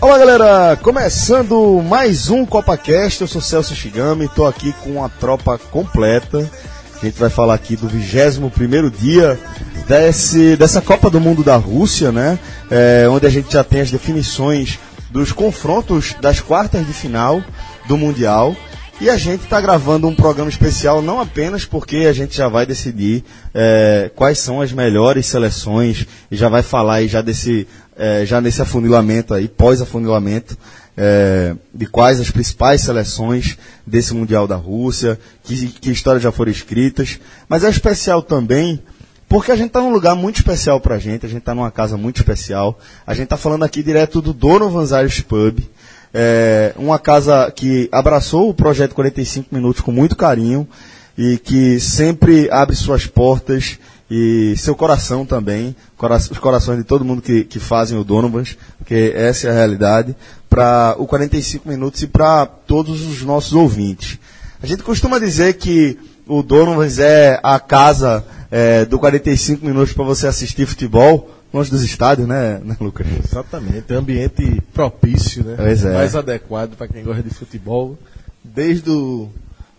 Olá galera, começando mais um CopaCast, eu sou Celso Shigami, tô aqui com a tropa completa. A gente vai falar aqui do 21 dia desse, dessa Copa do Mundo da Rússia, né? É, onde a gente já tem as definições dos confrontos das quartas de final do Mundial. E a gente está gravando um programa especial não apenas porque a gente já vai decidir é, quais são as melhores seleções e já vai falar aí já desse é, já nesse afunilamento aí, pós-afunilamento, é, de quais as principais seleções desse Mundial da Rússia, que, que histórias já foram escritas. Mas é especial também porque a gente está num lugar muito especial para a gente, a gente está numa casa muito especial. A gente está falando aqui direto do Donovan Zaires Pub, é, uma casa que abraçou o projeto 45 Minutos com muito carinho e que sempre abre suas portas e seu coração também, cora- os corações de todo mundo que, que fazem o Donovans, porque essa é a realidade, para o 45 Minutos e para todos os nossos ouvintes. A gente costuma dizer que o Donovans é a casa eh, do 45 Minutos para você assistir futebol, longe dos estádios, né, né Lucas? Exatamente, é um ambiente propício, né? Pois é. Mais adequado para quem gosta de futebol, desde o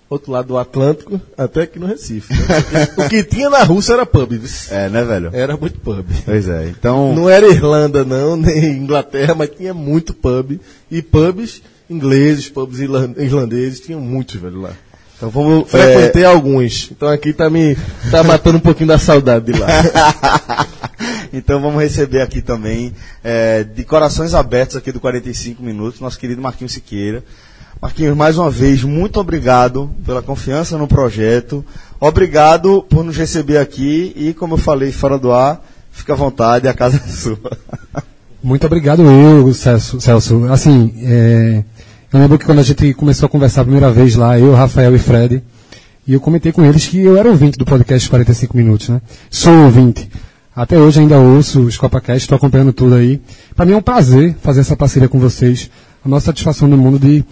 outro lado do Atlântico até aqui no Recife. né? o que tinha na Rússia era pub, viu? É, né, velho? era muito pub. Pois é, então... Não era Irlanda não, nem Inglaterra, mas tinha muito pub e pubs ingleses, pubs irlan- irlandeses, tinham muitos velho lá. Então vamos... eh, Frequentei alguns, então aqui tá me tá matando um pouquinho da saudade de lá. então vamos receber aqui também, eh, de corações abertos aqui do 45 Minutos, nosso querido Marquinhos Siqueira. Marquinhos, mais uma vez, muito obrigado pela confiança no projeto. Obrigado por nos receber aqui e, como eu falei, fora do ar, fica à vontade, a casa é sua. Muito obrigado eu, Celso. Celso. Assim, é, eu lembro que quando a gente começou a conversar a primeira vez lá, eu, Rafael e Fred, e eu comentei com eles que eu era ouvinte do podcast 45 Minutos, né? Sou ouvinte. Até hoje ainda ouço os Copacast, estou acompanhando tudo aí. Para mim é um prazer fazer essa parceria com vocês. A nossa satisfação no mundo de,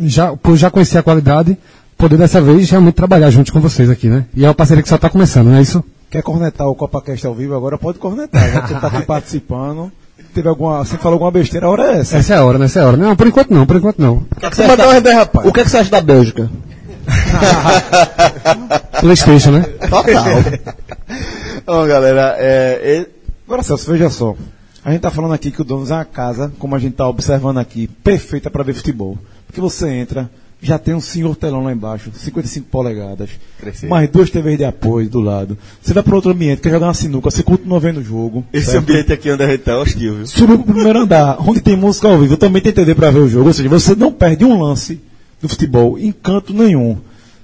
já, por já conhecer a qualidade, poder dessa vez realmente trabalhar junto com vocês aqui, né? E é uma parceria que só está começando, não é isso? Quer cornetar o CopaCast ao vivo agora? Pode cornetar, já que você está aqui participando. Teve alguma, você falou alguma besteira, a hora é essa. Essa é a hora, né? Essa é a hora. Não, por enquanto não, por enquanto não. Você mandou uma ideia, rapaz. O que, é que você acha da Bélgica? Playstation, né? Bom, galera, é, e- Agora, Celso, veja só. A gente está falando aqui que o Donos é uma casa, como a gente está observando aqui, perfeita para ver futebol. Porque você entra, já tem um senhor telão lá embaixo, 55 polegadas, Crescer. mais duas TVs de apoio do lado. Você vai para outro ambiente, quer jogar uma sinuca, você continua vendo o jogo. esse certo? ambiente aqui onde a gente tá é hostil, viu? Subiu pro primeiro andar, onde tem música ao vivo. Eu também tentei TV para ver o jogo. Ou seja, você não perde um lance do futebol, encanto nenhum.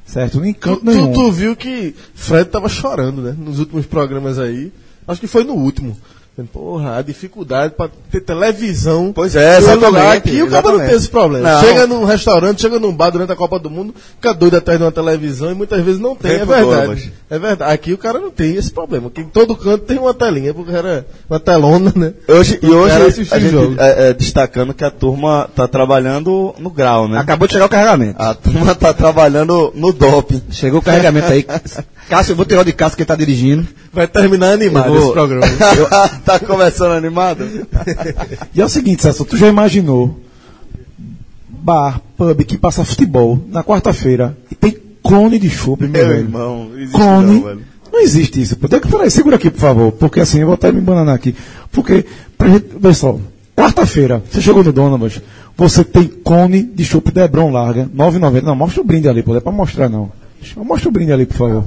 Certo? Tu, Encanto tu, nenhum. tu viu que Fred tava chorando, né? Nos últimos programas aí. Acho que foi no último. Porra, a dificuldade pra ter televisão. Pois é, Tem um exatamente, lugar que o cara não exatamente. tem esse problema. Não. Chega num restaurante, chega num bar durante a Copa do Mundo, fica doido atrás de uma televisão e muitas vezes não tem. Tempo é verdade. todo, mas- É verdade. Aqui o cara não tem esse problema. Aqui em todo canto tem uma telinha, porque era uma telona, né? Hoje, e O hoje cara a assistiu o gente jogo. é, é, destacando que a turma tá trabalhando no grau, né? Acabou de chegar o carregamento. A turma tá trabalhando no doping. Chegou o carregamento aí. Cássio, eu vou tirar o de Cássio que ele tá dirigindo. Vai terminar animado Eu vou- esse programa. tá começando animado? E é o seguinte, Celso, tu já imaginou bar, pub que passa futebol na quarta-feira e tem cone de chope, meu Meu velho. irmão, não existe cone. não, velho. Não existe isso. Pô. Daqui, peraí, segura aqui, por favor. Porque assim, eu vou estar me banando aqui. Porque, pra gente, pessoal, quarta-feira, você chegou no Donovas, você tem cone de chope Debron larga, 9,90. Não, mostra o brinde ali, pô. Não é pra mostrar, não. Mostra o brinde ali, por favor.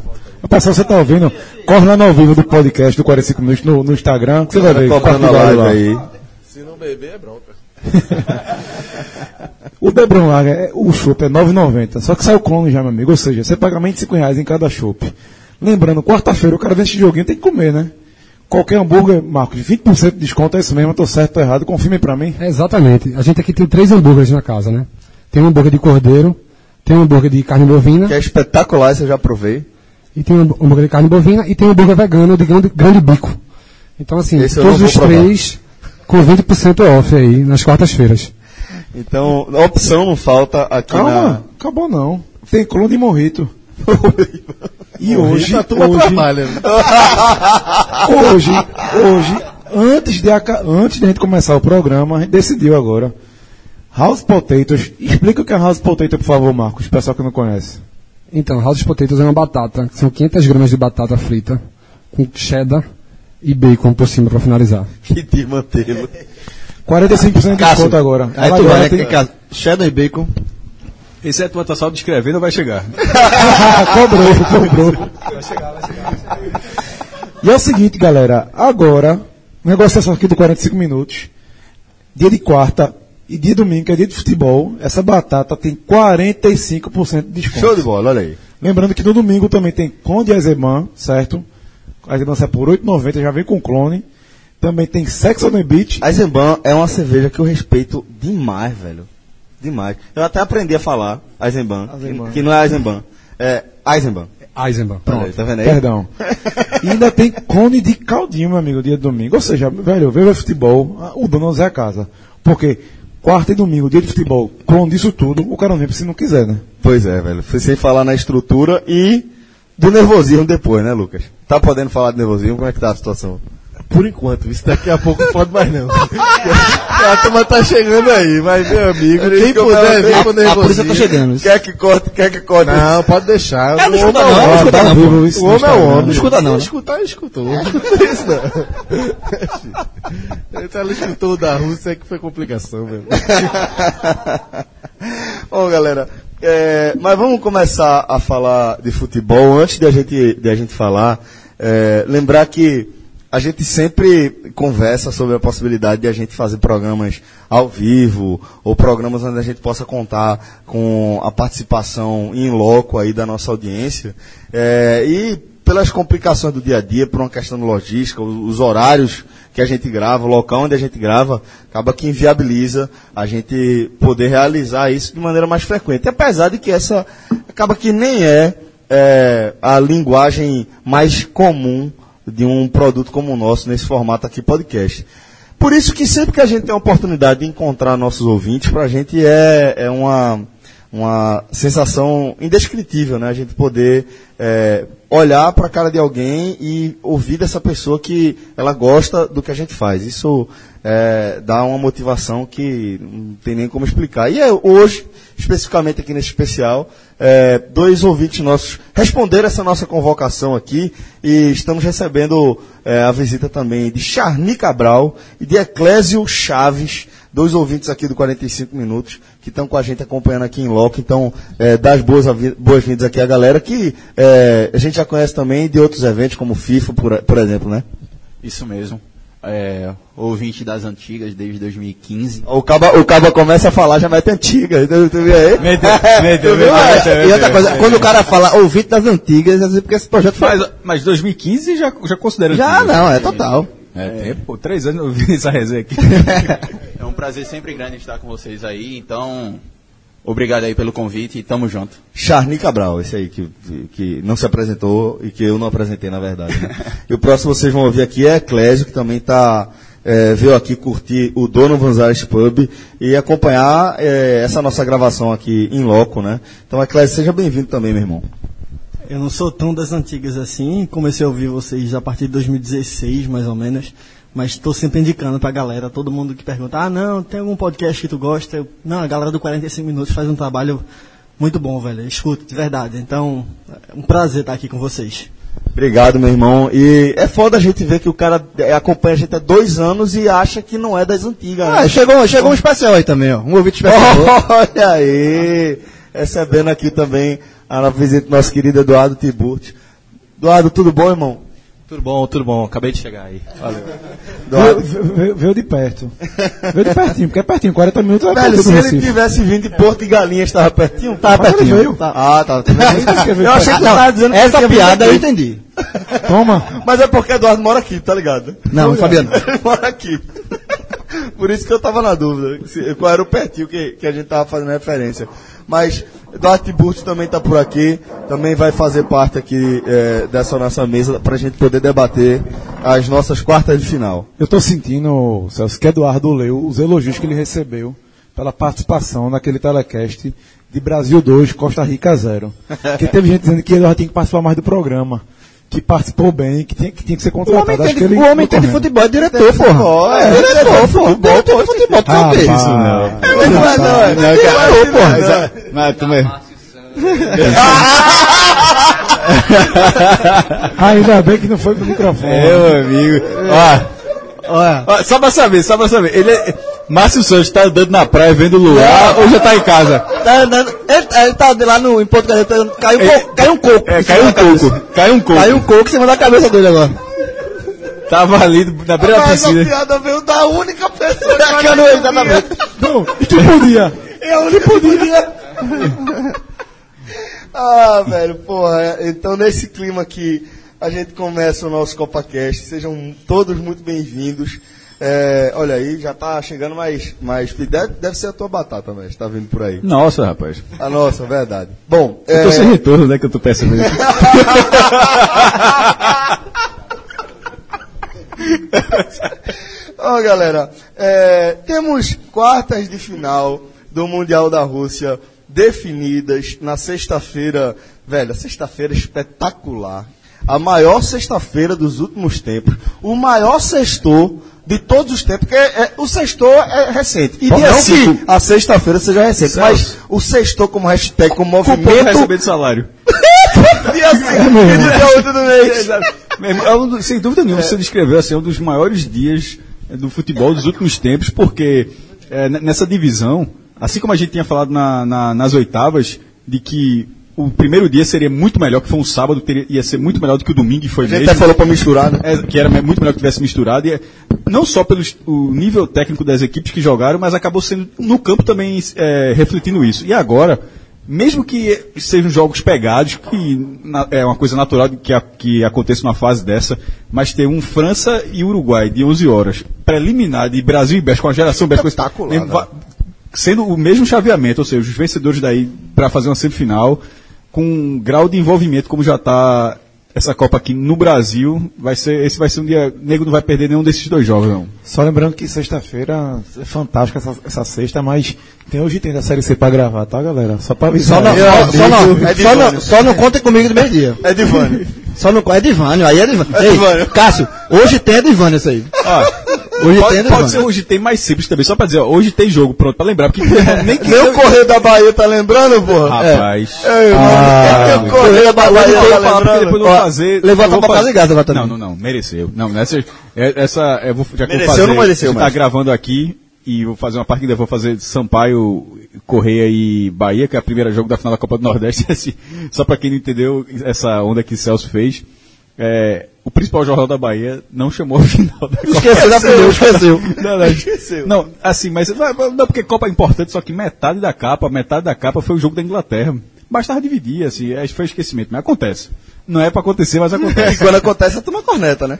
Pessoal, você tá ouvindo? Corre lá no ao vivo do podcast do 45 Minutos no, no Instagram, que você vai ver. Comprando a Quarto lugar live tá lá. aí. Se não beber, é bronca. O Debron Lager, é- o chopp é R$ 9,90. Só que saiu clone já, meu amigo. Ou seja, você paga menos de 5 reais em cada chopp. Lembrando, quarta-feira o cara desse joguinho tem que comer, né? Qualquer hambúrguer, Marcos, 20% de desconto, é isso mesmo, eu tô certo, tô errado, confirme pra mim. É, exatamente. A gente aqui tem três hambúrgueres na casa, né? Tem um hambúrguer de cordeiro, tem um hambúrguer de carne bovina, Que é espetacular, isso eu já provei. e tem um hambúrguer de carne bovina, e tem um hambúrguer vegano de grande, grande bico. Então, assim, Esse eu todos não vou os provar. três com 20% off aí, nas quartas-feiras. Então, a opção não falta aqui Calma, acabou não. Tem clone de morrito. e hoje, A turma hoje, trabalha. né? hoje, hoje, Antes de, aca- antes de a gente começar o programa, a gente decidiu agora. House Potatoes. Explica o que é House Potato, por favor, Marcos, pro pessoal que não conhece. Então, house potatoes é uma batata, que são 500 gramas de batata frita, com cheddar e bacon por cima pra finalizar. Que de mantê-lo. 45% de Cássio, desconto agora. Aí Ela tu agora vai, né? tem- que é Cheddar e bacon. Esse é tua tá só descrevendo, vai chegar. cobrou, cobrou. E é o seguinte, galera. Agora, negociação aqui de 45 minutos. Dia de quarta e dia de domingo, que é dia de futebol. Essa batata tem 45% de desconto. Show de bola, olha aí. Lembrando que no domingo também tem Conde Azeman, certo? A Azeman sai por 8,90, já vem com clone. Também tem Sex on the Beach. A Eisenbahn é uma cerveja que eu respeito demais, velho. Demais. Eu até aprendi a falar Eisenbahn, Eisenbahn. Que, que não é Eisenbahn. É Eisenbahn. Eisenbahn. Olha aí, tá vendo aí? Perdão. E ainda tem cone de caldinho, meu amigo, dia de domingo. Ou seja, velho, veio ver futebol, ah, o dono é a casa. Porque quarta e domingo, dia de futebol, clone disso tudo, o cara não vem se não quiser, né? Pois é, velho. Fui sem falar na estrutura e do nervosismo depois, né, Lucas? Tá podendo falar de nervosismo? Como é que tá a situação? Por enquanto, isso daqui a pouco não pode mais não. A turma tá chegando aí, mas meu é amigo, quem puder vir com A polícia tá chegando. É, Quer que corte, quer que corte. Não, pode deixar. é Não, não escuta não, Ah, não escuta não. vivo isso. O homem é o homem. Não escuta não, né? Escutar, escutou. Ele escutou é o da Rússia que foi complicação, velho. Bom, galera, é, mas vamos começar a falar de futebol. Antes de a gente, de a gente falar, é, lembrar que a gente sempre conversa sobre a possibilidade de a gente fazer programas ao vivo ou programas onde a gente possa contar com a participação em loco aí da nossa audiência. É, e pelas complicações do dia a dia, por uma questão de logística, o- os horários que a gente grava, o local onde a gente grava, acaba que inviabiliza a gente poder realizar isso de maneira mais frequente. Apesar de que essa acaba que nem é, é, a linguagem mais comum de um produto como o nosso nesse formato aqui podcast. Por isso que sempre que a gente tem a oportunidade de encontrar nossos ouvintes, para a gente é, é uma, uma sensação indescritível, né? A gente poder é, olhar para a cara de alguém e ouvir dessa pessoa que ela gosta do que a gente faz. Isso é, dá uma motivação que não tem nem como explicar. E é, hoje, especificamente aqui nesse especial, é, dois ouvintes nossos responderam essa nossa convocação aqui e estamos recebendo é, a visita também de Charni Cabral e de Eclésio Chaves dois ouvintes aqui do 45 Minutos que estão com a gente acompanhando aqui em loco. Então, eh, dá as boas- boas-vindas aqui à galera que eh, a gente já conhece também de outros eventos, como FIFA, por, por exemplo, né? Isso mesmo. É, ouvinte das antigas desde 2015. O Caba, o Caba começa a falar, já mete antiga. então, Tu, tu viu aí? Meteu, viu? É, meteu, meteu, E outra meteu. coisa, quando o cara fala ouvinte das antigas, às vezes porque esse projeto faz. Mas, mas 2015 já, já considera Já antigo. não, é total. É, tem, pô, três anos eu ouvi essa resenha aqui. É um prazer sempre grande estar com vocês aí, então obrigado aí pelo convite e tamo junto. Charny Cabral, esse aí que, que não se apresentou e que eu não apresentei, na verdade. né? e o próximo vocês vão ouvir aqui é Eclésio, que também tá, eh, veio aqui curtir o Donovan Zares Pub e acompanhar eh, essa nossa gravação aqui em loco, né? Então, Eclésio, seja bem-vindo também, meu irmão. Eu não sou tão das antigas assim, comecei a ouvir vocês a partir de 2016, mais ou menos, mas estou sempre indicando pra galera, todo mundo que pergunta, ah não, tem algum podcast que tu gosta? Eu, não, a galera do 45 Minutos faz um trabalho muito bom, velho, escuto, de verdade, então é um prazer estar aqui com vocês. Obrigado, meu irmão. E é foda a gente ver que o cara eh, acompanha a gente há dois anos e acha que não é das antigas. né? Ah, chegou, chegou um especial aí também, ó. Um ouvinte especial. Olha aí! Recebendo aqui também a visita do nosso querido Eduardo Tiburti. Eduardo, tudo bom, irmão? tudo bom, tudo bom. Acabei de chegar aí. Veio, veio- veio de perto. Veio de pertinho, porque é pertinho, 40 minutos é Velho, perto do se ele Recife. tivesse vindo de Porto de Galinha, estava pertinho? Tava Mas ele pertinho. veio. Tá. Ah, tá. Eu Eu achei que tu tava dizendo que Essa tinha piada eu vindo aqui. entendi. Toma. Mas é porque Eduardo mora aqui, tá ligado? Não, Fabiano. Ele mora aqui. Por isso que eu tava na dúvida, se- qual era o pertinho que, que a gente tava fazendo referência. Mas Eduardo Tiburcio também tá por aqui, também vai fazer parte aqui eh, dessa nossa mesa pra gente poder debater as nossas quartas de final. Eu tô sentindo, Celso, que Eduardo leu os elogios que ele recebeu pela participação naquele telecast de Brasil 2, Costa Rica 0. Porque teve gente dizendo que Eduardo tem que participar mais do programa. que participou bem, que tinha que, tinha que ser O homem contratado. tem Acho que de, ele o homem ficou tem de correndo. futebol, é diretor, porra. É, diretor, futebol, diretor de futebol, tu Ah, sabe pá. isso. Não, não, não, não, não, porra. Mas tu mesmo. Ah, Ainda bem que não foi pro microfone. Meu amigo. Ó. Ó, só pra saber, só pra saber. Ele é... Márcio Santos tá andando na praia vendo o luar ou já tá em casa? Tá andando, ele, ele tá lá no, em Porto Galinha, tá andando- caiu, um co- caiu um coco. É, caiu um coco. Caiu um coco. Caiu um coco em cima da cabeça dele agora. Tava ali na beira da piscina. piada veio da única pessoa que exatamente. Não, e que podia. Ah, velho, porra. Então, nesse clima aqui, a gente começa o nosso CopaCast. Sejam todos muito bem-vindos. É, olha aí, já tá chegando mais. mais deve, deve ser a tua batata, velho. Tá vindo por aí. Nossa, rapaz. A nossa, verdade. Bom, Eu é, tô sem retorno, né? Que eu tô percebendo. Ó, galera, é, temos quartas de final do Mundial da Rússia definidas na sexta-feira, velho, sexta-feira é espetacular. A maior sexta-feira dos últimos tempos. O maior sextor de todos os tempos, porque é- é- o sextor é recente. E Bom, dia não, sim, Pitu. a sexta-feira seja recente, mas Celso. o sextor como hashtag, como Cupom movimento, recebendo salário. dia sim, e dia 8 do mês. Meu irmão, é um dos- sem dúvida nenhuma, você descreveu assim, um dos maiores dias eh, do futebol dos últimos tempos, porque eh, ne- nessa divisão, assim como a gente tinha falado na- na- nas oitavas, de que o primeiro dia seria muito melhor, que foi um sábado, teria, ia ser muito melhor do que o domingo, e foi A gente mesmo. até falou pra misturar, né? É, que era me- muito melhor que tivesse misturado, e é- não só pelo est- o nível técnico das equipes que jogaram, mas acabou sendo no campo também é, refletindo isso. E agora, mesmo que sejam jogos pegados, que na- é uma coisa natural de que, a- que aconteça numa fase dessa, mas ter um França e Uruguai de 11 horas, preliminar de Brasil e Bélgica, com a geração Bélgica, Espetacular, lembra- va- sendo o mesmo chaveamento, ou seja, os vencedores daí para fazer uma semifinal, com um grau de envolvimento como já está essa Copa aqui no Brasil, vai ser, esse vai ser um dia. O nego não vai perder nenhum desses dois jogos, não. Então, Só lembrando que sexta-feira é fantástica essa, essa sexta, mas tem hoje tem da série C pra gravar, tá, galera? Só pra Só avisar. não, só, só não, É de só não, Vânio. só não contem comigo do meio dia. É Divani. Só não, é Divânio, aí é Divânio. Ei, Divânio. Cássio, hoje tem a Divânio isso aí. Hoje tem né, a pode, Divânio. pode ser hoje tem mais simples também, só para dizer, ó, hoje tem jogo, pronto, para lembrar, porque nem que. Meu Correio da Bahia tá lembrando, É. porra? Rapaz. Ei, mano, Ah, é meu Correio da Bahia tá Eu vou falar, porque lembrando. depois eu vou fazer. levou a eu vou tabacada fazer- de gás agora também. Não, não, não. Mereceu. Não, essa. é- essa eu vou, já que eu vou Mereceu ou fazer, não mereceu, A gente tá mas? gravando aqui e vou fazer uma parte que ainda vou fazer Sampaio, Correia e Bahia, que é a primeira jogo da final da Copa do Nordeste. assim, Só pra quem não entendeu essa onda que Celso fez. é, o principal jornal da Bahia não chamou a final da Copa. Esqueceu, já perdeu, esqueceu. Não, não, não, assim, mas vai- vai- não, porque Copa é importante, só que metade da capa, metade da capa foi o jogo da Inglaterra. Bastava dividir, assim, é- foi esquecimento, mas acontece. Não é pra acontecer, mas E acontece. quando acontece, a turma corneta, né?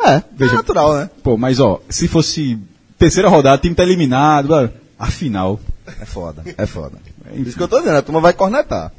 É, Veja. é natural, né? Pô, mas ó, se fosse terceira rodada, o time tá eliminado, blá, afinal. É foda, é foda. Enfim. Isso que eu tô dizendo, a turma vai cornetar.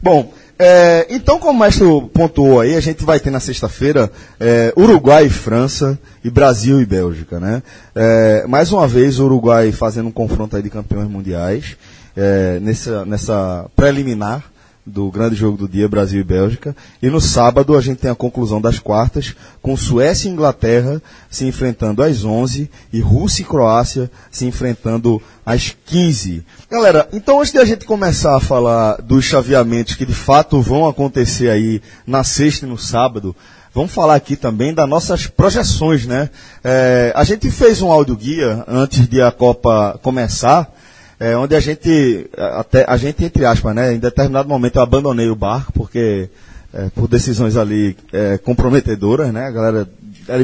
Bom, é, então como o mestre pontuou aí, a gente vai ter na sexta-feira é, Uruguai e França e Brasil e Bélgica, né? É, mais uma vez o Uruguai fazendo um confronto aí de campeões mundiais é, nessa, nessa preliminar do grande jogo do dia Brasil e Bélgica. E no sábado a gente tem a conclusão das quartas com Suécia e Inglaterra se enfrentando às 11 e Rússia e Croácia se enfrentando às 15. Galera, então antes de a gente começar a falar dos chaveamentos que de fato vão acontecer aí na sexta e no sábado, Vamos falar aqui também das nossas projeções, né? É, a gente fez um audioguia antes de a Copa começar, é, onde a gente, a- até, a gente, entre aspas, né, em determinado momento eu abandonei o barco, porque é, por decisões ali é, comprometedoras, né, a galera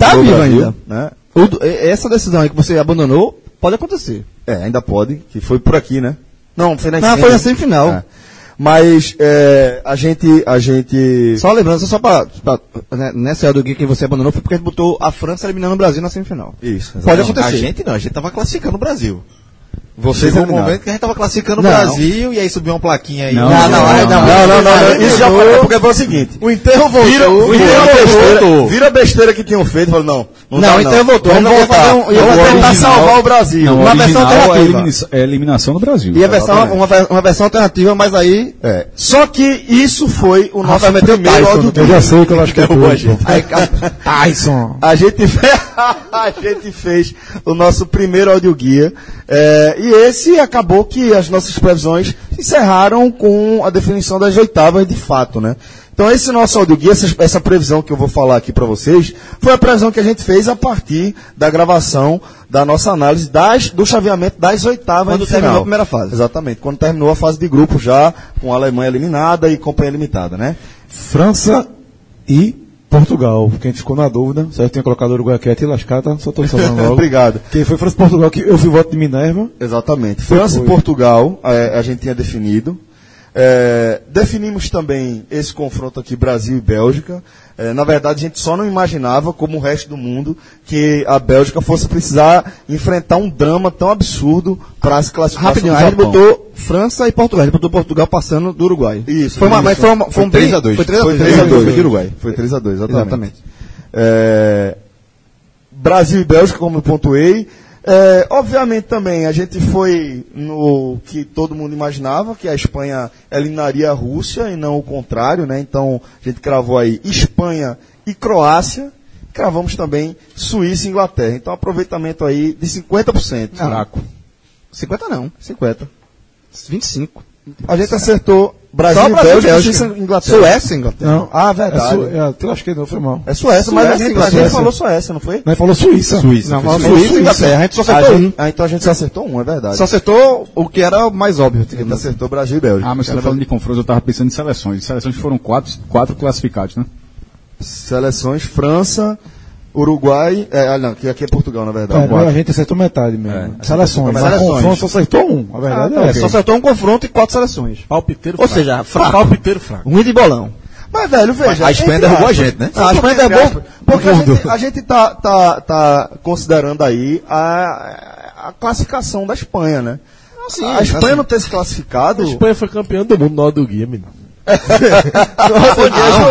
Tá o Brasil, vivo ainda. Né, O do- e- essa decisão aí que você abandonou, pode acontecer. é, ainda pode, que foi por aqui, né? Não, foi na Não, esquerda. foi na semifinal. É. Mas é, a gente, a gente... Só lembrando, só pra, pra né, nessa hora do Gui que você abandonou, foi porque ele botou a França eliminando o Brasil na semifinal. Isso, Pode exatamente. acontecer. gente não, a gente tava classificando o Brasil. Vocês Chegou um eliminaram. momento que a gente tava classificando Não. o Brasil e aí subiu uma plaquinha aí. Não, não, aí não, não, não, não, isso já foi porque foi o seguinte. O enterro voltou. Vira, o vira a enterro besteira, voltou. vira a besteira que tinham feito, falou, não, não, Não, dá, então voltou. Vamos Vamos voltar. fazer um- eu vou tentar original. salvar o Brasil. Não, Uma o versão original é a alternativa. elimina- é a eliminação do Brasil. E a versão, uma, ve- uma versão alternativa, mas aí. É. Só que isso foi o nosso Rafa meteu primeiro Tyson, áudio não tem do Eu já dia. sei que eu acho que é Derrubou a tudo. gente. aí a- é Tyson. A gente, fe- a gente fez o nosso primeiro audioguia. É, e esse acabou que as nossas previsões se encerraram com a definição das oitavas de fato, né? Então esse nosso audioguia, essa, essa previsão que eu vou falar aqui para vocês, foi a previsão que a gente fez a partir da gravação da nossa análise das, do chaveamento das oitavas Quando de final. terminou a primeira fase. Exatamente, quando terminou a fase de grupo já, com a Alemanha eliminada e companhia limitada, né? França e Portugal. Quem ficou na dúvida, se eu tinha colocado Uruguai quieto e lascar, tá? Só tô falando logo. Obrigado. Quem foi França e Portugal que eu vi o voto de Minerva. Exatamente. França e Portugal, é, a gente tinha definido. É, definimos também esse confronto aqui, Brasil e Bélgica. É, na verdade, a gente só não imaginava, como o resto do mundo, que a Bélgica fosse precisar enfrentar um drama tão absurdo para se classificar. Rapidinho, sobre aí o ele Japão. botou França e Portugal. Ele botou Portugal passando do Uruguai. Isso. Foi uma- isso. mas foi uma- foi um bem- Foi foi 3 3 a a 2. Foi dois. 3 a 2 um Foi de Uruguai. Foi 3 a 2, exatamente. Exatamente. É, Brasil e Bélgica, como eu pontuei. É, obviamente também a gente foi no que todo mundo imaginava, que a Espanha eliminaria a Rússia e não o contrário, né? Então a gente cravou aí Espanha e Croácia, cravamos também Suíça e Inglaterra. Então aproveitamento aí de 50%. Caraca. 50 não. 50. 25. A gente acertou Brasil, Só e Brasil, Bélgica, Bélgica. Suíça e Inglaterra. Suécia, Inglaterra. Não. Ah, verdade. Su- é, te lasquei, não, foi mal. É Suécia, mas a gente, a gente Suécia. falou Suécia, não foi? Mas falou Suíça. Suíça. Não, Suíça, falou e Inglaterra. A gente só acertou um. Ah, então a gente só acertou um, é verdade. Só acertou o que era o mais óbvio. A gente acertou Brasil e Bélgica. Ah, mas você tá falando de confronto, eu tava pensando em seleções. Seleções foram quatro, quatro classificados, né? Seleções França, Uruguai... É, ah, não, que aqui é Portugal, na verdade. É, não, a gente acertou metade É, mesmo. seleções. Mas metade. a Seleções. confronto só acertou um. A Ah, verdade tá, é, É, essa. só acertou um confronto e quatro seleções. Palpiteiro Ou seja, fraco. palpiteiro fraco. Ruim de bolão. Mas, velho, veja... A Espanha entre derrubou aspas- a gente, né? Ah, A Espanha entre derrubou aspas, Porque a gente, a gente tá, tá, tá considerando aí a, a classificação da Espanha, né? a Espanha não ter se classificado... A Espanha foi campeã do mundo na hora do guia, menino. Foi,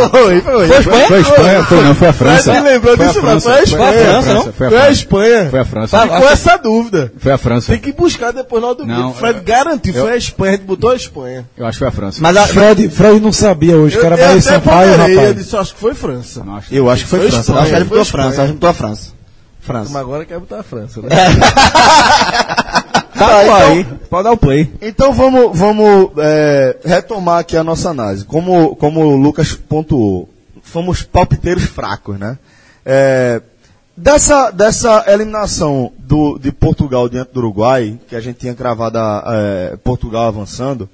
foi, foi. Foi Espanha? Foi a Espanha, foi, não, foi a França. Me lembrou Foi a disso, França, mas foi a Espanha. Foi a França, foi a Foi a França. Espanha. Foi a França. Tá com essa dúvida. Foi a França. Tem que buscar depois na hora do guia. Não, O Fred eu- garantiu, eu- foi a Espanha, a gente botou a Espanha. Eu acho que foi a França. Mas a, Fred, Fred não sabia hoje, que era Bahia e Sampaio, ponderei, eu rapaz. disse, acho que foi França. Não, acho que- eu acho que foi, Foi França. Espanha, Eu acho que ele botou foi a França. Espanha. Acho que botou a França. França. Mas Tá, agora quer botar a França, né? Tá, então- Pode dar o play. Então vamos, vamos é, retomar aqui a nossa análise. Como, como o Lucas pontuou, fomos palpiteiros fracos, né? É, dessa, dessa eliminação do, de Portugal diante do Uruguai, que a gente tinha cravado a, é, Portugal avançando,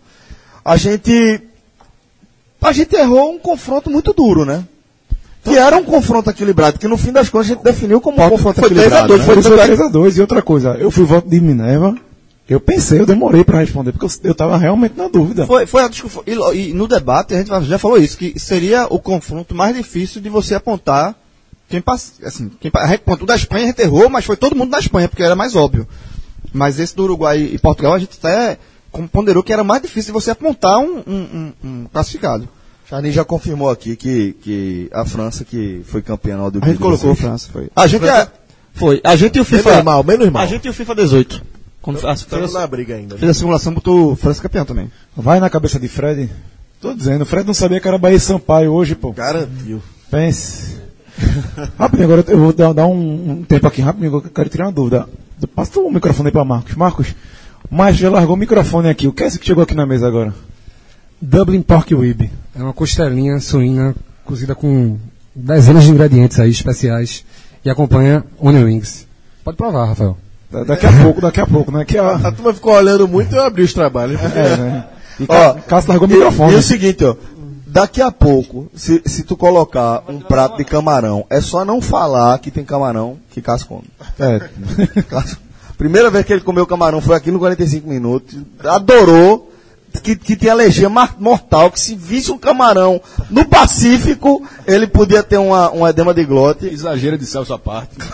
a gente, a gente errou um confronto muito duro, né? Que era um confronto equilibrado, que no fim das contas a gente definiu como um confronto Foi 3 a equilibrado. 2 né? foi então Foi 3 a 2 3x2. E outra coisa, eu fui voto de Minerva. Eu pensei, eu demorei pra responder, porque eu, eu tava realmente na Então, dúvida. Foi, foi, a discu- e lo- e no debate a gente já falou isso, que seria o confronto mais difícil de você apontar quem passa, assim, quem pa- a gente- pronto, o da Espanha a gente errou, mas foi todo mundo da Espanha, porque era mais óbvio. Mas esse do Uruguai e Portugal a gente até com- ponderou que era mais difícil de você apontar um, um- um- um classificado. Charny já confirmou aqui que, que a França que foi campeã na Ah, hora do A gente Guia de colocou a vocês. França, foi. A gente é- foi. A gente e o FIFA. Menos é mal, menos mal. A gente e o FIFA 18. Quando fez a- Estamos tá na briga ainda. né? fez a simulação, botou França campeão também. Vai na cabeça de Fred. Tô dizendo, o Fred não sabia que era Bahia e Sampaio hoje, pô. Garantiu. Pense. rapidinho, agora eu vou dar, dar um, um tempo aqui rapidinho, que eu quero tirar uma dúvida. Passa o microfone aí pra Marcos. Marcos, mas já largou o microfone aqui. O que é esse que chegou aqui na mesa agora? Dublin Pork Rib. É uma costelinha suína cozida com dezenas de ingredientes aí especiais e acompanha Onion Wings. Pode provar, Rafael. Da- Daqui a pouco, daqui a pouco, né? Que a, A turma ficou olhando muito e eu abri os trabalhos. é, né? E Ó, Ca- Cássio largou o E- E, microfone. o seguinte, ó. Daqui a pouco, se, se tu colocar um prato de camarão, é só não falar que tem camarão que Cássio come. É. Cássio- Primeira vez que ele comeu camarão foi aqui no 45 Minutos. Adorou. Que, que tem alergia mar- mortal, que se visse um camarão no Pacífico, ele podia ter uma, um edema de glote. Exagero de Celso à parte.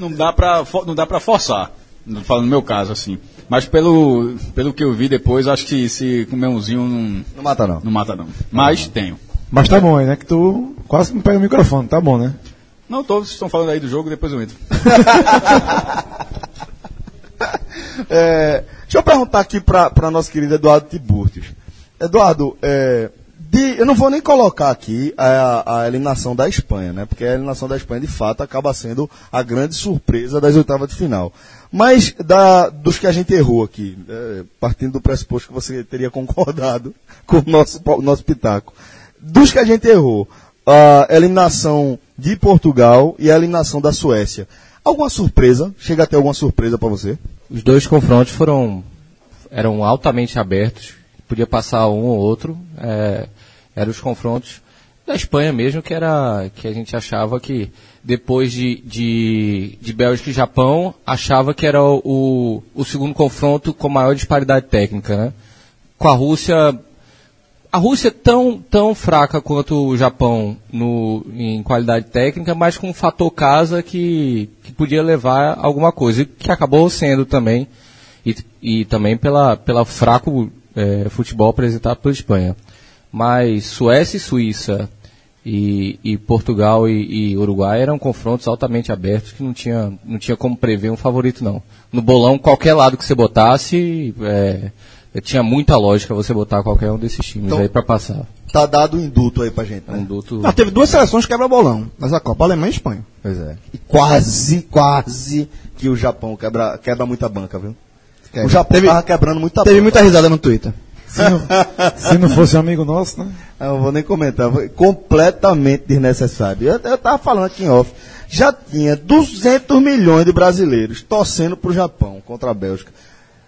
não dá pra, fo- não dá pra forçar. Não Falando no meu caso, assim. Mas pelo, pelo que eu vi depois, acho que se comer umzinho não, Não mata, não. não mata não. Mas tenho. Mas tá bom aí, né? Que tu quase não pega o microfone, tá bom, né? Não, todos estão falando aí do jogo, depois eu entro. É, deixa eu perguntar aqui pra, pra nosso querido Eduardo Tiburtius. Eduardo, é, de- eu não vou nem colocar aqui a, a eliminação da Espanha, né? Porque a eliminação da Espanha, de fato, acaba sendo a grande surpresa das oitavas de final. Mas da- dos que a gente errou aqui, é, partindo do pressuposto que você teria concordado com o nosso, po- nosso pitaco. Dos que a gente errou, a eliminação de Portugal e a eliminação da Suécia. Alguma surpresa? Chega até alguma surpresa pra você? Os dois confrontos foram eram altamente abertos, podia passar um ou outro. É, eram os confrontos da Espanha mesmo, que era que a gente achava que depois de, de, de Bélgica e Japão, achava que era o, o segundo confronto com maior disparidade técnica. Né? Com a Rússia, a Rússia é tão, tão fraca quanto o Japão no, em qualidade técnica, mas com um fator casa que, que podia levar a alguma coisa, e que acabou sendo também, e, e também pela, pela fraco eh, futebol apresentado pela Espanha. Mas Suécia e Suíça e, e Portugal e, e Uruguai eram confrontos altamente abertos que não tinha, não tinha como prever um favorito não. No bolão, qualquer lado que você botasse, eh, tinha muita lógica você botar qualquer um desses times Então- aí para passar. Tá dado o induto aí pra gente, É um né? duto... Ah, teve duas seleções quebra-bolão nessa Copa, Alemanha e Espanha. Pois é. E quase, quase que o Japão quebra, quebra muita banca, viu? O Japão Teve- tava quebrando muita Teve banca. muita risada no Twitter. Se não, se não fosse amigo nosso, né? Ah, Eu não vou nem comentar, foi completamente desnecessário. Eu, eu tava falando aqui em off. Já tinha 200 milhões de brasileiros torcendo pro Japão contra a Bélgica.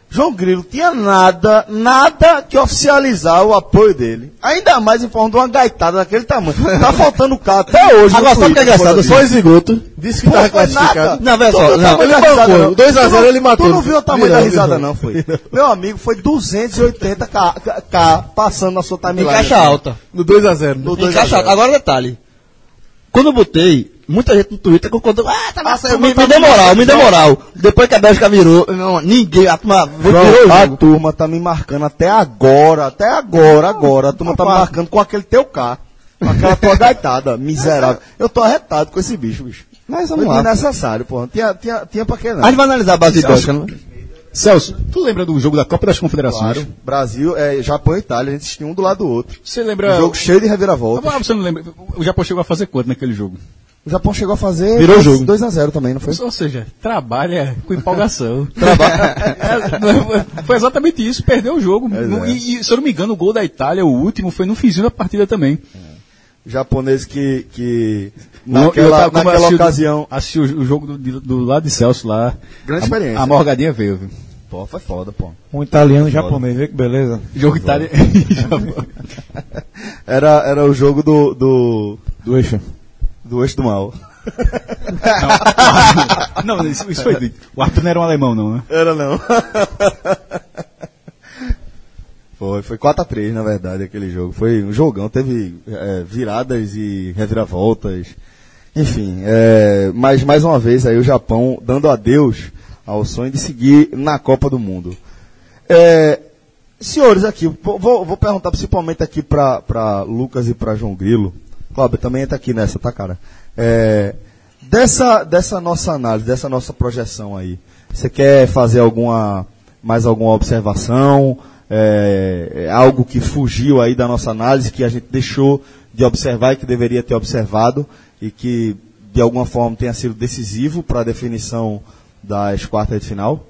João Grilo tinha nada, nada que oficializar o apoio dele. Ainda mais em forma de uma gaitada daquele tamanho. Tá faltando o cara até hoje. no Agora, sabe o que é Twitter, Tá engraçado? por Só esse Guto Disse que tava classificado. Não, velho, só, não, ele bancou. 2 a 0 ele matou. Tu não viu o tamanho da Virou, risada, virou. não, foi? Meu amigo, foi 280k passando na sua Em timeline. caixa alta. No 2x0. No Em caixa alta. Agora detalhe. Quando eu botei, muita gente no Twitter concordou. Ah, tá Ah, massa, eu me, tava me deu com moral, você, me deu João. moral. Depois que a Bélgica virou, não, ninguém, a turma virou o João, a jogo. turma tá me marcando até agora, até agora, agora. A turma tá me marcando com aquele teu K. Com aquela tua gaitada, miserável. Eu tô arretado com esse bicho, bicho. Mas Foi desnecessário, porra. Não Tinha, tinha, tinha pra que não. A gente vai analisar a base de Celso. Bélgica, não? Celso, tu lembra do jogo da Copa das Confederações? Claro, Brasil, é, Japão e Itália, a gente assistiu um do lado do outro. Você Um lembra. jogo cheio de reviravolta. Ah, você não lembra. O Japão chegou a fazer quanto naquele jogo? O Japão chegou a fazer Virou jogo. 2x0 também, não foi? Ou seja, trabalha com empolgação. É, não, foi exatamente isso, perdeu o jogo. No- é. e, e, se eu não me engano, o gol da Itália, o último, foi no finzinho da partida também. japonês que, que Eu naquela, tava- como eu naquela assisti o- ocasião. Então, Assisti o, o jogo do, de- do lado de Celso lá. Grande a, experiência. A morgadinha veio, viu? Pô, foi foda, pô. Um italiano e japonês, vê que beleza. Jogo Itália. Japão. Era, era o jogo do, do, Do eixo. do eixo do mal. não, isso, isso foi. dito. O árbitro não era um alemão, não, né? Era não. Foi, foi 4x3, na verdade, aquele jogo. Foi um jogão, teve é, viradas e reviravoltas. Enfim, é, mas mais uma vez aí o Japão dando adeus ao sonho de seguir na Copa do Mundo. É, senhores aqui, pô, vou, vou perguntar principalmente aqui pra, pra Lucas e pra João Grilo. Cláudio também entra aqui nessa, tá, cara? É, dessa, dessa nossa análise, dessa nossa projeção aí, você quer fazer alguma mais alguma observação? É, é algo que fugiu aí da nossa análise, que a gente deixou de observar e que deveria ter observado e que de alguma forma tenha sido decisivo para a definição das quartas de final?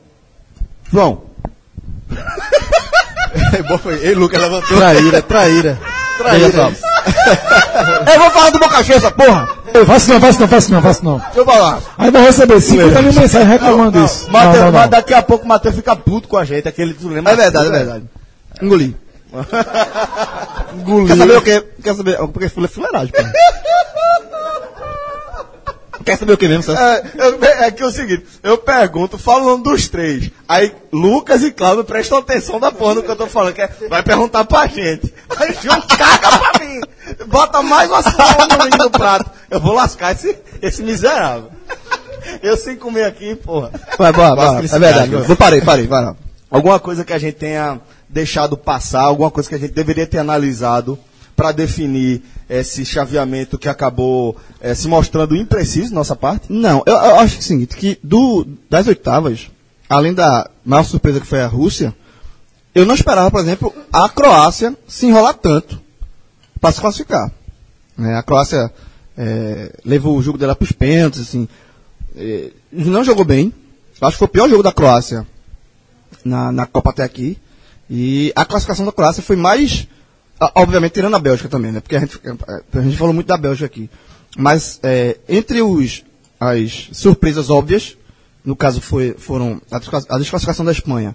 João, Ei, Lucas levantou. Traíra, traíra. Traíra. Eu vou falar do Boca Cheia, essa porra. Eu faço não, faço não, faço não, faço não. Deixa eu falar. Aí vai receber tá 50 mil mensagens reclamando disso. Não, Mateus, não, não. Mas daqui a pouco o Matheus fica puto com a gente, aquele tu lembra? É verdade, é verdade. Engoli. Engoli. Quer saber o quê? Quer saber? Porque fula é fuleiragem, pô. Quer saber o que mesmo, Celso? É, eu- é que é o seguinte, eu pergunto, falo o nome dos três. Aí Lucas e Cláudio prestam atenção da porra no que eu tô falando, que é, vai perguntar pra gente. Aí João caga pra mim. Bota mais uma salada no meio do prato. Eu vou lascar esse, esse miserável. Eu sem comer aqui, porra. Vai, bora, bora. É felicidade, verdade. mano. Eu parei, parei, vai lá. Alguma coisa que a gente tenha deixado passar, alguma coisa que a gente deveria ter analisado para definir esse chaveamento que acabou eh, se mostrando impreciso da nossa parte? Não, eu, eu acho o seguinte, que do, das oitavas, além da maior surpresa que foi a Rússia, eu não esperava, por exemplo, a Croácia se enrolar tanto para se classificar. Né, A Croácia eh, levou o jogo dela para os pênaltis, assim, eh, não jogou bem. Eu acho que foi o pior jogo da Croácia na, na Copa até aqui. E a classificação da Croácia foi mais, ah, obviamente, tirando a Bélgica também, né? Porque a gente, a gente falou muito da Bélgica aqui. Mas é, entre os, as surpresas óbvias, no caso foi, foram a desclass- a desclassificação da Espanha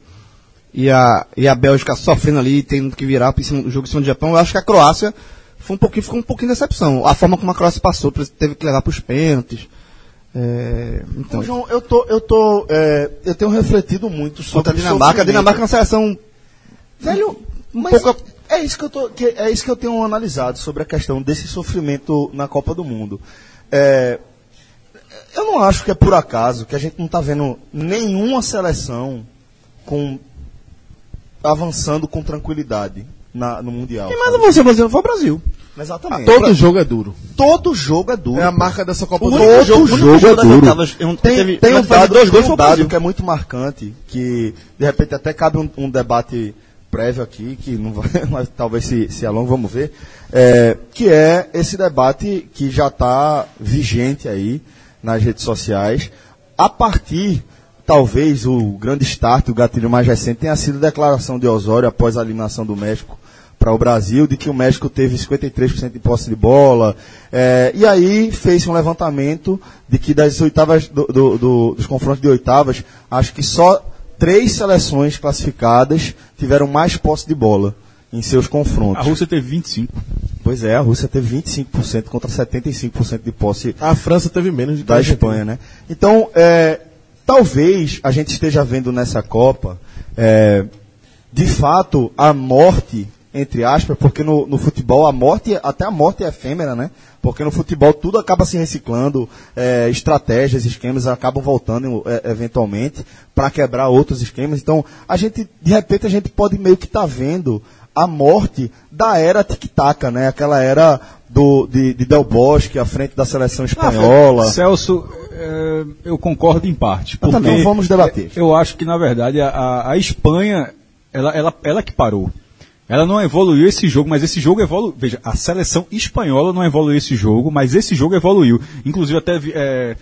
e a, e a Bélgica sofrendo ali, tendo que virar pra em cima- o jogo em cima do Japão, eu acho que a Croácia foi um pouquinho, ficou um pouquinho de decepção. A forma como a Croácia passou, pre- teve que levar para os pênaltis. É, então, Ô, João, eu tô, eu tô, eh, eu tenho refletido muito sobre contra o a tá Dinamarca, a sofrimento. Dinamarca é uma seleção Velho, mas Pouca- é, isso que eu tô, que- é isso que eu tenho analisado sobre a questão desse sofrimento na Copa do Mundo. É, eu não acho que é por acaso que a gente não está vendo nenhuma seleção com avançando com tranquilidade na- no Mundial. Mas você, Brasil, foi o Brasil. Exatamente. Todo jogo é duro. Todo jogo é duro. É a marca dessa Copa Todo do Mundo. jogo, jogo é das duro. oitavas, eu não- Tem- Tem, teve- tem mas um faz dado, dois gols tem um pro dado Brasil. que é muito marcante, que de repente até cabe um, um debate prévio aqui, que não vai, mas talvez se, se alongue, vamos ver, é, que é esse debate que já está vigente aí nas redes sociais, a partir, talvez, o grande start, o gatilho mais recente, tenha sido a declaração de Osório após a eliminação do México para o Brasil de que o México teve 53% de posse de bola. eh, e aí fez um levantamento de que das oitavas do- do- do- dos confrontos de oitavas, acho que só três seleções classificadas tiveram mais posse de bola em seus A confrontos. Rússia teve 25. Pois é, a Rússia teve 25% contra 75% de posse A França teve menos de da Espanha, né? Então, é, talvez a gente esteja vendo nessa Copa, é, de fato, a morte, entre aspas, porque no, no futebol a morte, até a morte é efêmera, né? Porque no futebol tudo acaba se reciclando, é, estratégias, esquemas acabam voltando é, eventualmente para quebrar outros esquemas. Então, a gente, de repente, a gente pode meio que estar vendo a morte da era tic-tac, né? Aquela era do, de, de Del Bosque à frente da seleção espanhola. Celso, eh, eu concordo em parte. Mas também porque vamos debater. Eu acho que, na verdade, a- a, a Espanha, ela, ela, ela que parou. Ela não evoluiu esse jogo, mas esse jogo evoluiu. Veja, a seleção espanhola não evoluiu esse jogo, mas esse jogo evoluiu. Inclusive, até. vi- eh,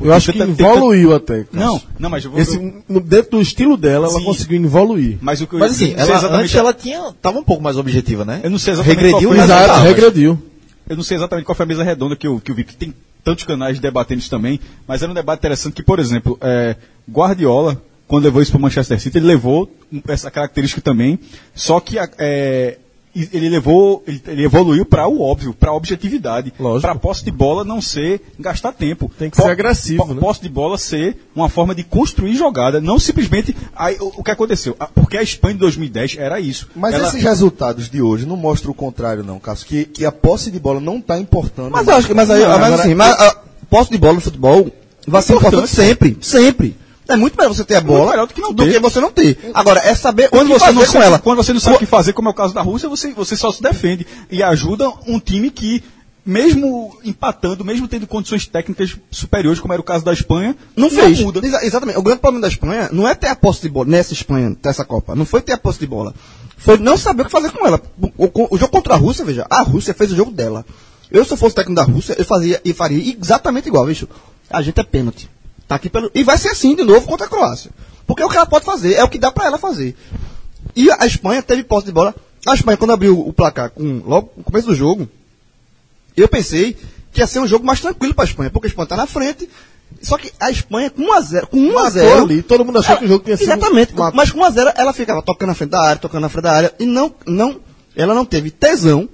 Eu acho que tenta- tenta- evoluiu até. Cássio. Não, não, mas eu vou. Esse, no- dentro do estilo dela, ela Sim. conseguiu evoluir. Mas o que eu Mas assim, não sei ela, exatamente- antes ela tinha, tava um pouco mais objetiva, né? Eu não sei exatamente Regrediu, qual foi a Ah, exato, oitava. Regrediu. Eu não sei exatamente qual foi a mesa redonda que eu, que eu vi, que tem tantos canais debatendo isso também, mas era um debate interessante que, por exemplo, é, Guardiola, quando levou isso para o Manchester City, ele levou um- essa característica também, só que a- é, e- ele levou, ele, ele evoluiu para o óbvio, para a objetividade, Lógico. para a posse de bola não ser gastar tempo. Tem que ser agressivo, né? Posse de bola ser uma forma de construir jogada, não simplesmente aí, o, o que aconteceu, A- porque a Espanha de 2010 era isso. Mas Ela- é esses resultados de hoje não mostram o contrário, não, Cássio. Que, que a posse de bola não está importando. Mas eu acho que, mas aí, Não, mas agora- assim, mas a posse de bola no futebol é vai ser Importante. importante sempre, sempre. É muito melhor você ter a bola melhor do que não ter. você não ter. Agora, é saber onde Quando você não com ela. Quando você não sabe o que fazer, como é o caso da Rússia, você, você só se defende e ajuda um time que, mesmo empatando, mesmo tendo condições técnicas superiores, como era o caso da Espanha, Não fez. muda. Exa- exatamente. O grande problema da Espanha não é ter a posse de bola nessa Espanha, nessa Copa. Não foi ter a posse de bola. Foi não saber o que fazer com ela. O, o- o jogo contra a Rússia, veja, a Rússia fez o jogo dela. Eu, se eu fosse técnico da Rússia, eu fazia e faria exatamente igual, bicho. A gente é pênalti. Tá aqui pelo. E vai ser assim de novo contra a Croácia. Porque é o que ela pode fazer, é o que dá pra ela fazer. E a Espanha teve posse de bola. A Espanha, quando abriu o placar com, logo no começo do jogo, eu pensei que ia ser um jogo mais tranquilo para a Espanha, porque a Espanha está na frente. Só que a Espanha, com 1x0, com 1x0 Matou ali, todo mundo achou que o jogo tinha sido É, Exatamente, mato. mas com 1x0 ela ficava tocando na frente da área, tocando na frente da área, e não, não, ela não teve tesão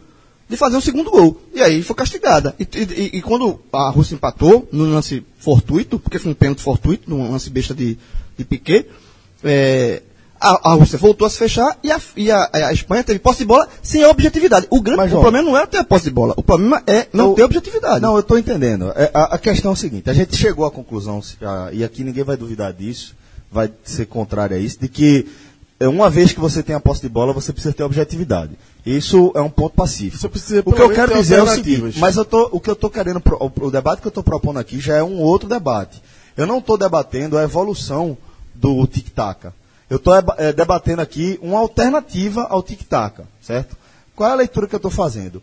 de fazer o segundo gol. E aí foi castigada. E, e- e- e quando a Rússia empatou, num lance fortuito, porque foi um pênalti fortuito, num lance besta de, de Piquet, é, a, a Rússia voltou a se fechar e a, e a, a Espanha teve posse de bola sem objetividade. O grande Mas, o João, problema não é ter a posse de bola, o problema é não ter objetividade. Não, eu estou entendendo. É, a, a questão é o seguinte: a gente chegou à conclusão, se- ah, e aqui ninguém vai duvidar disso, vai ser contrário a isso, de que é, uma vez que você tem a posse de bola, você precisa ter objetividade. Isso é um ponto pacífico. o que eu menos, quero ter dizer é o alternativas. seguinte: mas eu tô, o que eu estou querendo, pro- o, o debate que eu estou propondo aqui já é um outro debate. Eu não estou debatendo a evolução do tic-tac. Eu estou debatendo aqui uma alternativa ao tic-tac, certo? Qual é a leitura que eu estou fazendo?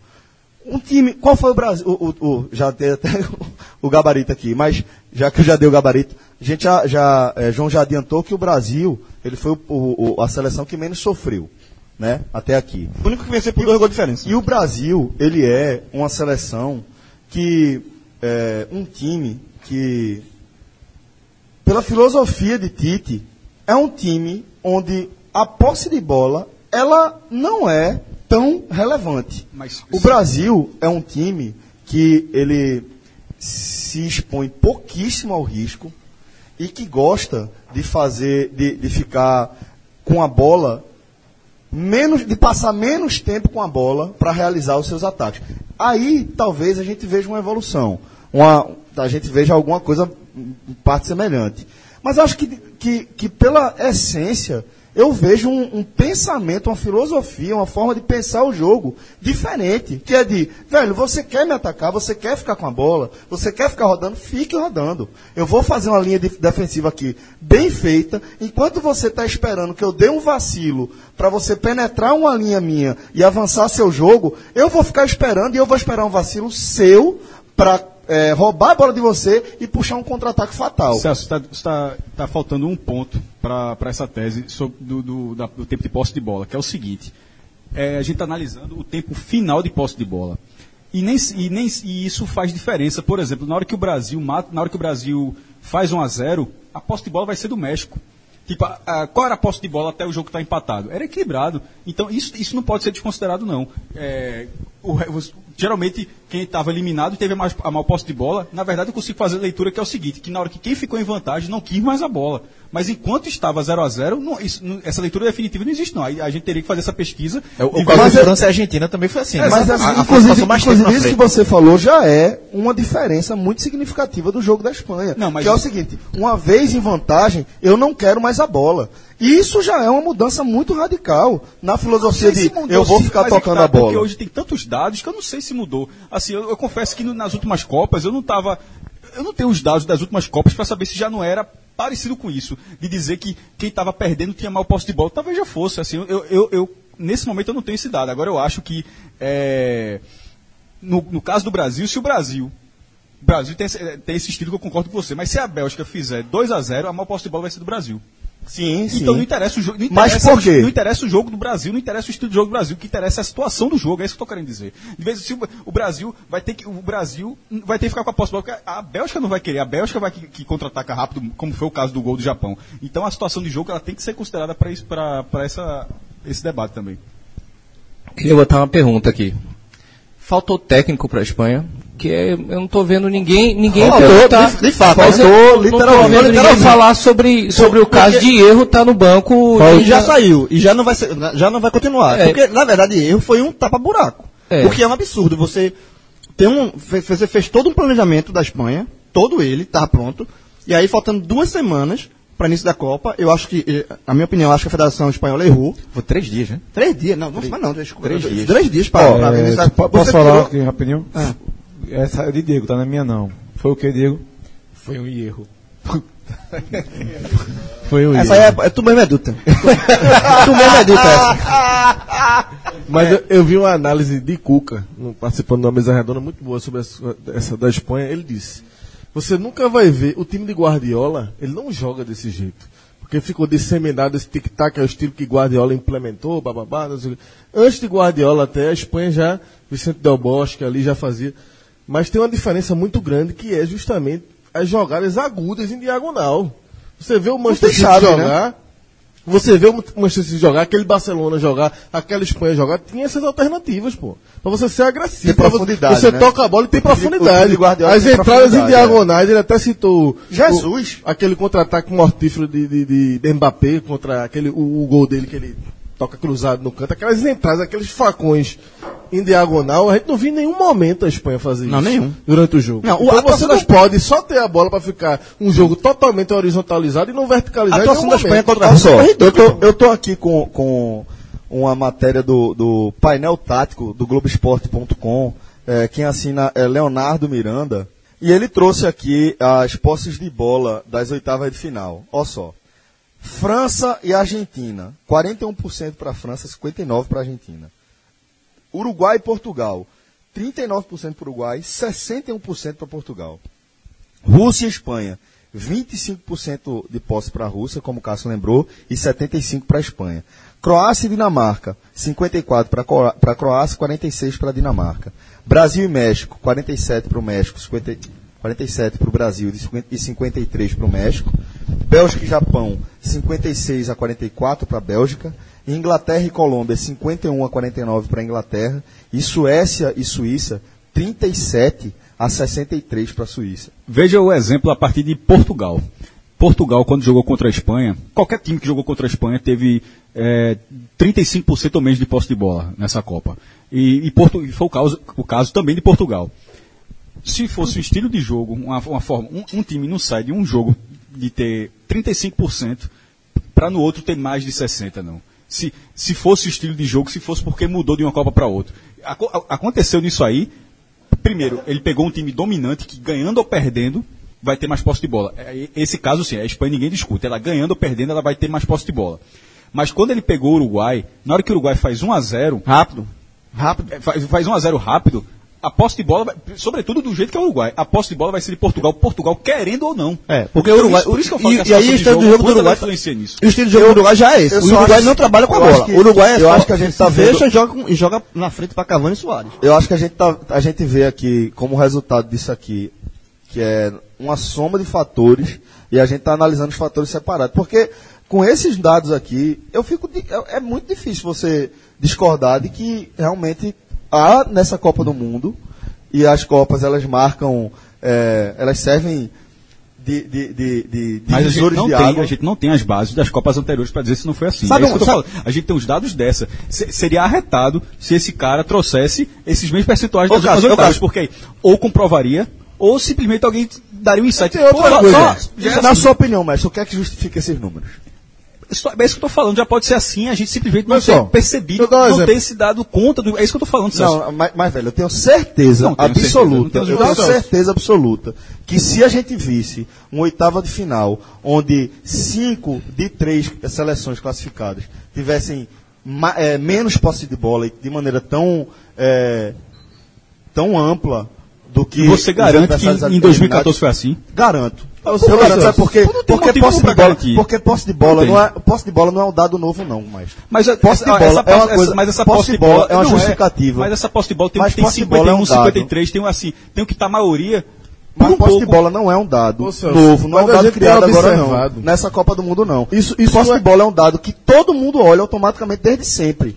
Um time. Qual foi o Brasil? O, o- o- já tem até o, o gabarito aqui, mas já que eu já dei o gabarito, a gente já, já, eh, João já adiantou que o Brasil ele foi o- o- o- a seleção que menos sofreu, né? Até aqui. O único que venceu por dois gols de diferença. E o Brasil, ele é uma seleção que é um time que, pela filosofia de Tite, é um time onde a posse de bola ela não é tão relevante. o Brasil é um time que ele se expõe pouquíssimo ao risco e que gosta de fazer, de, de ficar com a bola menos de passar menos tempo com a bola para realizar os seus ataques. Aí talvez a gente veja uma evolução, uma, a gente veja alguma coisa em parte semelhante. Mas acho que, que, que pela essência eu vejo um, um pensamento, uma filosofia, uma forma de pensar o jogo diferente, que é de, velho, você quer me atacar, você quer ficar com a bola, você quer ficar rodando, fique rodando. Eu vou fazer uma linha de- defensiva aqui bem feita, enquanto você está esperando que eu dê um vacilo para você penetrar uma linha minha e avançar seu jogo, eu vou ficar esperando e eu vou esperar um vacilo seu para roubar a bola de você e puxar um contra-ataque fatal. Celso, está tá, tá faltando um ponto para essa tese sobre do, do, da- do tempo de posse de bola, que é o seguinte: É, a gente está analisando o tempo final de posse de bola. E, nem, se- e, nem, se- e isso faz diferença. Por exemplo, na hora que o Brasil mata, na hora que o Brasil faz 1 a 0 a posse de bola vai ser do México. Tipo, a- a- qual era a posse de bola até o jogo estar empatado? Era equilibrado. Então, isso, isso não pode ser desconsiderado, não. É, o re- os- geralmente, quem estava eliminado e teve a, mais, a maior posse de bola, na verdade, eu consigo fazer a leitura que é o seguinte, que na hora que quem ficou em vantagem não quis mais a bola. Mas enquanto estava 0 a 0 não- isso- não- essa leitura definitiva não existe, não. Aí a gente teria que fazer essa pesquisa. É, O, e o caso ver- da França e Argentina também foi assim. né? Mas A- assim, a França inclusive, passou mais tempo inclusive na isso que frente. você falou já é uma diferença muito significativa do jogo da Espanha. Não, mas- Que é o seguinte, uma vez em vantagem, eu não quero mais a bola. E isso já é uma mudança muito radical na filosofia sei se de mudou, eu vou sim, ficar mas é que tocando tá, a bola. Porque hoje tem tantos dados que eu não sei se mudou. Assim, eu, eu confesso que no- nas últimas Copas eu não estava. Eu não tenho os dados das últimas Copas para saber se já não era parecido com isso. De dizer que quem estava perdendo tinha mal posse de bola. Talvez já fosse. Assim, eu, eu, eu- nesse momento eu não tenho esse dado. Agora eu acho que. é, no, no caso do Brasil, se o Brasil. o Brasil tem, esse- eh, tem esse estilo que eu concordo com você, mas se a Bélgica fizer 2 a 0 a maior posse de bola vai ser do Brasil. Sim, sim. Então não interessa o jogo. não Mas interessa- por quê? Não interessa o jogo do Brasil, não interessa o estilo de jogo do Brasil, o que interessa é a situação do jogo, é isso que eu tô querendo dizer. De vez em quando o Brasil vai ter que. O Brasil vai ter que ficar com a posse de bola, porque a Bélgica não vai querer, a Bélgica vai que, que contra-ataca rápido, como foi o caso do gol do Japão. Então a situação de jogo ela tem que ser considerada para isso, pra, pra essa, esse debate também. Queria botar uma pergunta aqui. Faltou técnico para a Espanha, que é- eu não estou vendo ninguém, ninguém Faltou, perguntar- de- de fato, Mas eu faltou, Não tô literalmente, vendo ninguém literalmente. falar sobre, sobre o caso de erro tá no banco. E já saiu, e já não vai, ser- já não vai continuar. É. Porque, na verdade, erro foi um tapa-buraco. É. O que é um absurdo. Você, tem um, fe- você fez todo um planejamento da Espanha, todo ele, tá pronto. E aí, faltando duas semanas para início da Copa, eu acho que, eh, na minha opinião, eu acho que a Federação Espanhola errou. Foi três dias, né? Três dias, não, não, mas não, desculpa. Três dias. Três dias tipo, para, para É, início da tu po- Copa. posso Você falar tirou- aqui rapidinho? Essa é de Diego, tá na minha não. Foi o que, Diego? Foi um erro. Foi o Essa aí é, é tu mesmo é duta. tu mesmo é duta essa. É. Mas eu, eu vi uma análise de Cuca, no- participando de uma mesa redonda muito boa sobre essa, essa da Espanha. Ele disse: Você nunca vai ver o time de Guardiola, ele não joga desse jeito. Porque ficou disseminado esse tic-tac, é o estilo que Guardiola implementou, bababá, não sei o quê. Antes de Guardiola até, a Espanha já, Vicente Del Bosque ali já fazia. Mas tem uma diferença muito grande que é justamente as jogadas agudas em diagonal. Você vê o Manchester City chave, né? jogar, Você vê o Manchester City jogar, aquele Barcelona jogar, aquela Espanha jogar, tinha essas alternativas, pô. Pra você ser agressivo. Tem pra você- profundidade, Você né? toca a bola e tem O time- o time profundidade. de Guardiola As tem entradas em profundidade, é. diagonais, ele até citou. Jesus. o- aquele contra-ataque mortífero de, de, de- de Mbappé contra aquele, o, o gol dele que ele toca cruzado no canto. Aquelas entradas, aqueles facões em diagonal, a gente não viu em nenhum momento a Espanha fazer Não, isso. nenhum. Durante o jogo. Não, o- a então você torcida- não pode só ter a bola pra ficar um jogo totalmente horizontalizado e não verticalizado. A em nenhum torcida da Espanha um momento. contra a Olha só, Rússia. é eu tô, eu tô aqui com, com uma matéria do, do painel tático do Globoesporte.com. é, quem assina é Leonardo Miranda. E ele trouxe aqui as posses de bola das oitavas de final. Olha só. França e Argentina. 41% para a França, 59% para a Argentina. Uruguai e Portugal. 39% para o Uruguai, 61% para Portugal. Rússia e Espanha. 25% de posse para a Rússia, como o Cássio lembrou, e 75% para a Espanha. Croácia e Dinamarca, 54% para a Cro- para a Croácia, 46% para a Dinamarca. Brasil e México, 47% para o México, 50 47% para o Brasil e 50 e 53% para o México. Bélgica e Japão, 56 a 44 para a Bélgica. Inglaterra e Colômbia, 51 a 49 para a Inglaterra. E Suécia e Suíça, 37 a 63 para a Suíça. Veja o exemplo a partir de Portugal. Portugal, quando jogou contra a Espanha, qualquer time que jogou contra a Espanha teve eh, 35% ou menos de posse de bola nessa Copa. E, e Portu- e foi o caso, o caso também de Portugal. Se fosse um estilo de jogo, uma, uma forma, um, um time não sai de um jogo de ter 35% para no outro ter mais de 60%, não. Se, se fosse o estilo de jogo, se fosse porque mudou de uma Copa para outra. Aco- a- aconteceu nisso aí, Primeiro, ele pegou um time dominante que ganhando ou perdendo vai ter mais posse de bola. É, Esse caso sim, a Espanha ninguém discute. Ela ganhando ou perdendo, ela vai ter mais posse de bola. Mas quando ele pegou o Uruguai, na hora que o Uruguai faz 1 a 0 Rápido. rápido, é, faz, faz 1 a 0 rápido, a posse de bola, vai- sobretudo do jeito que é o Uruguai, a posse de bola vai ser de Portugal, Portugal querendo ou não. É, Por isso- por isso que eu falo e, que a e aí situação o estilo de do jogo do quanto ela Uruguai. influencia nisso. O estilo de jogo do Uruguai já é esse. eu O só Uruguai acho- não trabalha com a eu acho bola. que- o Uruguai é eu só acho que a gente tá vendo- fecha e joga, com- e joga na frente pra Cavani e Soares. Eu acho que a gente, tá, a gente vê aqui, como resultado disso aqui, que é uma soma de fatores, e a gente está analisando os fatores separados. Porque com esses dados aqui, eu fico. de- é, é muito difícil você discordar de que realmente há nessa Copa do Mundo, e as Copas elas marcam, é, elas servem de, de, de, de Mas a gente, divisores não de tem, água. a gente não tem as bases das Copas anteriores para dizer se não foi assim. Sabe é isso um- que eu tô sabe- falando. A gente tem os dados dessa. Se- seria arretado se esse cara trouxesse esses mesmos percentuais das Ô, Cássio, outras ô, oitavas, Cássio. porque aí ou comprovaria, ou simplesmente alguém daria um insight. Tem outra Pô, coisa. só- já é Na assim. sua opinião, mestre, o que é que justifica esses números? Isso- é isso que eu tô falando, já pode ser assim, a gente simplesmente não Mas, ter ó, percebido, eu dou um não exemplo. ter se dado conta do. É isso que eu tô falando, Celso. Não, mas, mas, velho, eu tenho certeza Não tenho absoluta. certeza, não tenho eu tenho dúvida. certeza absoluta que se a gente visse uma oitava de final onde cinco de três seleções classificadas tivessem ma- eh, menos posse de bola e de maneira tão, eh, tão ampla do que. E você os garante que adversários em 2014 eliminados, foi assim? Garanto. Eu, Por que, garanto, sabe Celso? por quê? Não tem Porque motivo posse, pra de bola, garantir. porque posse de bola Não não, é, posse de bola não é um dado novo, não, mas. Mas a- Posse de essa, bola essa é uma posse- coisa- essa- mas essa posse posse, de de bola bola é uma não justificativa. mas essa posse de bola tem, Mas tem posse de bola é 51, um dado. 53, tem um assim, tem o que tá a maioria. Mas por um posse de pouco. bola não é um dado Ô, Celso, novo, não é um mas a dado gente criado tem agora não. observado. Nessa Copa do Mundo não. Isso, posse de bola é um dado que todo mundo olha automaticamente desde sempre.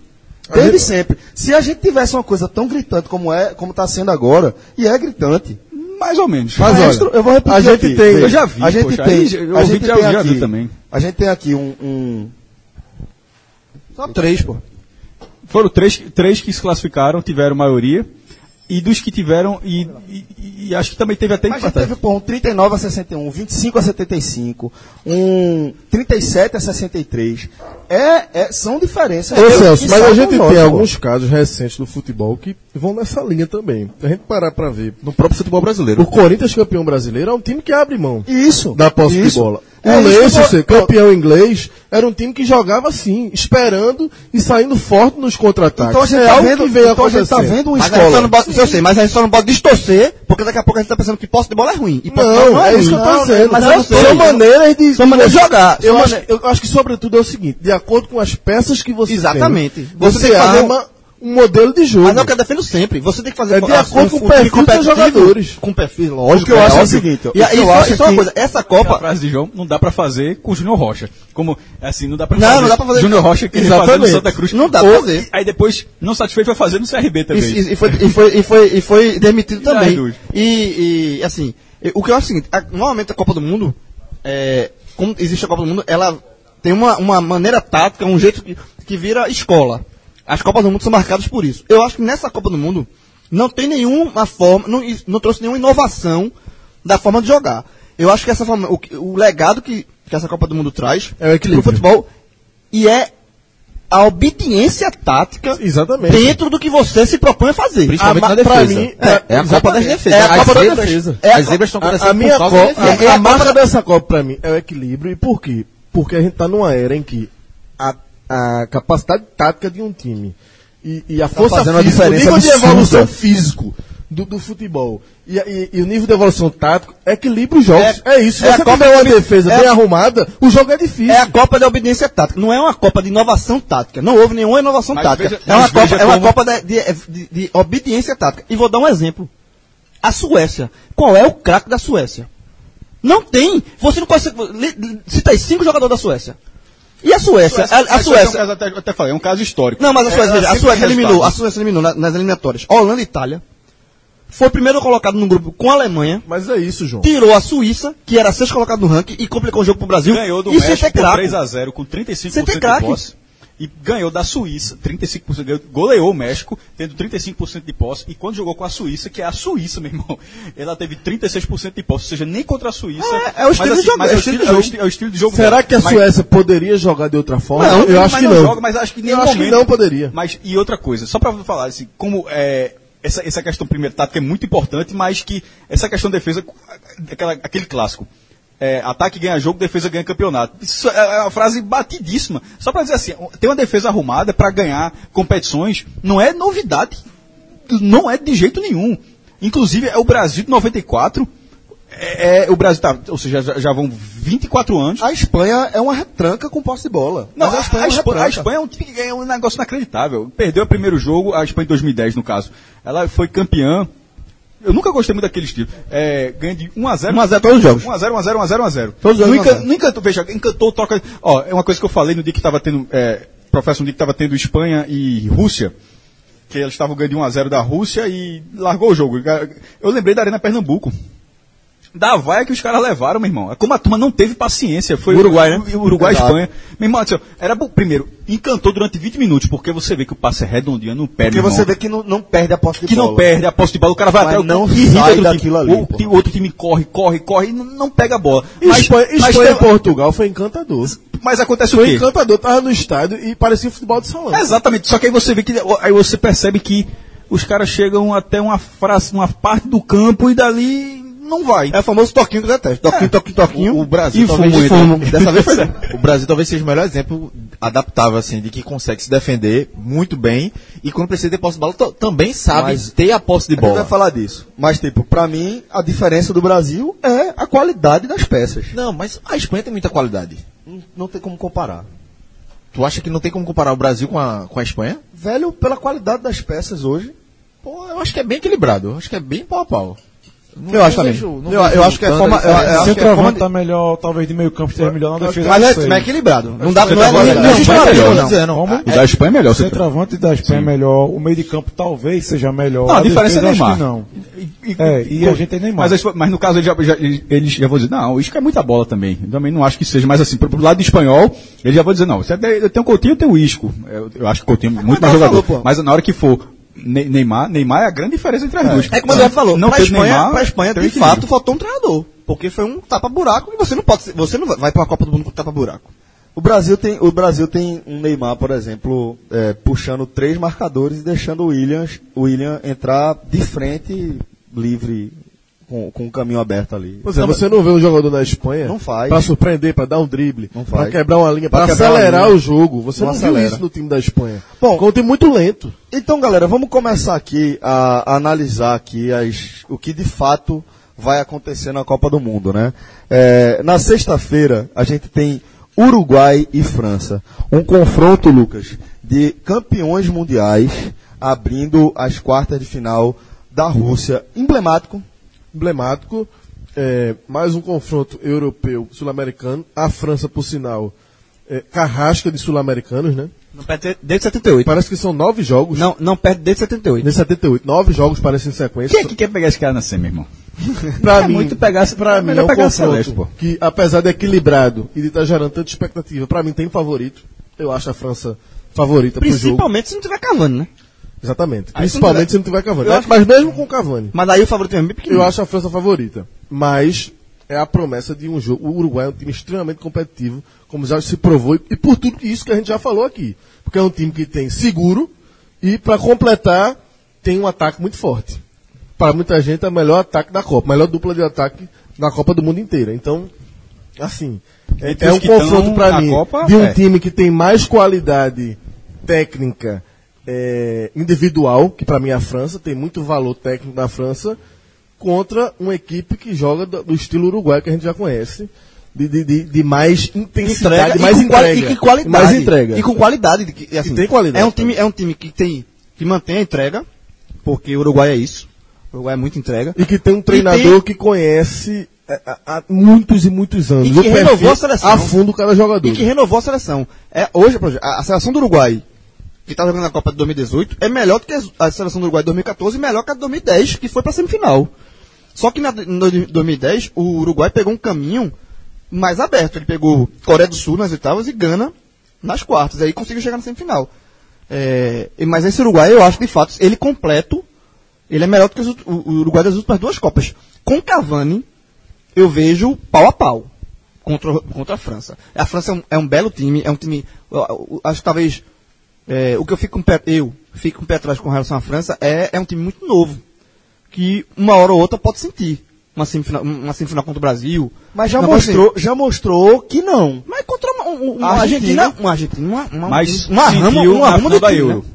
Desde sempre. Se a gente tivesse uma coisa tão gritante como é, como está sendo agora, e é gritante. Mais ou menos. Mas olha, eu vou repetir. a gente aqui, tem- veja. eu já vi, A gente poxa, tem. aí já- eu a ouvi, gente já- tem já aqui, vi também. A gente tem aqui um- um Só três, pô. Foram três, três que se classificaram, tiveram maioria. E dos que tiveram, e, e- e- e acho que também teve até Mas já é? empatado. teve, pô, um 39 a 61, 25 a 75, um 37 a 63. É, é, são diferenças. Ô, que- Celso, que mas a salvam gente nós, tem pô. alguns casos recentes do futebol que vão nessa linha também. Se A gente parar pra ver. No próprio futebol brasileiro. O Corinthians campeão brasileiro é um time que abre mão Isso. da posse isso. de bola. O É isso que eu- Leicester, campeão inglês, era um time que jogava assim, esperando e saindo forte nos contra-ataques. Então a gente é tá algo vendo, que veio então a gente tá acontecendo. vendo uma Mas a gente só escola. não pode, eu sei, mas a gente só não pode distorcer, porque daqui a pouco a gente tá pensando que posse de bola é ruim. E posse de bola Não, é isso que eu tô ruim. dizendo. Mas São- eu sei. são maneiras de. São maneiras de jogar. Eu São acho, mane- eu acho que, sobretudo, é o seguinte: de acordo com as peças que você tem, Exatamente. você, Você tem que fazer arma um modelo de jogo. Mas é o que eu defendo sempre. Você tem que fazer É de acordo com o perfil dos seus jogadores. Com o perfil, lógico. O que eu acho é o óbvio. seguinte, o E, aí, que eu só, acho e só uma que- coisa, essa A Copa. frase de João não dá pra fazer com o Júnior Rocha. Como, assim, não dá pra Não, fazer. não dá pra fazer. Júnior Rocha que ele fazer no Exatamente. Santa Cruz. Não dá pra Ou, fazer. Aí depois, não satisfeito, vai fazer no CRB E, também. e- e foi, e, foi, e, foi, e foi demitido das é também. duas? E, e, assim, e- o que eu acho é o seguinte: a- normalmente a Copa do Mundo, é, como existe a Copa do Mundo, ela tem uma, uma maneira tática, um jeito que, que vira escola. As Copas do Mundo são marcadas por isso. Eu acho que nessa Copa do Mundo não tem nenhuma forma, não, não trouxe nenhuma inovação da forma de jogar. Eu acho que essa forma, o, que- o legado que, que essa Copa do Mundo traz É o equilíbrio. pro futebol e é a obediência tática Exatamente. dentro do que você se propõe a fazer. Principalmente ma- na defesa. pra mim, é, É a Copa das exatamente. Defesas. É a As Copa das zebras- Defesas. as É a co- zebras estão a- acontecendo a por minha causa Copa- da A, é a a marca Copa da- dessa Copa pra mim é o equilíbrio. E por quê? Porque a gente tá numa era em que a, a capacidade tática de um time e, e a força fazendo uma física, o diferença nível de absurda. evolução físico do, do futebol e, a- e- e o nível de evolução tático equilibra os jogos. É, isso. Se é a você Copa tiver uma do- defesa é bem a- arrumada, o jogo é difícil. É a Copa da obediência tática. Não é uma Copa de inovação tática. Não houve nenhuma inovação Mas tática. veja- é uma mas Copa, veja é uma como- Copa da- de, de- de obediência tática. E vou dar um exemplo. A Suécia. Qual é o craque da Suécia? Não tem. Você não consegue. li- li- Cita aí cinco jogadores da Suécia. E a Suécia? A- a É um Suécia. caso até, até falei, é um caso histórico. Não, mas a Suécia, É, veja, a sempre Suécia resultado. eliminou, a Suécia eliminou na- nas eliminatórias. Holanda e Itália. Foi primeiro colocado no grupo com a Alemanha, Mas é isso, João. tirou a Suíça, que era sexto colocado no ranking, e complicou o jogo pro Brasil. Ganhou do e sem México ter por craque. 3x0 com 35% Sem ter de craque. posse. E ganhou da Suíça, 35%, ganhou- goleou o México, tendo 35% de posse. E quando jogou com a Suíça, que é a Suíça, meu irmão, ela teve 36% de posse. Ou seja, nem contra a Suíça. É, é o estilo de assim, jogar, mas é o estilo de jogo. É o estilo, de jogo Será dela. que a Mas- Suécia poderia jogar de outra forma? Não, eu mas acho que não. joga, mas acho que em nenhum eu acho que momento- não poderia. Mas, e outra coisa, só para falar, assim, como é, essa, essa questão primeiro tática é muito importante, mas que essa questão de defesa, aquela- aquele clássico. é, ataque ganha jogo, defesa ganha campeonato. Isso é é uma frase batidíssima. Só para dizer assim, ter uma defesa arrumada para ganhar competições não é novidade. Não é de jeito nenhum. Inclusive, é o Brasil de 94. É, é, o Brasil tá, ou seja, já, já vão 24 anos. A Espanha é uma retranca com posse de bola. Não, mas a, a Espanha, a é Espa- uma a retranca. Espanha é um time que ganha um negócio inacreditável. Perdeu o primeiro jogo, a Espanha em 2010, no caso. Ela foi campeã. Eu nunca gostei muito daquele estilo. É, ganha de 1x0. 1x0 todos os jogos. 1x0, 1x0, 1x0, 1x0. Todos os Não jogos, 1 encan- a 0. não encantou, veja, encantou, troca. Ó, é uma coisa que eu falei no dia que estava tendo. É, professor, no dia que estava tendo Espanha e Rússia. Que eles estavam ganhando de 1x0 da Rússia e largou o jogo. É, Eu lembrei da Arena Pernambuco. Da vaia que os caras levaram, meu irmão. É Como a turma não teve paciência. Foi Uruguai, né? Uruguai e Espanha. Meu irmão, assim, ó, era bom. Primeiro, encantou durante 20 minutos, porque você vê que o passe é redondinho, não perde. Porque meu você irmão. vê que não, não perde a posse de que bola. não perde a posse de bola, o cara vai Mas até o não irrita sai outro time. daquilo ali, O, pô. ti- outro time corre, corre, corre e não, não pega a bola. Espanha, Espanha e tem- Portugal foi encantador. mas acontece o Foi quê? um- encantador, tava no estádio e parecia futebol de salão. É, Exatamente, só que aí você vê que aí você percebe que os caras chegam até uma frase, uma parte do campo e dali não vai. É o famoso toquinho que eu detesto. É. Toquinho, toquinho, toquinho. O, o Brasil E tá talvez fumo, seja- fumo. Dessa vez foi. o Brasil talvez seja o melhor exemplo adaptável assim de que consegue se defender muito bem e quando precisa ter posse de bola to- também sabe ter a posse de A gente vai bola. falar disso. Mas, tipo, pra mim, a diferença do Brasil é a qualidade das peças. Não, mas a Espanha tem muita qualidade. Não, não tem como comparar. Tu acha que não tem como comparar o Brasil com a, com a Espanha? Velho, pela qualidade das peças hoje, Pô, eu acho que é bem equilibrado. Eu acho que é bem pau a pau. Não- Eu acho não também. vejo- não Eu- vejo eu acho que é tanta forma- eu- eu diferença. acho que é forma Centroavante de- tá melhor, talvez de meio campo esteja melhor na defesa. mas não é, sei. mas é equilibrado. Não dá, não é, não Centroavante é, não melhor. existe Não, maravilha, mas eu não. tô dizendo, Como? O da Espanha é melhor, O centroavante da Espanha é melhor, o meio de campo talvez seja melhor. Não, a diferença é defesa, acho Neymar. que não. E, É, e a gente tem Neymar. Mas, eles- mas no caso, eles já, já- eles já vão dizer, não, isso que é muita bola também. Eu também não acho que seja, mas assim, pro, pro lado espanhol, eles já vão dizer, não, você tem- eu tenho o Coutinho, eu tenho o Isco. Eu, eu acho que o Coutinho é muito mais jogador. mas na hora que for Ne- Neymar, Neymar é a grande diferença entre as duas. É como o Zé falou, não pra, teve Espanha, Neymar, pra Espanha, tem de equilíbrio. fato, faltou um treinador. Porque foi um tapa-buraco e você não pode. ser- Você não vai- vai pra uma Copa do Mundo com tapa-buraco. O Brasil tem, o Brasil tem um Neymar, por exemplo, é, puxando três marcadores e deixando o Williams, o William entrar de frente livre com, com o caminho aberto ali. Pois é, você não vê um jogador da Espanha Não faz. pra surpreender, pra dar um drible, Não pra faz. quebrar uma linha, pra, Pra quebrar acelerar uma linha. o jogo. Você não, Não viu acelera. isso no time da Espanha. Bom, Ficou um time muito lento. Então, galera, vamos começar aqui a, a analisar aqui as- o que de fato vai acontecer na Copa do Mundo, né? É, na sexta-feira a gente tem Uruguai e França, um confronto, Lucas, de campeões mundiais abrindo as quartas de final da Rússia. Emblemático. Emblemático. é, mais um confronto europeu-sul-americano. A França, por sinal, é, carrasca de sul-americanos, né? Não perde desde 78. Parece que são nove jogos. Não, não perde desde 78. De 78, nove jogos parecem em sequência. Quem é que quer pegar esse cara na SEMI, meu irmão? pra É mim, muito pegar- pra é mim é melhor um pegar a confronto Celeste, pô. que, apesar de equilibrado e de estar gerando tanta expectativa, pra mim tem favorito. Eu acho a França favorita pro jogo. Principalmente se não tiver cavando, né? Exatamente. Aí se não Principalmente tiver- se não tiver Cavani. Eu Né? acho- Mas mesmo com o Cavani, Mas aí o favorito é bem pequeno. eu acho a França favorita. Mas é a promessa de um jogo. O Uruguai é um time extremamente competitivo, como já se provou, e- e por tudo isso que a gente já falou aqui. Porque é um time que tem seguro e, para completar, tem um ataque muito forte. Para muita gente, é o melhor ataque da Copa, melhor dupla de ataque da Copa do mundo inteira. Então, assim, é, Entre é os um que tão confronto para na mim Copa, de um é. time que tem mais qualidade técnica é, individual, que para mim é a França, tem muito valor técnico da França, contra uma equipe que joga do, do estilo uruguai que a gente já conhece, de, de, de- de mais intensidade, entrega, mais e com quali- entrega, e que qualidade. mais entrega. E com qualidade. de que- assim, E tem qualidade É um time, é um time que, tem, que mantém a entrega, porque o Uruguai é isso. O Uruguai é muita entrega. E que tem um treinador que conhece é, há há muitos e muitos anos. E o que renovou perfil a seleção. A fundo cada jogador. E que renovou a seleção. É, hoje, por exemplo, a a seleção do Uruguai, que está jogando na Copa de 2018, é melhor do que as- a seleção do Uruguai de 2014 e melhor que a de 2010, que foi para semifinal. Só que na de- no de 2010, o Uruguai pegou um caminho mais aberto. Ele pegou Coreia do Sul nas oitavas e Gana nas quartas. Aí conseguiu chegar na semifinal. É, e- mas esse Uruguai, eu acho, de fato, ele completo, ele é melhor do que os ut- o o Uruguai das últimas duas Copas. Com Cavani, eu vejo pau a pau contra, contra a França. A França é um, é um belo time, é um time. eu- eu Acho que talvez. é, o que eu fico com o pé, eu fico com o pé atrás com relação à França é, é um time muito novo. Que uma hora ou outra pode sentir. Uma semifinal, uma semifinal contra o Brasil. Mas já Não, mostrou, já mostrou que não. Mas contra uma, um- um- uma A Argentina- Argentina. Uma Argentina, uma, uma, Mas uma rama, sentiu uma na rama final do da time. né? Euro.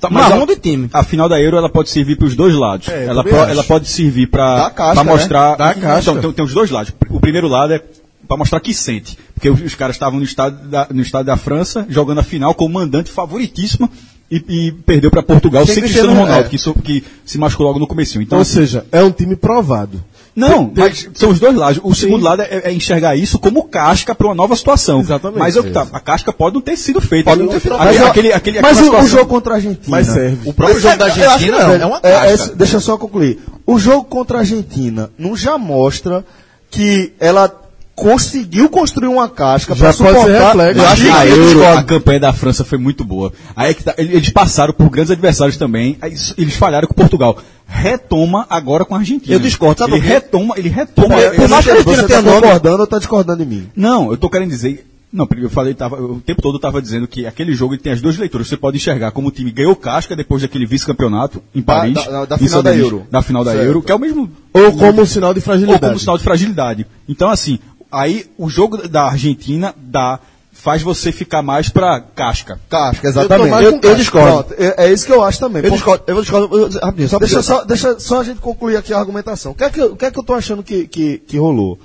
Tá, Uma mas rama a- do time. É, A final da Euro ela pode servir para os dois lados. ela, também po- acho. ela pode servir para Dá casca, né? mostrar. Dá casca. Então, tem, tem os dois lados. O primeiro lado é para mostrar que sente. Porque os, os caras estavam no estado, da, no estado da França jogando a final com o mandante favoritíssimo e, e perdeu para Portugal sem Cristiano é. Ronaldo, que, so- que se machucou logo no comecinho. Então, Ou seja, é um time provado. não, mas são os dois lados. O segundo lado é, é enxergar isso como casca para uma nova situação. Exatamente. Mas é o que tá, a casca pode não ter sido feita. Pode não ter sido Aquele, feita. aquele, aquele, Mas aquela o, o situação- jogo contra a Argentina. Mas serve. O próprio jogo da Argentina não, é uma é- casca. é- deixa eu só concluir. O jogo contra a Argentina não já mostra que ela conseguiu construir uma casca Já para pode ser suportar. reflexo. Eu acho que- a, eu Euro, discordo. a campanha da França foi muito boa. Aí é que tá, ele- eles passaram por grandes adversários também. aí s- Eles falharam com Portugal. Retoma agora com a Argentina. Eu discordo, sabe Ele por quê? retoma, ele retoma. Por mais que a Argentina tenha nome- concordando ou tá discordando de mim? Não, eu tô querendo dizer. Não, primeiro eu falei, tava, eu- o tempo todo eu tava dizendo que aquele jogo ele tem as duas leituras. Você pode enxergar como o time ganhou casca depois daquele vice-campeonato em Tá, Paris. da- da- da em final São da Denis, Euro. Da final da Certo. Euro, que é o mesmo. Ou como um sinal de fragilidade. Ou como sinal de fragilidade. Então, assim, aí o jogo da Argentina dá, faz você ficar mais pra casca. Casca, tá exatamente. Eu, Eu- eu discordo. discordo. é, é isso que eu acho também. Eu Por- discordo, eu discordo eu- rapidinho, só deixa, porque- só, deixa só a gente concluir aqui a argumentação. O que é que, eu- o que, é que eu tô achando que, que, que rolou?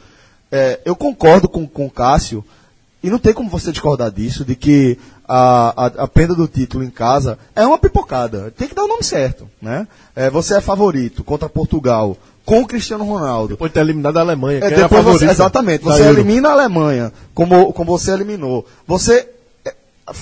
É, eu concordo com, com o Cássio, e não tem como você discordar disso, de que a, a, a perda do título em casa é uma pipocada. Tem que dar o nome certo. Né? É, você é favorito contra Portugal com o Cristiano Ronaldo. Depois de ter eliminado a Alemanha, É, que era a depois você, favorita Tá exatamente. da Você Euro. elimina a Alemanha, como, como você eliminou. Você. é,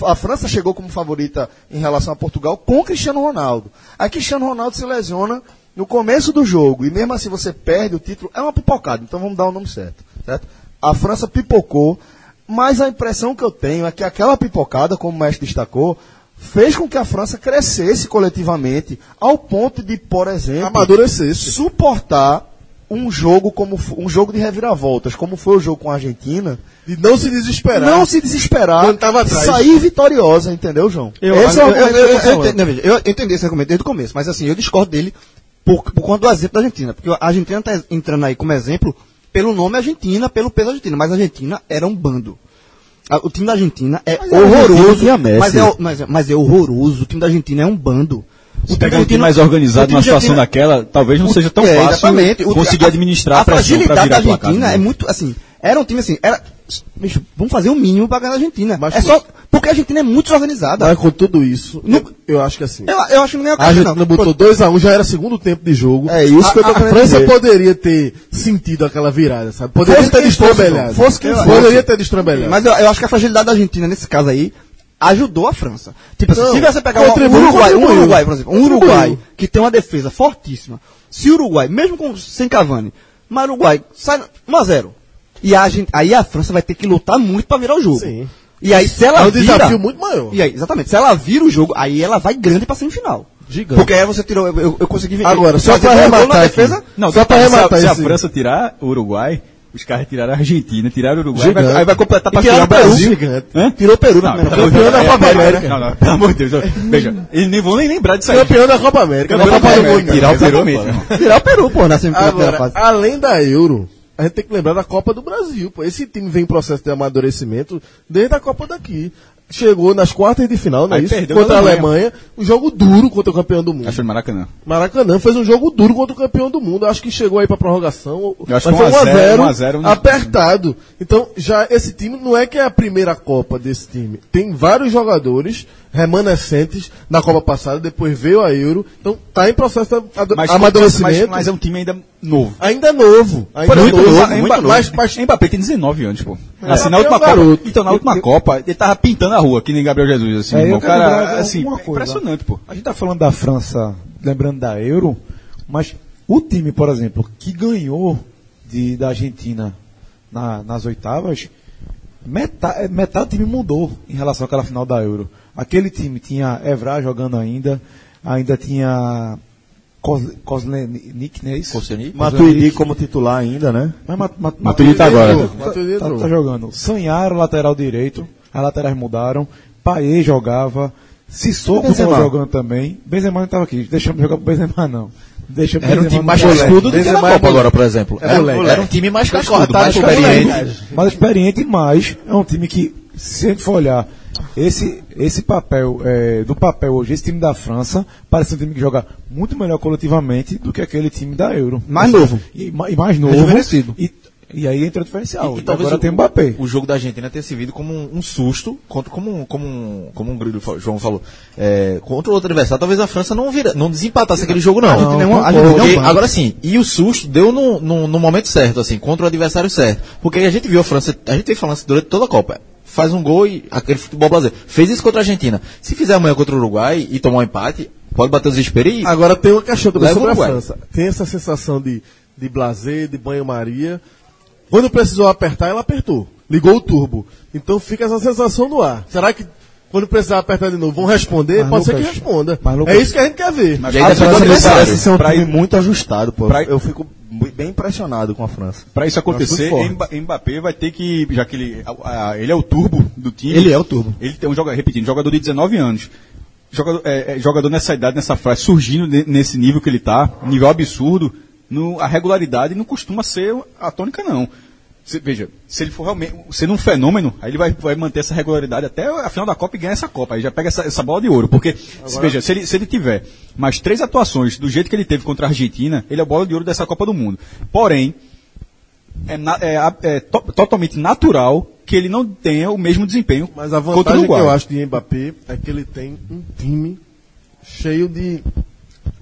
A França chegou como favorita em relação a Portugal com o Cristiano Ronaldo. Aí Cristiano Ronaldo se lesiona no começo do jogo e mesmo assim você perde o título. É uma pipocada, então vamos dar o nome certo. certo? A França pipocou, mas a impressão que eu tenho é que aquela pipocada, como o mestre destacou, fez com que a França crescesse coletivamente ao ponto de, por exemplo, Amadurecesse. suportar um jogo como f- um jogo de reviravoltas, como foi o jogo com a Argentina, E não se desesperar. não se desesperar, Quando tava atrás. sair vitoriosa, entendeu, João? Esse é o eu, argumento eu- que eu eu tô falando. entendi, não, veja, eu entendi esse argumento desde o começo, mas assim, eu discordo dele por, por conta do exemplo da Argentina. Porque a Argentina está entrando aí como exemplo pelo nome Argentina, pelo peso Argentina, mas a Argentina era um bando. A- O time da Argentina é a Argentina horroroso. tinha Messi. Mas é, o- mas, é- mas é horroroso. O time da Argentina é um bando. Se time pegar um time argentino- mais o organizado time numa situação argentino- daquela, talvez não seja tão é, fácil exatamente. O- conseguir a- administrar a a pressão pra fragilidade da virar placar. né? né? Argentina é muito assim. Era um time assim, era bicho, vamos fazer o mínimo pra ganhar a Argentina. é só Porque a Argentina é muito desorganizada. Mas com tudo isso, eu acho que assim. Eu, eu acho que nem é o A caso, Argentina não. botou 2x1, já era segundo tempo de jogo. É isso a, que eu tô a querendo França dizer. poderia ter sentido aquela virada, sabe? Poderia Fosse ter quem fosse, destrambelhado. pô. Fosse quem Eu- fosse. Poderia ter destrambelhado. Mas eu, eu acho que a fragilidade da Argentina, nesse caso aí, ajudou a França. Tipo assim, Não, se você pegar um, um contribuiu, Uruguai, um contribuiu. Uruguai, por exemplo, um Contribuiu. Uruguai que tem uma defesa fortíssima. Se o Uruguai, mesmo com, sem Cavani, mas o Uruguai sai 1x0. E a Argen- aí a França vai ter que lutar muito pra virar o jogo. Sim. E aí se ela É um vira, desafio muito maior. E aí, exatamente, se ela vira o jogo, aí ela vai grande pra semifinal. Gigante. Porque aí você tirou, eu, eu- eu consegui ver- Agora, fazer só pra dois gols arrematar na aqui. defesa, Não, Só só pra para arrematar Se a, esse- França tirar o Uruguai, os caras tiraram a Argentina, tiraram o Uruguai, Gigante. vai, aí vai completar pra E tiraram tirar o o Peru, Brasil. gigante. Hã? tirou o Peru na Não, primeira pelo amor fase. Campeão de da Deus, Copa é América. América. Não, não, pelo amor de É Deus. ó, Veja, eles nem vão nem lembrar disso aí. Campeão da Copa América. né? Campeão da Copa do América, Mundo. Tirar o Peru Exatamente. mesmo. Tirar o Peru, pô, na semifinal da primeira Agora, fase. além da Euro, a gente tem que lembrar da Copa do Brasil. Pô. Esse time vem em processo de amadurecimento desde a Copa daqui. Chegou nas quartas de final, não é Aí isso? perdeu Contra a na Alemanha. Um jogo duro contra o campeão do mundo. Acho que foi no Maracanã. Maracanã fez um jogo duro contra o campeão do mundo. Acho que chegou aí pra prorrogação. Eu acho mas que foi um a zero, 1x0. um a zero, um- apertado. Então, já esse time não é que é a primeira Copa desse time. Tem vários jogadores remanescentes da Copa passada, depois veio a Euro. Então, tá em processo de ado- Mas, amadurecimento. mas- mas é um time ainda novo. Ainda é novo. Ainda Por exemplo, novo, Mba- ainda Mba- novo. Mas, mas Mbappé tem 19 anos, pô. Assim, Mbappé na é última um Copa, garoto. então, na última Copa, ele tava pintando a rua, que nem Gabriel Jesus, assim, É, meu irmão. eu o quero lembrar cara, de assim, alguma coisa. impressionante, pô. A gente tá falando da França, lembrando da Euro, mas o time, por exemplo, que ganhou de, da Argentina na- nas oitavas, meta- eh, metade, do time mudou em relação àquela final da Euro. Aquele time tinha Evra jogando ainda, ainda tinha Kos- Kozlenik, né? Isso? Koscielny? Matuidi como titular ainda, né? mas Mat- Mat- Matuidi tá agora. Matuidi Tá, entrou. tá jogando. Sanhara, lateral direito. As laterais mudaram. Paê jogava. Sissoko tava Benzema? jogando também. Benzema não tava aqui. Deixamos jogar pro Benzema, não. Deixa Era um time mais cascudo do que é na Copa agora, por exemplo. Era, era um time mais cascudo, mais experiente. Mas experiente mais. É um time que, se a gente for olhar, esse, esse papel, é, do papel hoje, esse time da França, parece um time que joga muito melhor coletivamente do que aquele time da Euro. Assim, Mais novo. E, ma- e mais novo. Rejuvenescido. E, e aí entra o diferencial. E- e E talvez agora o- tem o Mbappé. O jogo da Argentina tenha servido como um, um susto, contra, como, um, como, um, como um grilo, fa- João falou. É, contra o outro adversário, talvez a França não, vira, não desempatasse aquele jogo, não. Não, não Porque- concordo. porque- agora sim, e o susto deu no, no, no momento certo, assim, contra o adversário certo. Porque a gente viu a França, a gente tem falando isso durante toda a Copa. Faz um gol e aquele futebol brasileiro. Fez isso contra a Argentina. Se fizer amanhã contra o Uruguai e tomar um empate, pode bater o desespero e. Agora tem uma questão também Leva o sobre a Uruguai. França. Tem essa sensação de, de blazer, de banho-maria. Quando precisou apertar, ela apertou. Ligou o turbo. Então fica essa sensação no ar. Será que quando precisar apertar de novo, vão responder? Mas, Pode ser que Lucas, responda. mas, Lucas- É isso que a gente quer ver. Mas- E aí, depois do adversário. Parece ser um time muito ajustado, pô. pra- Eu fico mu- bem impressionado com a França. Pra isso acontecer, Nossa, muito Mba- Mbappé vai ter que, já que ele, a- a- ele é o turbo do time. Ele é o turbo. Ele tem um jogador, repetindo, jogador de 19 anos. Jogador, é, é, jogador nessa idade, nessa fase, surgindo ne- nesse nível que ele tá, nível absurdo, no- a regularidade não costuma ser a tônica, não. Se- veja, se ele for realmente sendo um fenômeno, aí ele vai, vai manter essa regularidade até a final da Copa e ganha essa Copa. Aí já pega essa, essa bola de ouro. Porque, se, veja, se ele, se ele tiver mais três atuações do jeito que ele teve contra a Argentina, ele é a bola de ouro dessa Copa do Mundo. Porém, é, na- é a- é to- totalmente natural que ele não tenha o mesmo desempenho Mas a contra o vantagem que Uruguai. eu acho de Mbappé é que ele tem um time cheio de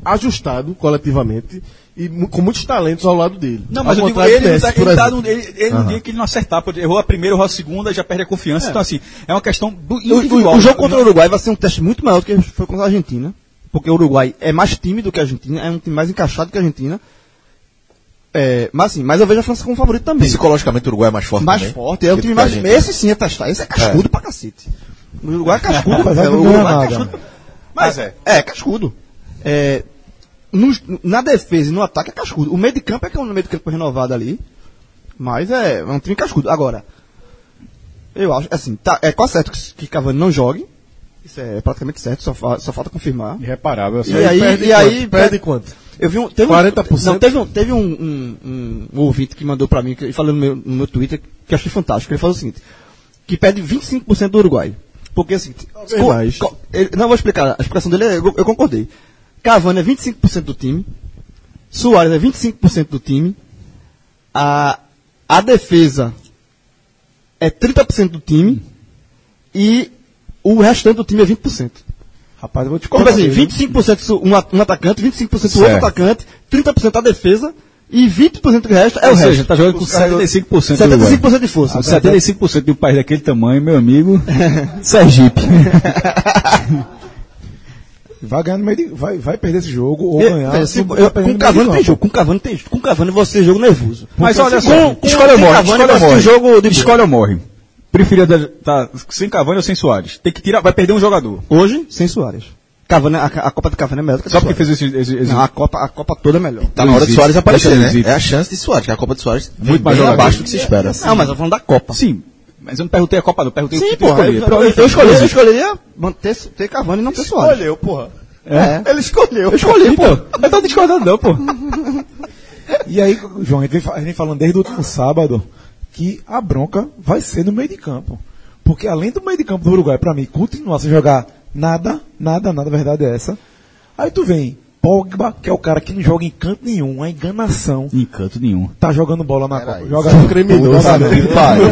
ajustado coletivamente e mu- com muitos talentos ao lado dele. Não, mas Ao eu digo, contrário ele, do não tá, Messi, por ele, tá exemplo. num, ele, ele num dia que ele não acertar, pô, errou a primeira, errou a segunda, já perde a confiança. Então, assim, é uma questão do O, individual. o- o jogo contra o Uruguai vai ser um teste muito maior do que foi contra a Argentina. Porque o Uruguai é mais time do que a Argentina, é um time mais encaixado que a Argentina. É, mas assim, mas eu vejo a França como favorito também. Psicologicamente o Uruguai é mais forte. mais também. forte, é um Do que time a mais. Argentina. Esse sim é testado, esse é cascudo pra cacete. O Uruguai é cascudo, Apesar de velho, o não ganhar Uruguai é nada. cascudo. Mas é. É, cascudo. É, nos- na defesa e no ataque é cascudo. O meio de campo é que é um meio de campo renovado ali. Mas é, é um time cascudo. Agora, eu acho, assim, tá, é quase certo que, que Cavani não jogue. Isso é praticamente certo, só, fa- só falta confirmar. Irreparável. assim. E aí, perde e aí quanto? Perde quanto? Eu vi um, teve 40%? Um, não, teve um, teve um, um- um- um ouvinte que mandou pra mim, que, falando no meu, no meu Twitter, que eu achei fantástico. Ele falou o seguinte: que perde 25% do Uruguai. Porque assim. Talvez mais. ele- não, eu vou explicar. A explicação dele é. Eu, eu concordei. Cavani é 25% do time. Suárez é 25% do time. A, a defesa é 30% do time. E o restante do time é 20%. Rapaz, eu vou te Tipo contar. assim, viu? 25% su- um at- um atacante, 25% o Certo. outro atacante, 30% a defesa e 20% que resta é o Ou resto. seja, tá jogando com 75% do lugar. 75% de força. Ah, 75% de um país daquele tamanho, meu amigo. Sergipe. Vai ganhar no meio de. Vai, vai perder esse jogo ou É, ganhar. é, não se- vai eu- perder com no meio Cavani de tem campo. jogo, com Cavani tem com Cavani vai ser jogo nervoso. Mas olha só, com, com, escolhe ou sem morre, Cavani escolhe ou vai ser um morre. jogo de Escolhe ou morre. Preferia da- tá sem Cavani ou sem Soares? Tem que tirar, vai perder um jogador. Hoje, sem Soares. Cavani, a, a Copa do Cavani é melhor do que a do Só porque Suárez. fez esse, esse- esse- Não, a Copa, a Copa toda é melhor. Tá na hora de existe. Soares aparecer, Deixa, não né? existe. É a chance de Soares, que a Copa de Soares vem Muito mais bem jogador. abaixo do que se espera. Não, mas eu tô falando da Copa. Sim, mas eu não perguntei a Copa, não. Perguntei o que Sim, tu porra. Eu, escolheria. Pra eu, mim, eu escolheria, Então, eu escolheria manter, ter Cavani e não ter Soares. Escolheu, porra. É. Ele escolheu. Eu escolhi, pô. Eu tô discordando, não, pô. E aí, João, a gente, vem, fa- a gente vem falando desde o último sábado que a bronca vai ser no meio de campo. Porque além do meio de campo do Uruguai, pra mim, continuar sem jogar nada, nada, nada, a verdade é essa. Aí tu vem, Pogba, que é o cara que não joga em canto nenhum, é enganação. Encanto nenhum. Tá jogando bola na Copa. Joga no Puta criminoso. que pariu.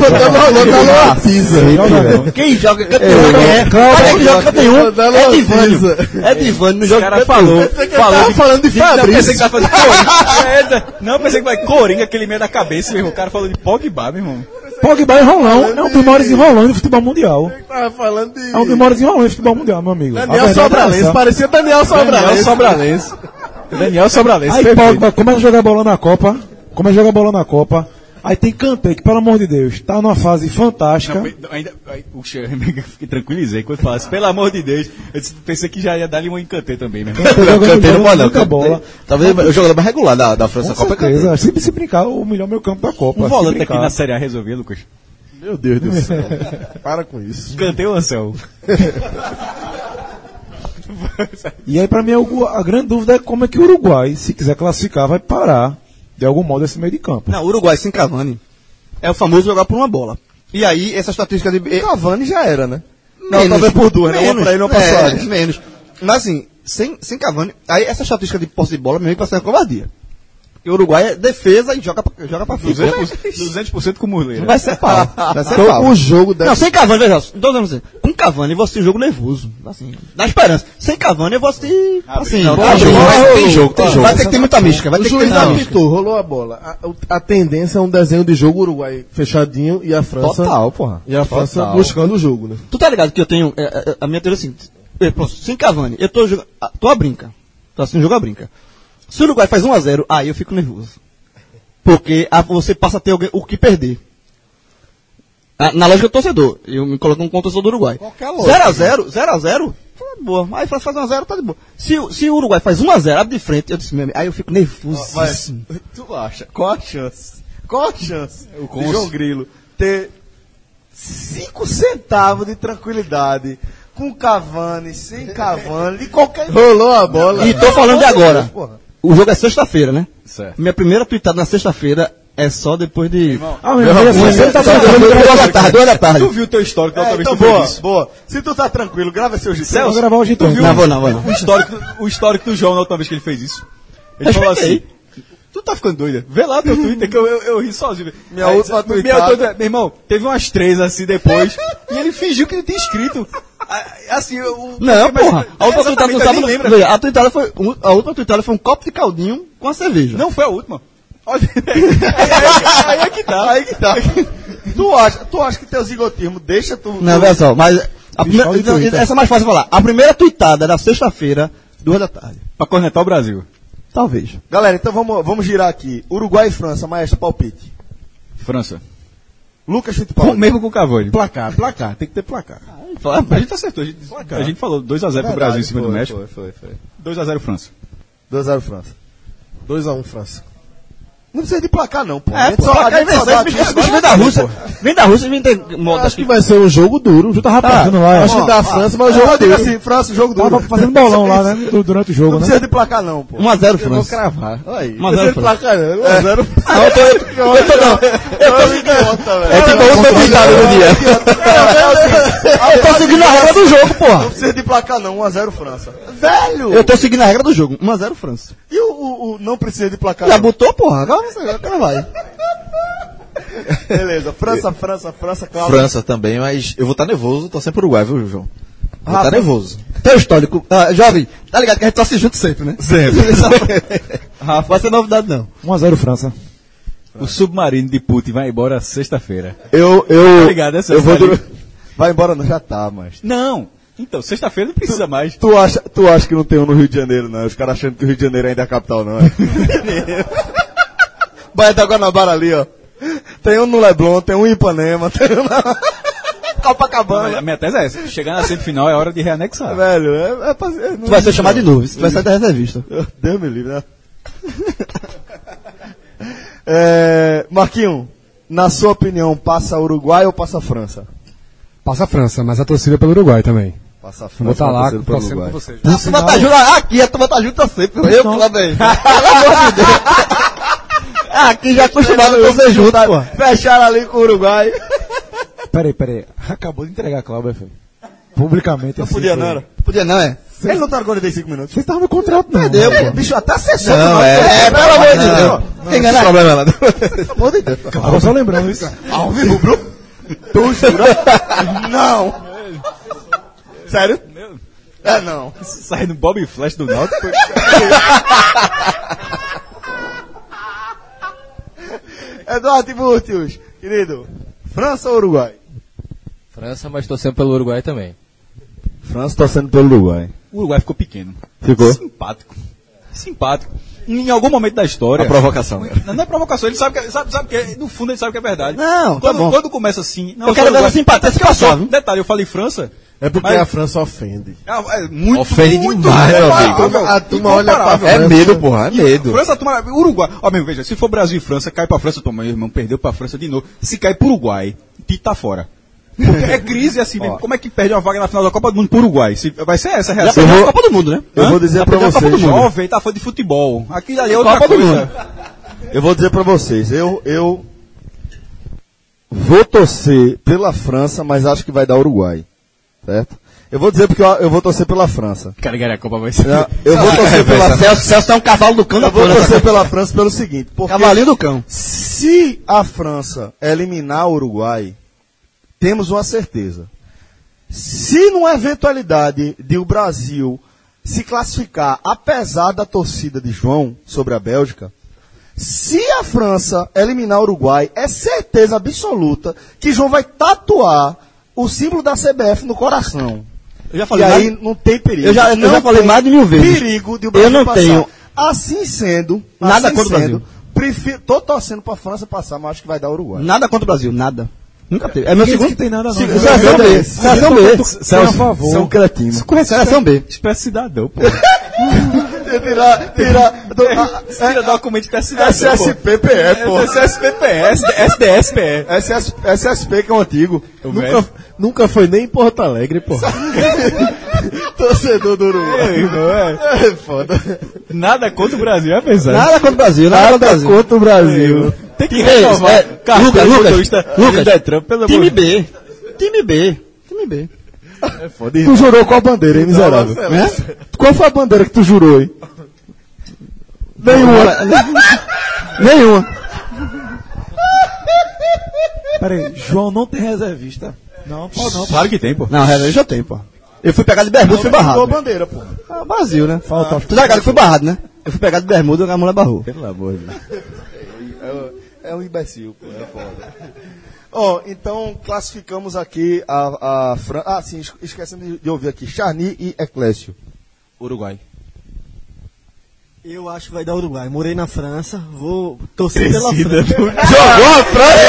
Quem joga campeão é. Olha que joga campeão é Divânio. É Divânio, não O joga cara falou. falou falando de Não, pensei que tava falando de Coringa. É, da- Não, pensei que vai Coringa, aquele meio da cabeça, meu irmão. O cara falou de Pogba, meu irmão. Pogba enrolão, é um dos maiores enrolões do futebol mundial. É um dos maiores enrolões do futebol mundial, meu amigo. A Daniel verdade é Sobralense, essa. parecia Daniel Daniel Sobralense. Sobralense. Daniel Sobralense. Aí perfeito. Pogba começa a jogar bola na Copa, começa a jogar bola na Copa, aí tem Kanté, que pelo amor de Deus, tá numa fase fantástica. Não, pe- ainda, aí, puxa, eu fiquei tranquilizei quando falasse, pelo amor de Deus. Eu disse, pensei que já ia dar-lhe um encantei também, meu irmão. Kanté jogando Cantei não bola, pode é não. muita Kanté- bola. Talvez o jogador mais regular da, da Com França Copa é Kanté. certeza, sempre se brincar, o melhor meio campo da Copa. Um se volante aqui brincar. na Série A resolvia, Lucas. Meu Deus do céu. Para com isso. Cantei o Anselmo. E aí, pra mim, algo- a grande dúvida é como é que o Uruguai, se quiser classificar, vai parar, de algum modo, esse meio de campo. Não, Uruguai sem Cavani é o famoso jogar por uma bola. E aí, essa estatística de. eh, Cavani já era, né? Não, talvez por duas, né? Uma pra ele, uma pra Suárez. É, Menos. Mas assim, sem, sem Cavani, aí essa estatística de posse de bola mesmo vai ser uma covardia. E o Uruguai é defesa e joga pra, joga pra frente. 200%, 200 com o Murleira. Vai ser pau. Vai ser Então, pau. o jogo deve Não, sem Cavani, veja, só, tô dando assim, com Cavani eu vou assistir o jogo nervoso, assim, na esperança. Sem Cavani eu vou assistir, assim, não, tá tem bom, jogo, vai- tem vai- jogo, tem jogo. Vai ter que ter muita mística, vai O ter que ter juiz muita mística. apitou, rolou a bola. A, o- a tendência é um desenho de jogo Uruguai fechadinho e a França. Total, porra. E a França buscando o jogo, né? Tu tá ligado que eu tenho, é, é, a minha teoria é a seguinte, é, pronto, sem Cavani, eu tô jogando, ah, tô a brinca, tô assistindo o jogo a brinca. Se o Uruguai faz 1x0, aí eu fico nervoso. Porque a- você passa a ter alguém- o que perder. Ah, Na lógica do torcedor, eu me coloco como torcedor do Uruguai. 0x0, 0x0, tá de boa. Aí faz 1x0, tá de boa. Se, o- se o Uruguai faz 1x0, abre de frente, eu disse mesmo, aí eu fico nervoso. Tu acha? Qual a chance? Qual a chance É de João Grilo ter 5 centavos de tranquilidade com Cavani, sem Cavani, de qualquer... Rolou a bola. E tô falando de agora. Porra. O jogo é sexta-feira, né? Minha primeira tweetada na sexta-feira é só depois de. Ah, meu irmão, Mas você ele tá tá jogando duas da tarde, duas da tarde. Tu viu o teu histórico da É, outra vez então que tu boa, fez isso? boa. Se tu tá tranquilo, grava seu Gisele. Vou gravar hoje então. Não, vou não, vou não. O histórico, o histórico do João na última vez que ele fez isso. Ele Mas falou peraí. assim... Tu tá ficando doida? Vê lá teu Twitter que eu, eu, eu ri sozinho. Minha última minha tweetada. outra- Meu irmão, teve umas três assim depois. e ele fingiu que ele tinha escrito. Ah, Assim, o... Não, mas- porra. A outra tweetada Exatamente, no eu nem sábado. lembro. veja, A tweetada foi. um- A outra tweetada foi um copo de caldinho com a cerveja. Não foi a última. Olha, aí, aí- aí é que tá. Aí que tá. Tu acha, tu acha que teu zigotismo deixa tu... Não, veja só, mas. a primeira- de Twitter. essa é mais fácil de falar. A primeira tweetada era sexta-feira, duas da tarde. Pra cornetar o Brasil. Talvez. Galera, então vamos, vamos girar aqui. Uruguai e França, maestro, palpite. França. Lucas Com, Fittipaldi. mesmo com o Cavani. Placar, placar, tem que ter placar. A gente acertou. A gente, a gente falou 2x0 pro Brasil em cima do México. Foi, foi, foi. 2x0 França. 2x0 França. 2x1 França. Não precisa de placar, não, pô. É, pô, a gente só dá- esse bicho vem da Rússia. Vem da Rússia e vem ter moda Acho que vai ser um jogo duro. Tu tava apertando lá, Acho que da França, mas o jogo é duro. assim, França, jogo duro. Tava fazendo bolão lá, né? du- Durante o Não jogo, né? precisa de placar, não, pô. 1x0 França. cravar. Aí. Um a zero, Não precisa de placar, não. 1x0 é França. Ah, eu tô. Eu tô, eu tô não. Eu tô. É tipo a última tweetada do dia. Eu tô seguindo a regra do jogo, porra. Não precisa de placar, não. 1x0 França. Eu tô seguindo a regra do jogo. 1x0 França. E o, o- o não precisa de Tá placar, Já não? botou, porra? Agora você agora vai. Beleza. França, França, França, Cláudio. França também, mas eu vou estar nervoso, tô sempre pro Uruguai, viu, João? Vou tá nervoso. Teu histórico. Ah, jovem, tá ligado que a gente torce junto sempre, né? Sempre. Rafa, essa é novidade não. 1x0 França. O submarino de Putin vai embora sexta-feira. Eu, eu. Obrigado, é eu vou submarino. dur- Vai embora, não, já tá, mas. Não! Então, sexta-feira não precisa mais. Tu acha, tu acha que não tem um no Rio de Janeiro, não? Os caras achando que o Rio de Janeiro ainda é a capital, não é? Baia da Guanabara ali, ó. Tem um no Leblon, tem um em Ipanema, tem um na. Mas A Copacabana. minha tese é essa. Chegar na semifinal é hora de reanexar. Velho, é, é pra- é- não Tu vai ser existe, chamado de não. novo, tu vai sair da reservista. Deus me livre, né? É, Marquinho, na sua opinião, passa Uruguai ou passa França? Passa a França, mas a torcida é pelo Uruguai também. tá Passa França. Vou estar lá torcendo pro torcendo Uruguai. com vocês. A turma tá junto aqui, a turma tá junto sempre. Eu que lá bem. Pelo amor de Deus. Aqui já acostumado a torcer junto, pô. Fecharam ali com o Uruguai. Peraí, peraí. Acabou de entregar a Cláudia, filho. Publicamente. Não podia, não era? Podia não, é? Eles não estaram 45 minutos. Vocês estavam no contrato, não. Deu, pô. Bicho, até acessou. Não, é. É, pelo amor de Deus. Quem ganha? problema nada. Pelo amor de Deus. Agora só lembrando isso. Ao vivo, Bruno? Tu jura? Não. Sério? É, não. Sai no Bob Flash do Náutico. Eduardo e Burtius, querido, França ou Uruguai? França, mas torcendo pelo Uruguai também. França torcendo pelo Uruguai. o Uruguai ficou pequeno. Ficou? Simpático. Simpático. Em algum momento da história. Provocação. Não, não é provocação, ele sabe que, sabe, sabe que é- no fundo ele sabe que é verdade. Não, tá quando, bom. quando começa assim. Não, Eu quero ver Uruguai- essa empatia se passar, viu? Detalhe, eu falei França. É porque Mas- a França ofende. É, é muito, Ofende muito demais, É meu incomparável. amigo. A turma olha pra Incomparável. É medo, porra, é medo. França, turma, Uruguai. Ó, meu, veja, se for Brasil e França, cai pra França, toma, meu irmão, perdeu pra França de novo. Se cai pro Uruguai, Tite tá fora. Porque é crise assim mesmo. Como é que perde uma vaga na final da Copa do Mundo pro Uruguai? Se- vai ser essa a reação. perdeu a Copa do Mundo, né? eu vou dizer pra perdeu a Copa vocês, do Mundo. Júlio. Jovem, tá fã de futebol. Aquilo ali é outra Copa do coisa. Mundo. Eu vou dizer pra vocês, eu, eu vou torcer pela França, mas acho que vai dar Uruguai. Certo? Eu vou dizer porque eu, eu vou torcer pela França. Cara, a Copa vai ser. Eu- Eu vou torcer pela tá França. Celso, Celso é um cavalo do cão da Eu vou porra. torcer pela França pelo seguinte, porque Cavalinho do cão. se a França eliminar o Uruguai, temos uma certeza. Se numa eventualidade de o Brasil se classificar, apesar da torcida de João sobre a Bélgica, se a França eliminar o Uruguai, é certeza absoluta que João vai tatuar o símbolo da CBF no coração. Eu já E aí não tem perigo. Eu já- eu não já falei tem mais de mil vezes. Perigo de o Brasil Eu não passar. tenho- Assim sendo, Nada assim contra o sendo, Brasil. prefiro, tô torcendo pra França passar, mas acho que vai dar Uruguai. Nada contra o Brasil, nada. Nunca teve. É meu segundo. Não tem nada, não. né? Seleção B. Seleção B. Seleção favor. é São cretinos. B. Seleção B. Espécie cidadão, pô. Tirar, tirar. do- a- É, Tira documento espécie cidadão. SSPPE, pô. pô. SSPPS, SDSPE. SS, SSP que é um antigo. Nunca, nunca foi nem em Porto Alegre, porra. Torcedor do Uruguai. É foda. Nada contra o Brasil, é, apesar. Nada contra o Brasil, nada contra o Brasil. Contra o Brasil. Tem que Reis, renovar. é, Carteira Lucas, de Lucas, motorista, Lucas, Detran, pelo amor Time de B. Time B. Time B. É Tu jurou qual bandeira, hein, miserável? Né? Hã? Qual foi a bandeira que tu jurou, hein? Nenhuma. Nenhuma. Peraí, João não tem reservista. Não, pode não. Claro que tem, pô. Não, eu já tenho, pô. Eu fui pegar de bermuda e fui barrado. a bandeira, pô. Ah, Brasil, né? Falta. Tu tá ligado que eu fui barrado, né? Eu fui pegar de bermuda e a mulher barrou. Pelo amor de Deus. É um imbecil, pô. É foda. Ó, então classificamos aqui a, a França. Ah, sim, es- esquecendo de, de ouvir aqui. Charny e Eclésio. Uruguai. Eu acho que vai dar Uruguai. Morei na França, vou torcer pela França. Jogou a França!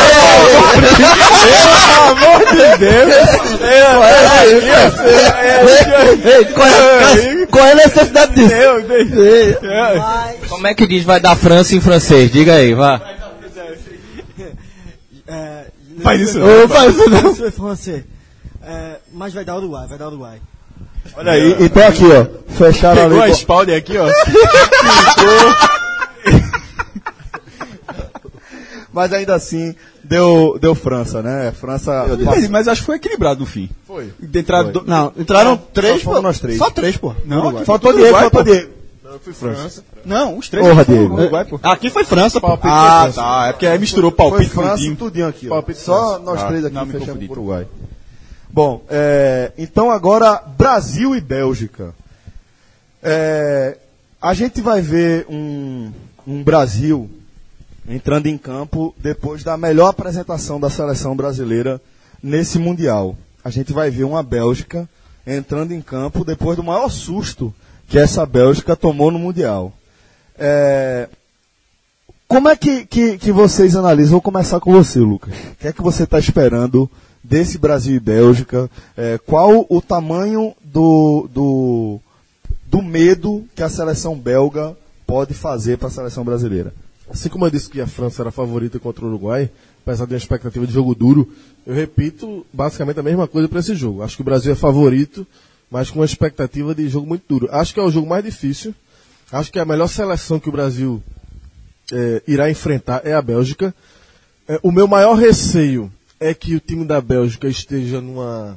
Ei, qual é, qual é a necessidade disso? Como é que diz vai dar França em francês? Diga aí, vá. É, Faz isso não. Eu faz isso não. Sou francês. É, mas vai dar Uruguai, vai dar Uruguai. Olha aí, então aqui, ó. Fecharam Pegou a ali. Spalder aqui, ó. Mas ainda assim, deu, deu França, né? França. Mas, mas acho que foi equilibrado no fim. Foi. Entraram do... Não, entraram três, fomos pô. nós três. Só três, pô. Não, aqui- Faltou tudo Diego, Uruguai, faltou pô. Diego. Não, os três. Porra, foram Diego. Uruguai, pô. Aqui foi França, pô. Ah, tá. É porque aí misturou Foi palpite com o França time. tudinho aqui. Ó. Só nós três aqui não, me fechamos confundi. o Uruguai. Bom, é, então agora Brasil e Bélgica. É, a gente vai ver um, um Brasil entrando em campo depois da melhor apresentação da seleção brasileira nesse Mundial. A gente vai ver uma Bélgica entrando em campo depois do maior susto que essa Bélgica tomou no Mundial. É, como é que, que, que vocês analisam? Vou começar com você, Lucas. O que é que você está esperando desse Brasil e Bélgica? É, qual o tamanho do, do, do medo que a seleção belga pode fazer para a seleção brasileira? Assim como eu disse que a França era a favorita contra o Uruguai, apesar de uma expectativa de jogo duro, eu repito basicamente a mesma coisa para esse jogo. Acho que o Brasil é favorito, mas com uma expectativa de jogo muito duro. Acho que é o jogo mais difícil. Acho que é a melhor seleção que o Brasil eh, irá enfrentar é a Bélgica. Eh, o meu maior receio é que o time da Bélgica esteja numa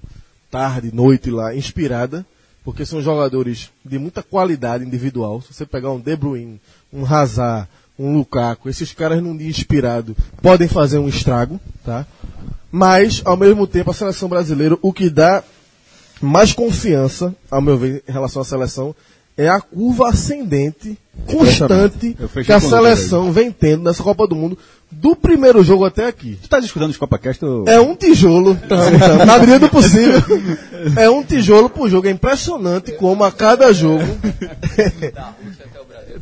tarde, noite lá, inspirada, porque são jogadores de muita qualidade individual. Se você pegar um De Bruyne, um Hazard, um Lukaku, esses caras num dia inspirado podem fazer um estrago, tá? Mas, ao mesmo tempo, a seleção brasileira, o que dá mais confiança, ao meu ver, em relação à seleção, é a curva ascendente constante Eu fechei que a com o Lucas seleção vem tendo nessa Copa do Mundo, do primeiro jogo até aqui. Tu tá escutando os Copacast? Tá. ou- É um tijolo, tá. na medida do possível. É um tijolo por jogo. É impressionante como a cada jogo.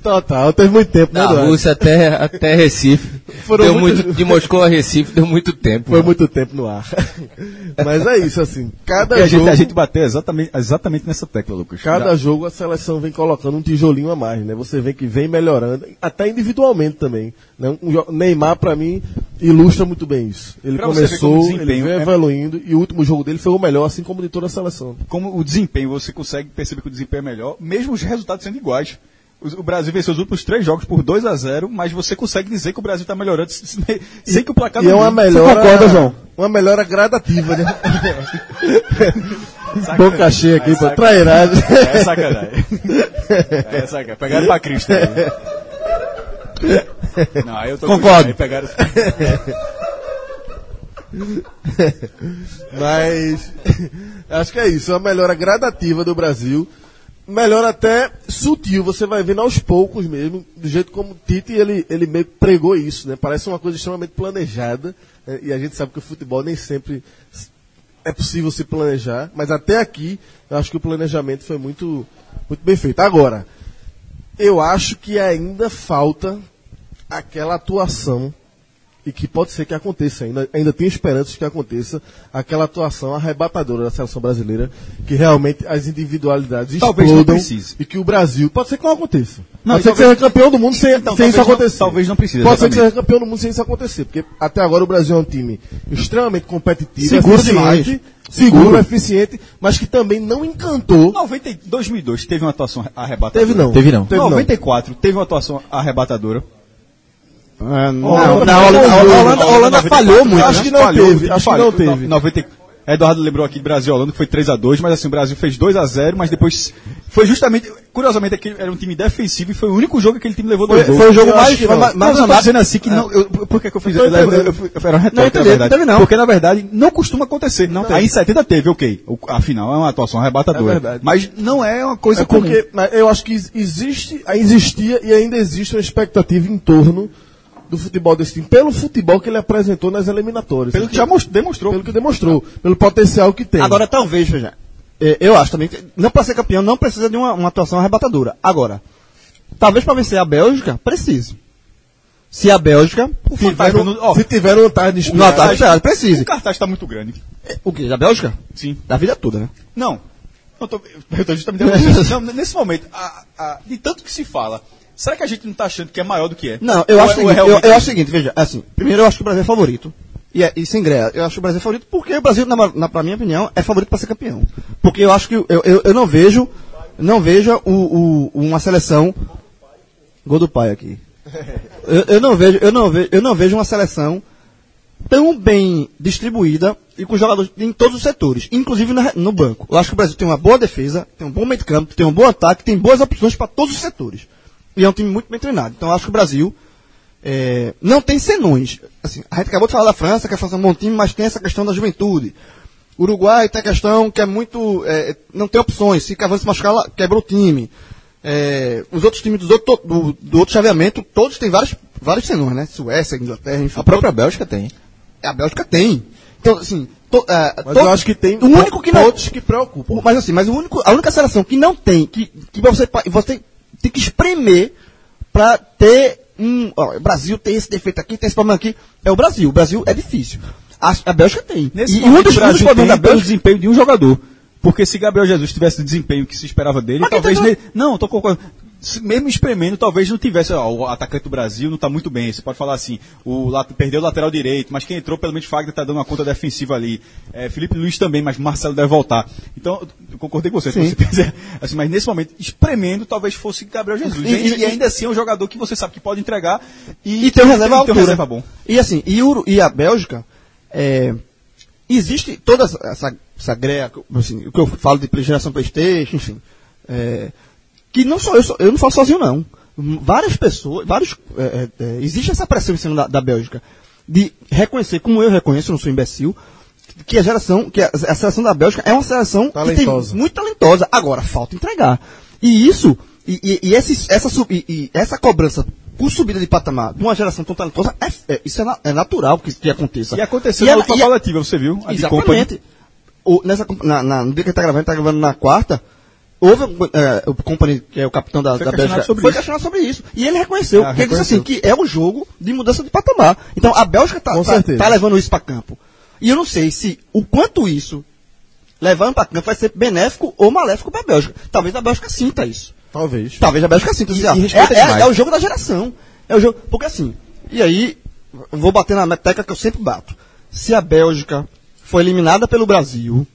Total, teve muito tempo, né, Da Eduardo? Rússia até, até Recife. Foram deu muitos- muito, de Moscou a Recife deu muito tempo. Foi muito tempo no ar. Mas é isso, assim. Cada Porque a gente, tá jogo, a gente bateu exatamente, exatamente nessa tecla, Lucas. cada jogo a seleção vem colocando um tijolinho a mais, né? Você vê que vem melhorando, até individualmente também. Né? Um jo- Neymar, pra mim, ilustra muito bem isso. Ele Pra você ver como começou, ele desempenho vem é- evoluindo, e o último jogo dele foi o melhor, assim como de toda a seleção. como o desempenho, você consegue perceber que o desempenho é melhor, mesmo os resultados sendo iguais. Os- O Brasil venceu os últimos três jogos por 2 a 0 mas você consegue dizer que o Brasil está melhorando se- se- sem que o placar E é uma mude. melhora. concorda, João? Uma melhora gradativa, né? Sacanagem. Boca cheia aqui, pô. saca- Trairagem. É sacanagem. É sacanagem. Pegaram pra Cristo. né? Não, aí eu tô Concordo. Aí pegaram... Mas acho que é isso, é uma melhora gradativa do Brasil. Melhora até sutil, você vai vendo aos poucos mesmo, do jeito como o Tite ele, ele meio que pregou isso, né? Parece uma coisa extremamente planejada, né? e a gente sabe que o futebol nem sempre s- é possível se planejar, mas até aqui eu acho que o planejamento foi muito, muito bem feito. Agora, eu acho que ainda falta aquela atuação e que pode ser que aconteça ainda, ainda tenho esperanças que aconteça aquela atuação arrebatadora da seleção brasileira, que realmente as individualidades Talvez não explodam precise. e que o Brasil, pode ser que não aconteça. Não, pode então ser que talvez- seja campeão do mundo sem, sem talvez isso não- acontecer. talvez não precise, Pode ser que exatamente. seja campeão do mundo sem isso acontecer, porque até agora o Brasil é um time extremamente competitivo, Seguro eficiente, demais. seguro, eficiente, mas que também não encantou. 90, e- 2002 teve uma atuação arrebatadora. Teve não. Teve não. Teve não. 94 teve uma atuação arrebatadora. não, na Holanda- a Holanda- Holanda- a Holanda falhou muito. né? Acho que não Falhou, teve, acho que não falhou. teve. No- 90, Eduardo lembrou aqui de Brasil e Holanda, que foi 3x2, mas assim, o Brasil fez 2x0, mas depois foi justamente, curiosamente, aquele era um time defensivo e foi o único jogo que aquele time levou dois gols. Foi o jogo Eu mais- acho que foi não. mais- mais Mas eu tô andado. dizendo assim que não, eu- por que que eu fiz Eu tô eu- eu- entendendo. eu fui- Era uma retórica, Não, eu entendi, na verdade. teve não. Porque na verdade não costuma acontecer. Aí em 70 teve, ok. O- Afinal, é uma atuação arrebatadora. É verdade. Mas não é uma coisa É porque mas eu acho que ex- existe, existia e ainda existe uma expectativa em torno do futebol desse time, pelo futebol que ele apresentou nas eliminatórias. Pelo que já most- demonstrou. Pelo que demonstrou, pelo potencial que tem. Agora, talvez, veja. é, Eu acho também que, não para ser campeão, não precisa de uma, uma atuação arrebatadora. Agora, talvez para vencer a Bélgica, precise. Se a Bélgica se tiver tiver, um- um, se tiver um tarde um ataque inspirado, esperado, O precise. cartaz está muito grande. O que? Da Bélgica? Sim. Da vida toda, né? Não. Eu tô, eu tô justamente É. dando- não, nesse momento, a- a- de tanto que se fala, será que a gente não está achando que é maior do que é? Não, eu Ou acho, o é- ou é seguinte, eu, realmente- eu acho o seguinte, veja, assim, primeiro eu acho que o Brasil é favorito. E, é, e sem greia, eu acho que o Brasil é favorito porque o Brasil, na, ma- na, pra minha opinião, é favorito para ser campeão. Porque eu acho que eu, eu, eu não vejo, não vejo o, o- uma seleção. Gol do pai aqui. Eu, eu não vejo, eu não vejo, eu não vejo uma seleção tão bem distribuída e com jogadores em todos os setores, inclusive na- no banco. Eu acho que o Brasil tem uma boa defesa, tem um bom meio de campo, tem um bom ataque, tem boas opções para todos os setores. E é um time muito bem treinado. Então eu acho que o Brasil é, não tem senões. Assim, a gente acabou de falar da França, que a França é um bom time, mas tem essa questão da juventude. Uruguai tem a questão que é muito. é, não tem opções. Se Cavani se machucar, ela quebra o time. É, os outros times dos outro- do, do outro chaveamento, todos têm vários, vários senões, né? Suécia, Inglaterra, enfim. A própria Bélgica tem. A Bélgica tem. Então, assim. to- é, Mas to- eu acho que tem O único que não. é- outros que Um preocupam. O- Mas assim, mas o único, a única seleção que não tem, que, que você, pa- você tem que espremer pra ter um. Ó, o Brasil tem esse defeito aqui, tem esse problema aqui. É o Brasil. O Brasil é difícil. A, a Bélgica tem. Nesse e momento, um dos, um dos o Brasil tem problemas da pelo Bélgica. desempenho de um jogador. Porque se Gabriel Jesus tivesse o desempenho que se esperava dele, Mas quem talvez... tá nele- Não, tô concordando. Se- Mesmo espremendo, talvez não tivesse... Ó, o atacante do Brasil não está muito bem. Você pode falar assim, o lat- perdeu o lateral direito, mas quem entrou, pelo menos Fagner, está dando uma conta defensiva ali. É, Felipe Luiz também, mas Marcelo deve voltar. Então, eu concordei com você, se você quiser. Assim, mas nesse momento, espremendo, talvez fosse Gabriel Jesus. E- E, e- ainda assim é um jogador que você sabe que pode entregar e, E tem um reserva à tem um altura. reserva bom. E assim, e, Uru- e a Bélgica, é, existe toda essa, essa, essa greia, assim, o que eu falo de geração Playstation, enfim, é, que não sou eu, só- eu não falo sozinho não. M- Várias pessoas, vários, é, é, é, existe essa pressão em cima da, da Bélgica de reconhecer, como eu reconheço, eu não sou imbecil, que a geração, que a, a seleção da Bélgica é uma seleção que Talentosa. tem muito talentosa. Agora falta entregar. E isso, e, e- e esse- essa, sub- e- e essa cobrança por subida de patamar de uma geração tão talentosa, é- é- isso é, na- é natural que, que aconteça. E aconteceu E é na ela- última e é a- coletiva, você viu? A de Company. Exatamente. O, nessa, comp- na, na- no dia que ele tá gravando, ele tá gravando na quarta. Houve um, eh, o Company, que é o capitão da, Foi da questionado Bélgica, sobre foi isso. questionado sobre isso. E ele reconheceu. Ah, porque ele disse assim, que é o jogo de mudança de patamar. Então a Bélgica tá, Com tá- certeza. tá levando isso para campo. E eu não sei se o quanto isso levando para campo vai ser benéfico ou maléfico para a Bélgica. Talvez a Bélgica sinta isso. Talvez. Talvez a Bélgica sinta. assim, ó, respeita é, é- demais. é o jogo da geração. É o jogo. Porque assim, e aí, vou bater na tecla que eu sempre bato. Se a Bélgica foi eliminada pelo Brasil,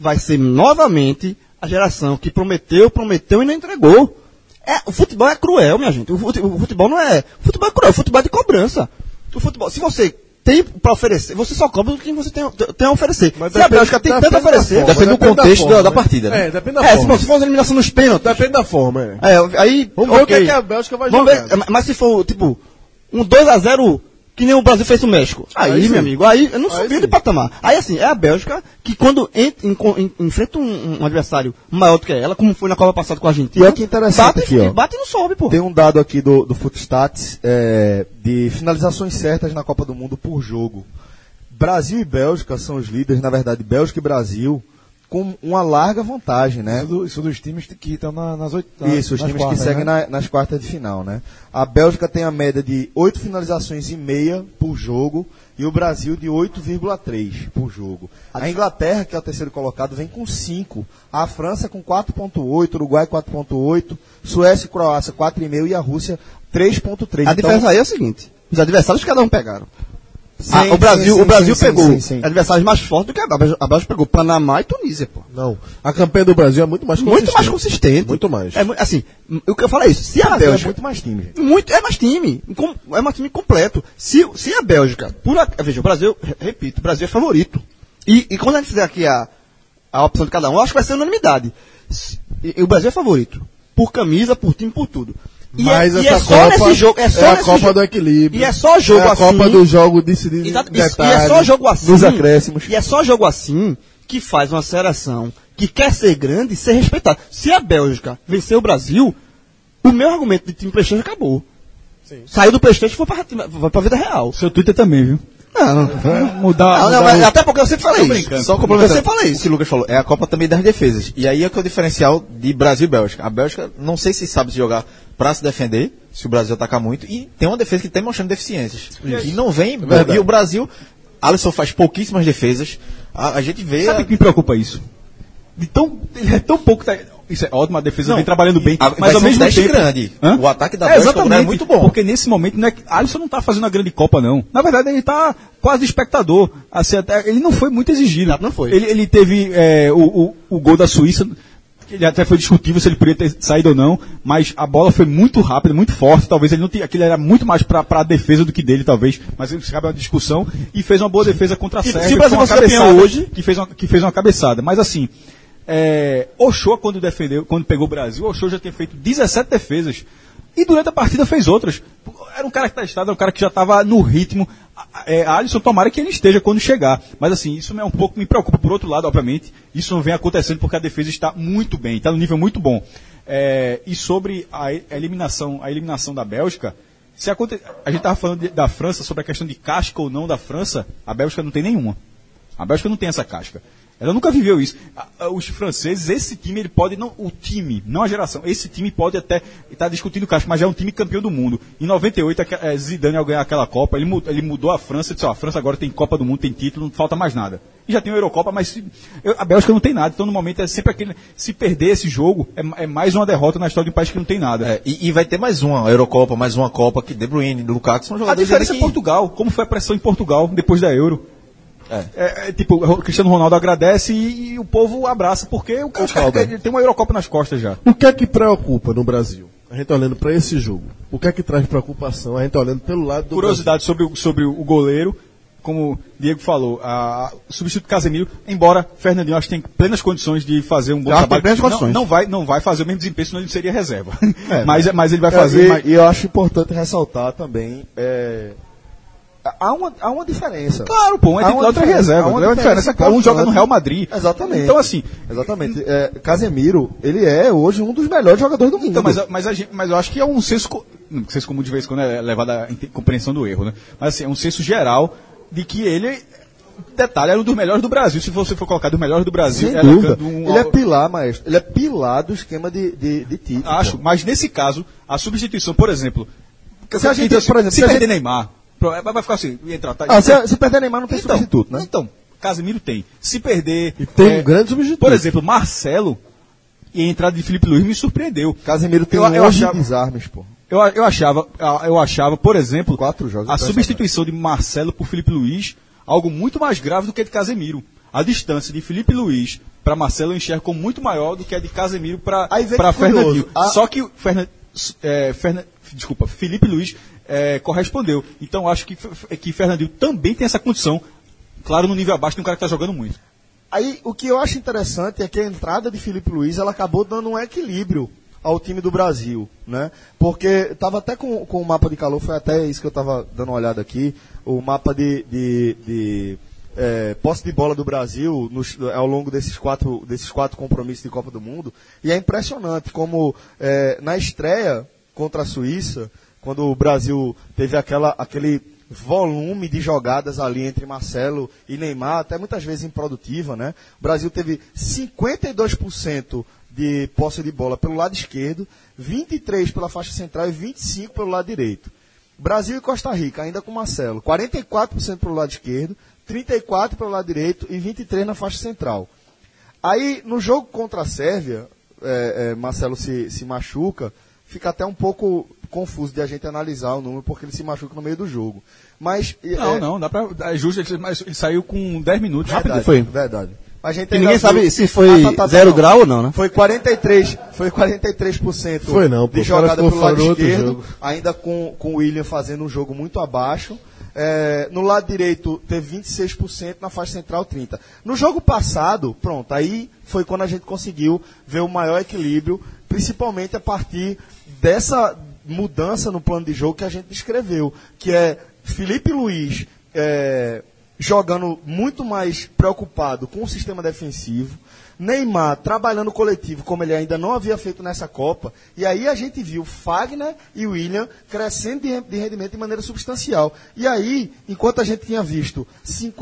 vai ser novamente a geração que prometeu, prometeu e não entregou. É, o futebol é cruel, minha gente. O fute- o futebol, não é. O futebol é cruel, o futebol é de cobrança. O futebol, se você tem para oferecer, você só cobra do que você tem, tem a oferecer. Mas se a depende- Bélgica tem tanto depende a oferecer. da forma, Depende do contexto da, forma, da né? partida, né? É, depende da É, se forma. se for uma eliminação nos pênaltis. Depende da forma, é. É, aí. Vamos ver o que ok. é que a Bélgica vai Vamos jogar. ver, mas se for, tipo, um 2x0 que nem o Brasil fez com o México. Aí, Aí sim. meu amigo, aí eu não Aí subiu sim. de patamar. Aí, assim, é a Bélgica que quando entra, enco- en- enfrenta um, um adversário maior do que ela, como foi na Copa passada com a Argentina. E olha que interessante bate, e- aqui, ó. bate e não sobe, pô. Tem um dado aqui do, do Footstats é, de finalizações certas na Copa do Mundo por jogo. Brasil e Bélgica são os líderes, na verdade, Bélgica e Brasil, com uma larga vantagem, né? Isso, do- isso dos times que estão na- nas Tá, né? oito. Isso, os times que seguem né? na- nas quartas de final, né? A Bélgica tem a média de 8 finalizações e meia por jogo e o Brasil de 8,3 por jogo. A Inglaterra, que é o terceiro colocado, vem com 5. A França com 4,8, Uruguai 4,8, Suécia e Croácia 4,5 e a Rússia 3,3. A Então, diferença aí é o seguinte: os adversários cada um pegaram. sim, Ah, o sim, Brasil, sim, o Brasil sim, sim, pegou sim, sim. adversários mais fortes do que a Bélgica. A Bélgica pegou Panamá e Tunísia, pô. Não. A campanha do Brasil é muito mais consistente. Muito mais consistente. Muito mais. É, mu- assim, m- o que eu falo é isso. Se a A Bélgica é Bélgica muito mais time, gente. Muito, é mais time. com- É mais time completo. Se, se a Bélgica, por ac- veja, o Brasil, re- repito, o Brasil é favorito. E, e quando a gente fizer aqui a, a opção de cada um, eu acho que vai ser unanimidade. Se- e- e o Brasil é favorito. Por camisa, por time, por tudo. E Mas é, e essa é só Copa nesse jogo. É, só é a nesse Copa jogo. do Equilíbrio. E é só jogo é a assim. Copa do jogo decidido em Exato. E, e é detalhes, só jogo assim. Dos acréscimos. E é só jogo assim que faz uma seleção que quer ser grande ser respeitada. Se a Bélgica vencer o Brasil, o meu argumento de time Playstation acabou. Saiu do Playstation e foi pra, foi pra vida real. Seu Twitter também, viu? Não, Mudar, não, não, mas até porque eu sempre É falei isso. Só eu complementando sempre falei o isso. que Lucas falou, é a Copa também das defesas. E aí é que é o diferencial de Brasil e Bélgica. A Bélgica não sei se sabe se jogar pra se defender, se o Brasil atacar muito, e tem uma defesa que tem mostrando deficiências. E não É vem, e o Brasil, Alisson faz pouquíssimas defesas. A, a gente vê. Sabe o a- que me preocupa isso? De tão, é tão pouco. tá- Isso é ótimo, a defesa Não, vem trabalhando bem. a- vai mas ao ser um mesmo teste tempo. grande. Hã? O ataque da Bélgica exatamente, é muito bom. Porque nesse momento, não é que- Alisson não está fazendo a grande Copa, não. Na verdade, ele está quase espectador. Assim, até, ele não foi muito exigido. Não foi. Ele, ele teve é, o, o, o gol da Suíça. que Ele até foi discutível se ele podia ter saído ou não, mas a bola foi muito rápida, muito forte. Talvez ele não tinha. Aquilo era muito mais para a defesa do que dele, talvez. Mas isso cabe uma discussão. E fez uma boa defesa contra a Se- se Sérvia. o Brasil com uma fosse campeão cabeçada hoje, que fez uma, que fez uma cabeçada. Mas assim, é, Ochoa, quando defendeu, quando pegou o Brasil, Ochoa já tinha feito 17 tá defesas. E durante a partida fez outras. Era um cara que testado, era um cara que já estava no ritmo. é, Alisson, tomara que ele esteja quando chegar. Mas assim, isso é um pouco me preocupa. Por outro lado, obviamente, isso não vem acontecendo porque a defesa está muito bem, está no nível muito bom. É, e sobre a e- a eliminação, a eliminação da Bélgica, se aconte... a gente estava falando de- da França sobre a questão de casca ou não da França, a Bélgica não tem nenhuma. A Bélgica não tem essa casca. Ela nunca viveu isso. A- a- Os franceses, esse time, ele pode, não, o time, não a geração, esse time pode até estar discutindo casca, mas já é um time campeão do mundo. Em 98, aque- eh, Zidane, ao ganhar aquela Copa, ele mudou, ele mudou a França, disse, ó, a França agora tem Copa do Mundo, tem título, não falta mais nada. E já tem a Eurocopa, mas se- eu- a Bélgica não tem nada, então no momento é sempre aquele, se perder esse jogo, é, ma- é mais uma derrota na história de um país que não tem nada. É, e, e vai ter mais uma Eurocopa, mais uma Copa, que De Bruyne, Lukaku são A jogadores diferença é ali que- Portugal, como foi a pressão em Portugal depois da Euro. É, é, tipo, o Cristiano Ronaldo agradece e, e o povo abraça, porque o cara ele tem uma Eurocopa nas costas já. O que é que preocupa no Brasil? A gente olhando para esse jogo. O que é que traz preocupação? A gente olhando pelo lado do Curiosidade sobre, o- sobre o goleiro, como o Diego falou, a, a- o substituto Casemiro, embora Fernandinho acho que tem plenas condições de fazer um bom Eu acho que tem trabalho. plenas Não- condições. Não, vai, não vai fazer o mesmo desempenho, senão ele seria reserva. É, mas, mas ele vai É, fazer. E, mas- e eu acho importante ressaltar também. é, há, uma, há uma diferença. Claro, pô, um é Há titular, outro é diferença, reserva. há uma É uma diferença, claro, um joga no constante. Real Madrid. Exatamente. Então, assim- Exatamente. É, Casemiro, ele é hoje um dos melhores jogadores do mundo. Então, mas, a- mas, a gente- mas eu acho que é um senso. co- não, Senso comum de vez em quando é levado à inte- compreensão do erro, né? Mas assim, é um senso geral de que ele. Detalhe, era um dos melhores do Brasil. Se você for colocar dos melhores do Brasil, Sem era dúvida. cada um ele é ao- pilar, maestro. Ele é pilar do esquema de, de, de título. Acho, mas nesse caso, a substituição, por exemplo. Se a gente- então, assim, por exemplo, se se a perder gente- Neymar, pro- vai ficar assim, entrar, tá, Ah, se, se perder Neymar não tem então, substituto, né? Então, Casemiro tem. Se perder. tem um grande substituto. Por exemplo, Marcelo e a entrada de Felipe Luiz me surpreendeu. Casemiro tem eu- eu 11 achava- desarmes, pô. Eu, a- eu achava, a- eu achava, por exemplo, Quatro jogos Então, a atrás, substituição de Marcelo por Felipe Luiz algo muito mais grave do que a de Casemiro. A distância de Felipe Luiz para Marcelo eu enxergo como muito maior do que a de Casemiro para Aí vem para que curioso, Fernandinho. a- Só que o Fernan- s- é, Fernan- desculpa, Felipe Luiz é, correspondeu. Então acho que, F- que Fernandinho também tem essa condição. Claro, no nível abaixo tem um cara que está jogando muito. Aí, o que eu acho interessante é que a entrada de Felipe Luiz, ela acabou dando um equilíbrio ao time do Brasil, né? Porque tava até com, com o mapa de calor, foi até isso que eu tava dando uma olhada aqui, o mapa de, de, de, eh, posse de bola do Brasil nos- ao longo desses quatro, desses quatro compromissos de Copa do Mundo, e é impressionante como eh, na estreia contra a Suíça, quando o Brasil teve aquela, aquele volume de jogadas ali entre Marcelo e Neymar, até muitas vezes improdutiva, né? O Brasil teve 52% de posse de bola pelo lado esquerdo, 23 pela faixa central e 25 pelo lado direito. Brasil e Costa Rica, ainda com Marcelo, 44% pelo lado esquerdo, 34 pelo lado direito e 23 na faixa central. Aí, no jogo contra a Sérvia, é, é, Marcelo se, se machuca, fica até um pouco confuso de a gente analisar o número, porque ele se machuca no meio do jogo. Mas. e- Não, é, não, dá pra. É justo, ele, mas ele saiu com 10 minutos. Verdade, Rápido foi. Verdade. Mas a gente E ainda ninguém um sabe viu- se Ah, foi tá, zero grau ou não, né? Foi 43, foi 43% Foi não, pô, de o cara jogada ficou pelo lado fora outro esquerdo, jogo. ainda com, com o William fazendo um jogo muito abaixo. É, no lado direito teve 26%, na faixa central 30%. No jogo passado, pronto, aí foi quando a gente conseguiu ver o maior equilíbrio, principalmente a partir dessa mudança no plano de jogo que a gente descreveu, que é Felipe Luiz é, jogando muito mais preocupado com o sistema defensivo, Neymar trabalhando coletivo como ele ainda não havia feito nessa Copa. E aí a gente viu Fagner e William crescendo de re- de rendimento de maneira substancial. E aí, enquanto a gente tinha visto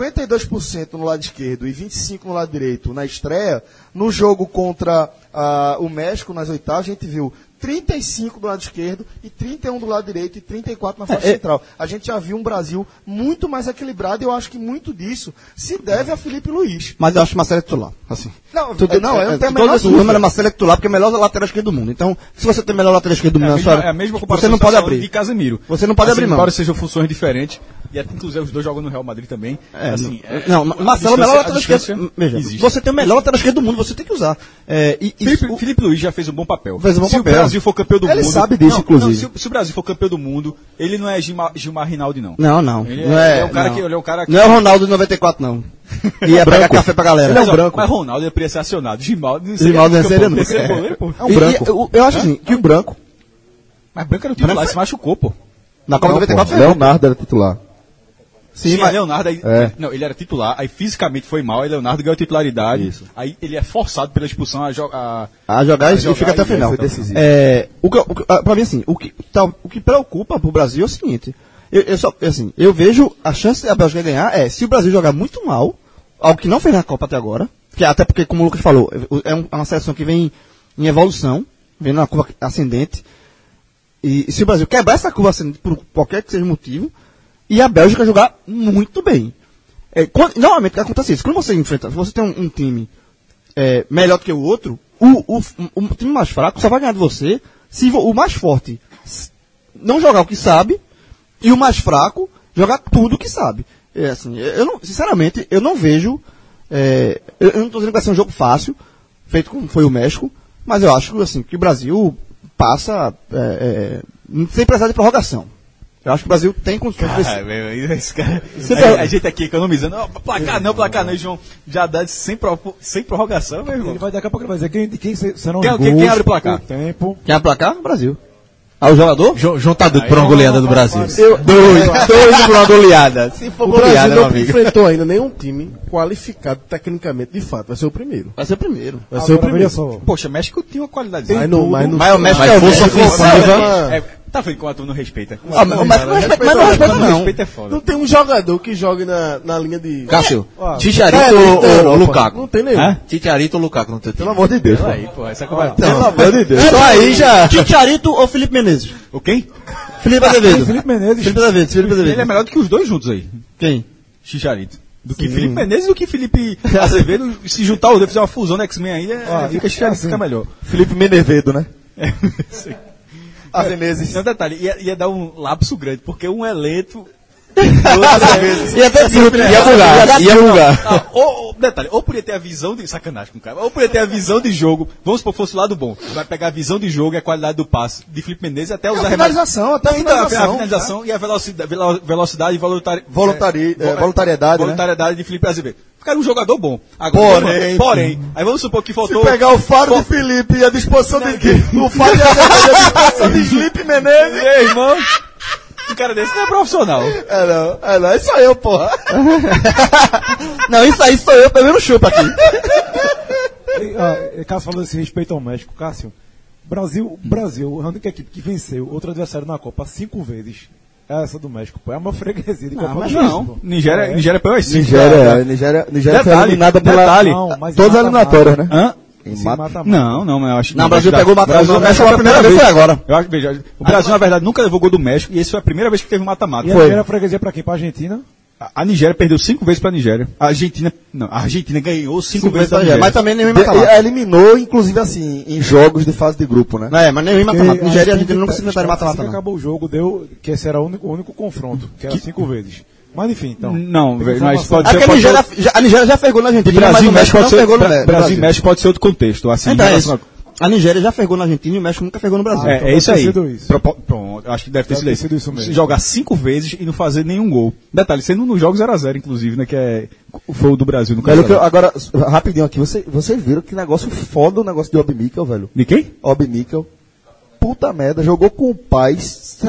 52% no lado esquerdo e 25% no lado direito na estreia, no jogo contra ah, o México nas oitavas, a gente viu 35 do lado esquerdo e 31 do lado direito e 34 na faixa central. A gente já viu um Brasil muito mais equilibrado e eu acho que muito disso se deve a Felipe Luiz. Mas eu acho que Marcelo é titular. Assim. Não, Tudo, é- não, eu não tenho a menor todas as dúvida. números, Marcelo é titular, porque é o melhor lateral esquerdo do mundo. Então, se você tem o melhor lateral esquerdo do É mundo, a na mesma, sua- é a mesma você comparação não que você pode tá falando de abrir. Casemiro. Você não pode Assim, abrir mão. Embora sejam funções diferentes, e até, inclusive os dois jogam no Real Madrid também. É, assim, não, é- não, a Marcelo é o melhor distância- a lateral esquerdo. distância Veja, existe. você tem o melhor lateral esquerdo do mundo, você tem que usar. É, e, e Felipe, o- Felipe Luiz já fez um bom papel. Fez um bom se papel. o Brasil for campeão do Ele mundo. sabe disso, inclusive. se o- se, o Brasil for campeão do mundo, ele não é Gilmar, Gilmar Rinaldi, não. Não, não. Ele é- não é, ele é um cara não. que- ele é um cara que- Não é o Ronaldo de 94, não. E é pegar café pra galera. mas, ó, Mas é Ronaldo ia ser acionado. Gilmar não seria Grimaldo é nunca, pô. sereno. Terceiro goleiro, pô. É. E- e eu, eu acho assim, que o branco, Mas Branco era o titular, se machucou, pô. na Copa Não, pô, 94, foi- Leonardo era titular. Sim, mas Leonardo aí, Não, ele era titular, aí fisicamente foi mal, aí Leonardo ganhou titularidade. Aí ele é forçado pela expulsão a, jo- a, A jogar e fica até o e- final. foi decisivo. É, o que, o que- ah, pra mim, assim, o que, tá- o que preocupa pro Brasil é o seguinte. Eu, eu só, assim, eu vejo a chance da Bélgica ganhar é se o Brasil jogar muito mal, algo que não fez na Copa até agora, que é até porque, como o Lucas falou, é, um- é uma seleção que vem em evolução, vem numa curva ascendente. E, e se o Brasil quebrar essa curva ascendente por qualquer que seja o motivo, e a Bélgica jogar muito bem. É, quando, normalmente o que acontece é isso. Quando você enfrenta, se você tem um, um time é, melhor do que o outro, o, o, o time mais fraco só vai ganhar de você se vo- o mais forte s- não jogar o que sabe e o mais fraco jogar tudo o que sabe. É assim, eu- eu não, sinceramente, eu não vejo. é, eu, eu não estou dizendo que vai ser um jogo fácil, feito como foi o México, mas eu acho assim, que o Brasil passa é, é, sem precisar de prorrogação. Eu acho que o Brasil tem condições de Ah, meu, esse cara. Você a, tá- a gente aqui economizando. ó, placar não, placar não, João. Já dá de sem, pro- sem prorrogação, meu irmão. Ele vai daqui a pouco ele vai dizer quem, de quem se- serão Quem- os quem- gols, quem abre o placar? o tempo. Quem abre placar? Brasil. Ah, o jogador? João, João tá doido por uma goleada do Brasil. Eu, dois, dois pra uma goleada. Se for O goleada, Brasil meu não amigo. enfrentou ainda nenhum time qualificado tecnicamente, de fato. Vai ser o primeiro. Vai ser o primeiro. Vai ser o Agora, veja primeiro. só. Poxa, México tinha uma qualidade. Mas não, mas não- Mas o México é o força México. ofensiva. É, tá feito como a turma não respeita. Ah, mas- mas- mas- mas- mas não respeita não. respeita é foda. Não tem um jogador que jogue na, na linha de. Cássio, Ó, Chicharito cara, ou- da ou Europa. Lukaku? Não tem nenhum. Chicharito ou Lukaku no teu time? amor de Deus. Aí, pô, essa compara- Pelo amor de Deus. Só aí já. Ticharito ou Felipe Menezes? O quem? Felipe Azevedo. Felipe Menezes. Felipe Azevedo. Felipe Ele é Azevedo. melhor do que os dois juntos aí. Quem? Chicharito. Do que Felipe Menezes e do que Felipe Azevedo. Se juntar os dois, fizer uma fusão no X-Men aí, é, Ó, fica e- Chicharito, assim. fica melhor. Felipe Menevedo, né? Sim. Menezes. E um detalhe, ia, ia dar um lapso grande, porque um é lento. E até Felipe Ia bugar. Ia bugar. Ah, ou, ou- detalhe, ou podia ter a visão de. Sacanagem com o cara, ou podia ter a visão de jogo. Vamos supor que fosse o lado bom. Vai pegar a visão de jogo e a qualidade do passe de Felipe Menezes até usar finalização, até a Então, a finalização, finalização e a velocidade, velo- velocidade e voluntari... Voluntari- é, voluntariedade, né? voluntariedade de Felipe Azevedo. Ficaria um jogador bom. Agora, Porém. porém, aí vamos supor que faltou. o faro de Felipe e a disposição de. O faro de Azevedo e a disposição de Felipe Menezes. Ei, irmão! Um cara desse não é profissional. É não, é não, isso sou eu, porra. não, isso aí sou eu pegando chupa aqui. E, ah, Cássio falou desse respeito ao México. Cássio, Brasil, Hum. Brasil, a única equipe que venceu outro adversário na Copa cinco vezes é essa do México. pô. É uma freguesia de Copa do Mundo, pô. Nigéria, É. Nigéria pegou as cinco. Nigéria, Nigéria, Nigéria foi Detalhe, eliminada pela. detalhe. Não, mas todas as mata-mata. eliminatórias, né? Hã? Se Mata- mata-mata. Não, não, mas eu acho que. Não, o Brasil pegou o Matheus. Brasil- Essa foi a primeira vez, foi agora. Eu acho, veja, o Brasil, na verdade, nunca levou gol do México e essa foi a primeira vez que teve um mata-mata. E a primeira freguesia pra quem? Pra Argentina? A- A Nigéria perdeu cinco vezes pra Nigéria. A Argentina. Não, a Argentina ganhou cinco, Cinco vezes vezes da pra Nigéria, Nigéria. Mas também nenhum De- mata-mata. e eliminou, inclusive, assim, em jogos de fase de grupo, né? Não, É, mas tá, nenhum mata-mata. Porque Nigéria e Argentina nunca se enfrentaram em assim mata-mata, que não. acabou o jogo, deu que esse era o único, o único confronto, que era cinco vezes. Mas enfim, então. Não, Tem velho, mas informação. pode É ser. porque a Pode ser Nigéria, já, a Nigéria já fergou na Argentina, mas Brasil, o México México não pode ser, fergou no Bra- México. Brasil e México pode ser outro contexto. Assim, Então em é relação isso. A Nigéria já fergou na Argentina e o México nunca fergou no Brasil. a- então É, é isso deve aí. ter sido isso. Propo- Pronto, acho que deve ter Deve sido ter isso. sido isso mesmo. Jogar cinco vezes e não fazer nenhum gol. Detalhe, sendo nos jogos 0x0, inclusive, né? Que é, foi o do Brasil no Velho, que eu- caso. agora, s- rapidinho aqui, você, vocês viram que negócio foda o negócio de Obi Mikkel, velho? De quem? Obi Mikkel. Puta merda, jogou com o pai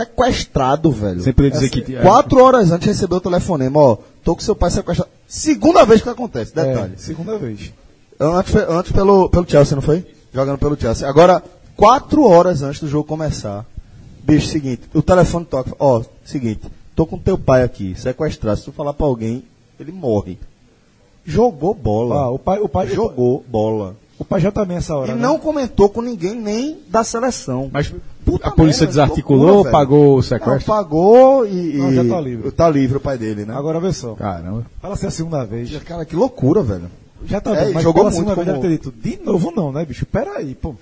sequestrado, velho. Sem poder dizer que- é. Quatro horas antes recebeu o telefonema, ó. Tô com seu pai sequestrado. Segunda vez que acontece, detalhe. É, segunda vez. Antes, foi- antes pelo, pelo Chelsea, não foi? Jogando pelo Chelsea. Agora, quatro horas antes do jogo começar, bicho, seguinte, o telefone toca. Ó, seguinte, tô com teu pai aqui, sequestrado. Se tu falar pra alguém, ele morre. Jogou bola. Ah, o pai, o pai, jogou bola. o pai já tá bem essa hora. E né? não comentou com ninguém, nem da seleção. Mas Puta a polícia merda, desarticulou, né? loucura, velho. pagou o Não, sequestro? pagou e, e. Não, já tá livre. Tá livre o pai dele, né? Agora vê só. Caramba. Fala se é a segunda vez. Cara, que loucura, velho. Já tá É, bem, mas jogou pela segunda muito vez deve como- ter dito. De novo não, né, bicho? Pera aí, pô.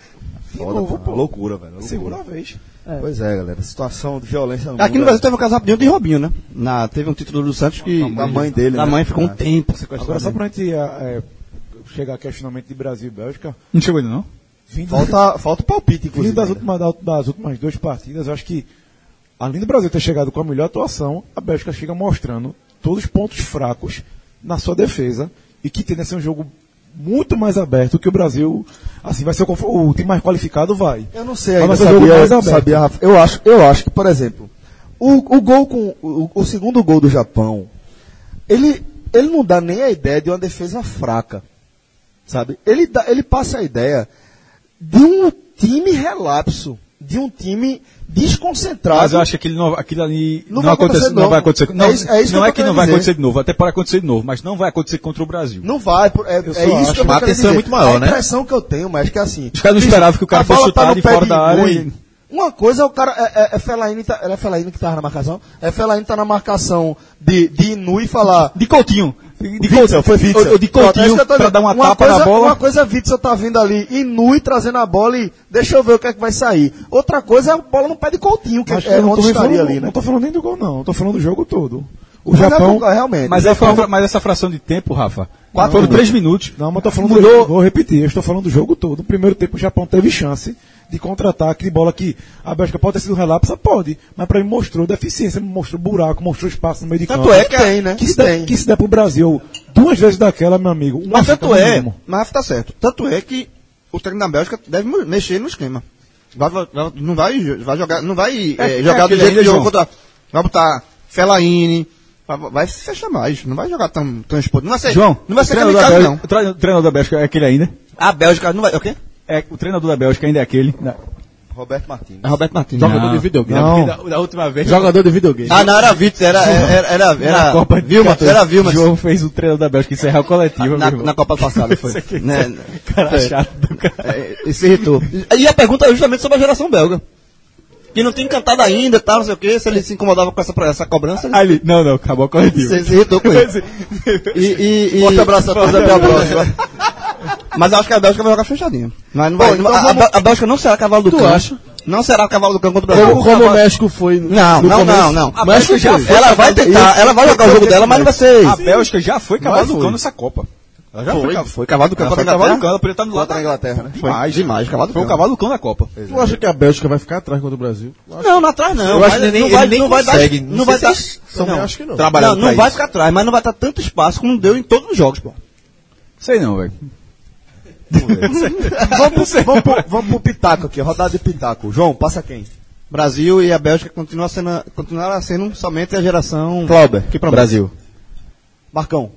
De novo, cara, pô. Loucura, velho. loucura. Segunda vez. Pois é, galera. Situação de violência no Aqui no mundo, é Brasil teve um caso rapidinho de Robinho, né? Na, teve um título do Santos que. Da mãe dele, Da né? mãe ficou um É. tempo sequestrado. Agora só pra gente eh, eh, chegar aqui ao finalmente de Brasil e Bélgica. Não chegou ainda, não? Vindo Falta, falta o palpite, inclusive. Vindo das ainda. últimas, da- das últimas duas partidas, eu acho que, além do Brasil ter chegado com a melhor atuação, a Bélgica chega mostrando todos os pontos fracos na sua defesa e que tende a ser um jogo muito mais aberto que o Brasil. Assim, vai ser o, confr- o time mais qualificado, vai. Eu não sei Mas ainda, vai ser um jogo mais sabia, aberto. sabia, Rafa? Eu acho, eu acho que, por exemplo, o, o gol com o, o segundo gol do Japão ele, ele não dá nem a ideia de uma defesa fraca. Sabe? Ele, dá, ele passa a ideia de um time relapso, de um time desconcentrado. Mas eu acho que ele não, aquilo ali Não não, vai acontece- acontecer de não novo. vai acontecer. Não, É isso- é isso que não eu é tô que não querendo vai dizer. acontecer de novo, até pode acontecer de novo, mas não vai acontecer contra o Brasil. Não vai, por- é, é isso só acho que eu uma tô querendo atenção dizer. muito maior, A né? impressão que eu tenho, mas que assim. Os caras não esperavam que o cara a bola fosse tá chutar no de pé fora da área Gui. e- Uma coisa é o cara. É, é, é Felaine, tá, era Felaine que tava na marcação. É Felaine tá na marcação de, de Inu e falar. De Coutinho. De Witzel, foi Witzel. Ou- ou De Pronto, é isso Coutinho que eu tô pra dizendo. dar uma, tapa coisa, na bola. Uma coisa é Witzel tá vindo ali, Inui trazendo a bola e deixa eu ver o que é que vai sair. Outra coisa é a bola no pé de Coutinho, que Acho que é eu não, tô onde nem estaria falando, ali, né? não tô falando nem do gol, não. Eu tô falando do jogo todo. O Mas é Japão. com- realmente. Mas, é fra- mas essa fração de tempo, Rafa, foram três minutos. Não, mas eu tô falando do, Vou repetir, eu estou falando do jogo todo. No primeiro tempo o Japão teve chance de contra-ataque de bola que a Bélgica pode ter sido relapsa, pode. Mas pra mim mostrou deficiência, mostrou buraco, mostrou espaço no meio de Tanto campo. é que tem, né? Que se, Tem. der, que se der pro Brasil duas vezes daquela, meu amigo. uma Mas tanto fica no é, mínimo. mas tá certo. Tanto é que o técnico da Bélgica deve mu- mexer no esquema. Vai- vai- vai- não vai, jo- vai jogar, não vai eh, é jogar do aquele jeito aí, que jogou João. contra. Vai botar Fellaini, vai, vai se fechar mais, não vai jogar tão, tão exposto. Não vai ser, João, não vai ser o treinador aquele da cara, não. Bélgica- o tre- O treinador da Bélgica é aquele ainda? A Bélgica não vai, é o quê? É, o treinador da Bélgica ainda é aquele. Não. Roberto Martins. É Roberto Martins. Jogador de videogame. Não. Da, da última vez. Jogador de videogame. Ah, não, era Vitor, era, era, era, era- na Copa de Vilma, Catar- era Vilma. João fez o treinador da Bélgica encerrar o coletivo. Tá, na, na Copa passada foi. Isso aqui- né? Cara É. chato do cara. É, ele se irritou. E a pergunta é justamente sobre a geração belga. Que não tem cantado ainda, tal, não sei o quê. Se ele se incomodava com essa, essa cobrança, ele Aí ele, não, não, acabou o coletivo. se, se irritou com isso. E, e, e... Forte abraço a todos, até a próxima. Mas eu acho que a Bélgica vai jogar fechadinho. Mas não vai, não- a, a- a Bélgica não será cavalo do cão. Não será um cavalo do cão contra o Brasil. Como, como o México foi. no- Não, no não, começo. não, não. O México já foi. Ela vai tentar, ela vai jogar o jogo dela, mas não vai ser. A Bélgica já foi cavalo do foi. cão nessa Copa. Ela já foi, cavalo- foi cavalo do cão ela foi contra a cavalo do Inglaterra. cão, ela podia estar no lado Contra a da Inglaterra, né? Demais, demais. cavalo do Foi o cão. cavalo do cão na Copa. é. Tu acha que a Bélgica vai ficar atrás contra o Brasil? Não, lá atrás não. Eu acho mas que nem- não vai, ele nem não vai consegue, Dar, não não vai sei dar. se Não, acho que não. Não, Trabalhando não vai ficar atrás, mas não vai dar tanto espaço como deu em todos os jogos, pô. Sei não, velho. vamos, pro, vamos, pro, vamos pro Pitaco aqui, rodada de Pitaco. João, passa quem? Brasil e a Bélgica continua sendo, continuaram sendo somente a geração. Clauber, Que promete. Brasil. Marcão.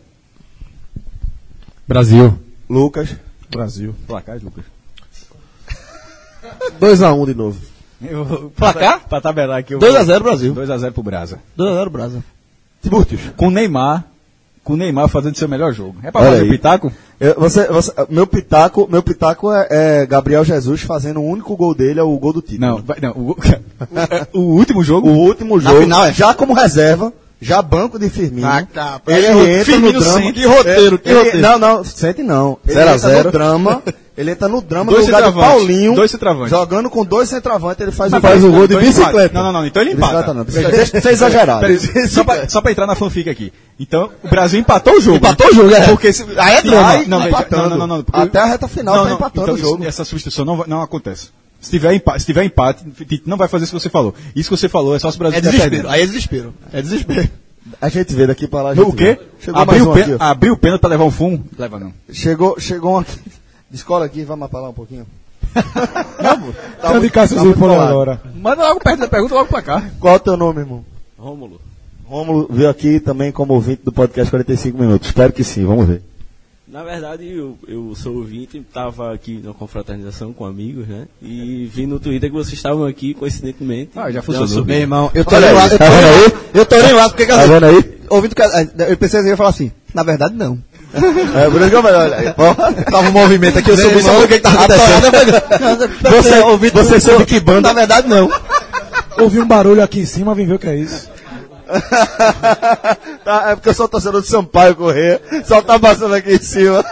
Brasil. Lucas. Brasil. Placar, Lucas. 2x1 de novo. um Placar? Pra tabelar aqui. 2x0 Brasil. 2x0 pro Brasa. 2x0 Brasa. Com Neymar, com Neymar fazendo seu melhor jogo. É pra fazer aí. o pitaco? Eu- você- você- meu pitaco, meu pitaco é, é Gabriel Jesus fazendo o único gol dele, é o gol do título. Não, vai- não. O, o último jogo? O último Na jogo, final, é? já como reserva, já banco de Firmino. Ah, capa. ele Aí é entra Firmino no drama. sente. Que roteiro, É, que ele- roteiro. Não, não, sente não. Ele Zero a entra zero. no drama, ele entra no drama no Dois lugar de centroavantes, Paulinho. dois centroavantes. Jogando com É dois centroavantes, ele faz Mas o peraí, gol. então ele empata. Não, não, não. Então ele empata. tá, Bicicleta não, bicicleta- Deixa de ser exagerado. Peraí, só, pra, só pra entrar na fanfic aqui. Então, o Brasil empatou o jogo. né? Empatou o jogo, é. Porque se, Aí é drama. Não, veja, Empatando. não, não, não, não, porque- Até a reta final tá empatando então o jogo. isso- Essa substituição não, vai- não acontece. Se tiver, empate, se tiver empate, Tite não vai fazer isso que você falou. Isso que você falou é só se o Brasil É tiver desespero. perdendo. Aí é desespero. É desespero. A gente vê daqui pra lá. a gente O quê? vê. Chegou mais Abriu um o aqui, pênalti, ó. abriu o pênalti pra levar um fumo? Leva não. Chegou, chegou um aqui. Descola aqui, vamos pra lá um pouquinho. um Tá de Cássio por agora. Manda logo perto da pergunta, logo pra cá. Qual é o teu nome, irmão? Rômulo. Rômulo veio aqui também como ouvinte do podcast 45 Minutos. Espero que sim, vamos ver. Na verdade, eu, eu sou ouvinte, estava aqui na confraternização com amigos, né? E vi no Twitter que vocês estavam aqui, coincidentemente. Ah, Deu já uma funcionou. subida. irmão, eu tô Olha nem aí, lá, eu tô tá nem vendo lá, eu tô nem lá, porque Tá vendo aí? ouvindo que ah, eu pensei que eu ia falar assim, na verdade não. É, por isso que eu falei, olha aí. Ó, Tava um movimento aqui, eu Meu subi só irmão, porque que tava acontecendo. Você- você soube que banda- Na verdade não. Ouvi um barulho aqui em cima, vim ver o que é isso. tá, é porque eu sou torcedor do Sampaio Correr, só tá passando aqui em cima.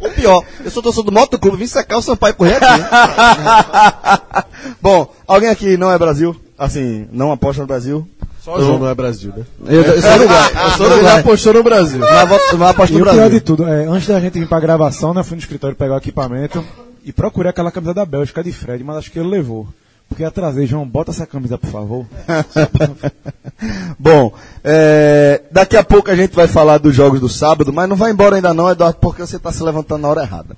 O pior, eu sou torcedor do Motoclube, vim secar o Sampaio correr aqui. Bom, alguém aqui não é Brasil? Assim, não aposta no Brasil? Só o João não é Brasil, né? Eu, eu é sou Uruguai, eu sou Ele Uruguai. apostou no Brasil. Mas vou- mas aposto E no o pior de Brasil. tudo, é, antes da gente vir pra gravação, né, eu fui no escritório pegar o equipamento e procurei aquela camisa da Bélgica de Fred, mas acho que ele levou. Porque atrasei, João, bota essa camisa, por favor. É Bom, é, daqui a pouco a gente vai falar dos jogos do sábado, mas não vai embora ainda não, Eduardo, porque você está se levantando na hora errada.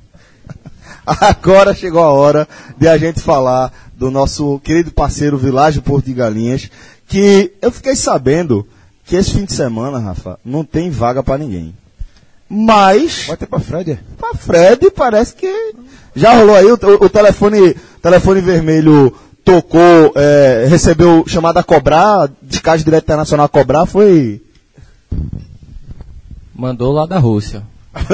Agora chegou a hora de a gente falar do nosso querido parceiro Vilagem Porto de Galinhas, que eu fiquei sabendo que esse fim de semana, Rafa, não tem vaga pra ninguém. Mas. Vai ter pra Fred? é? Pra Fred parece que. Já rolou aí, o, o telefone, telefone vermelho tocou, é, recebeu chamada a cobrar, descarte direto internacional a cobrar, foi. Mandou lá da Rússia.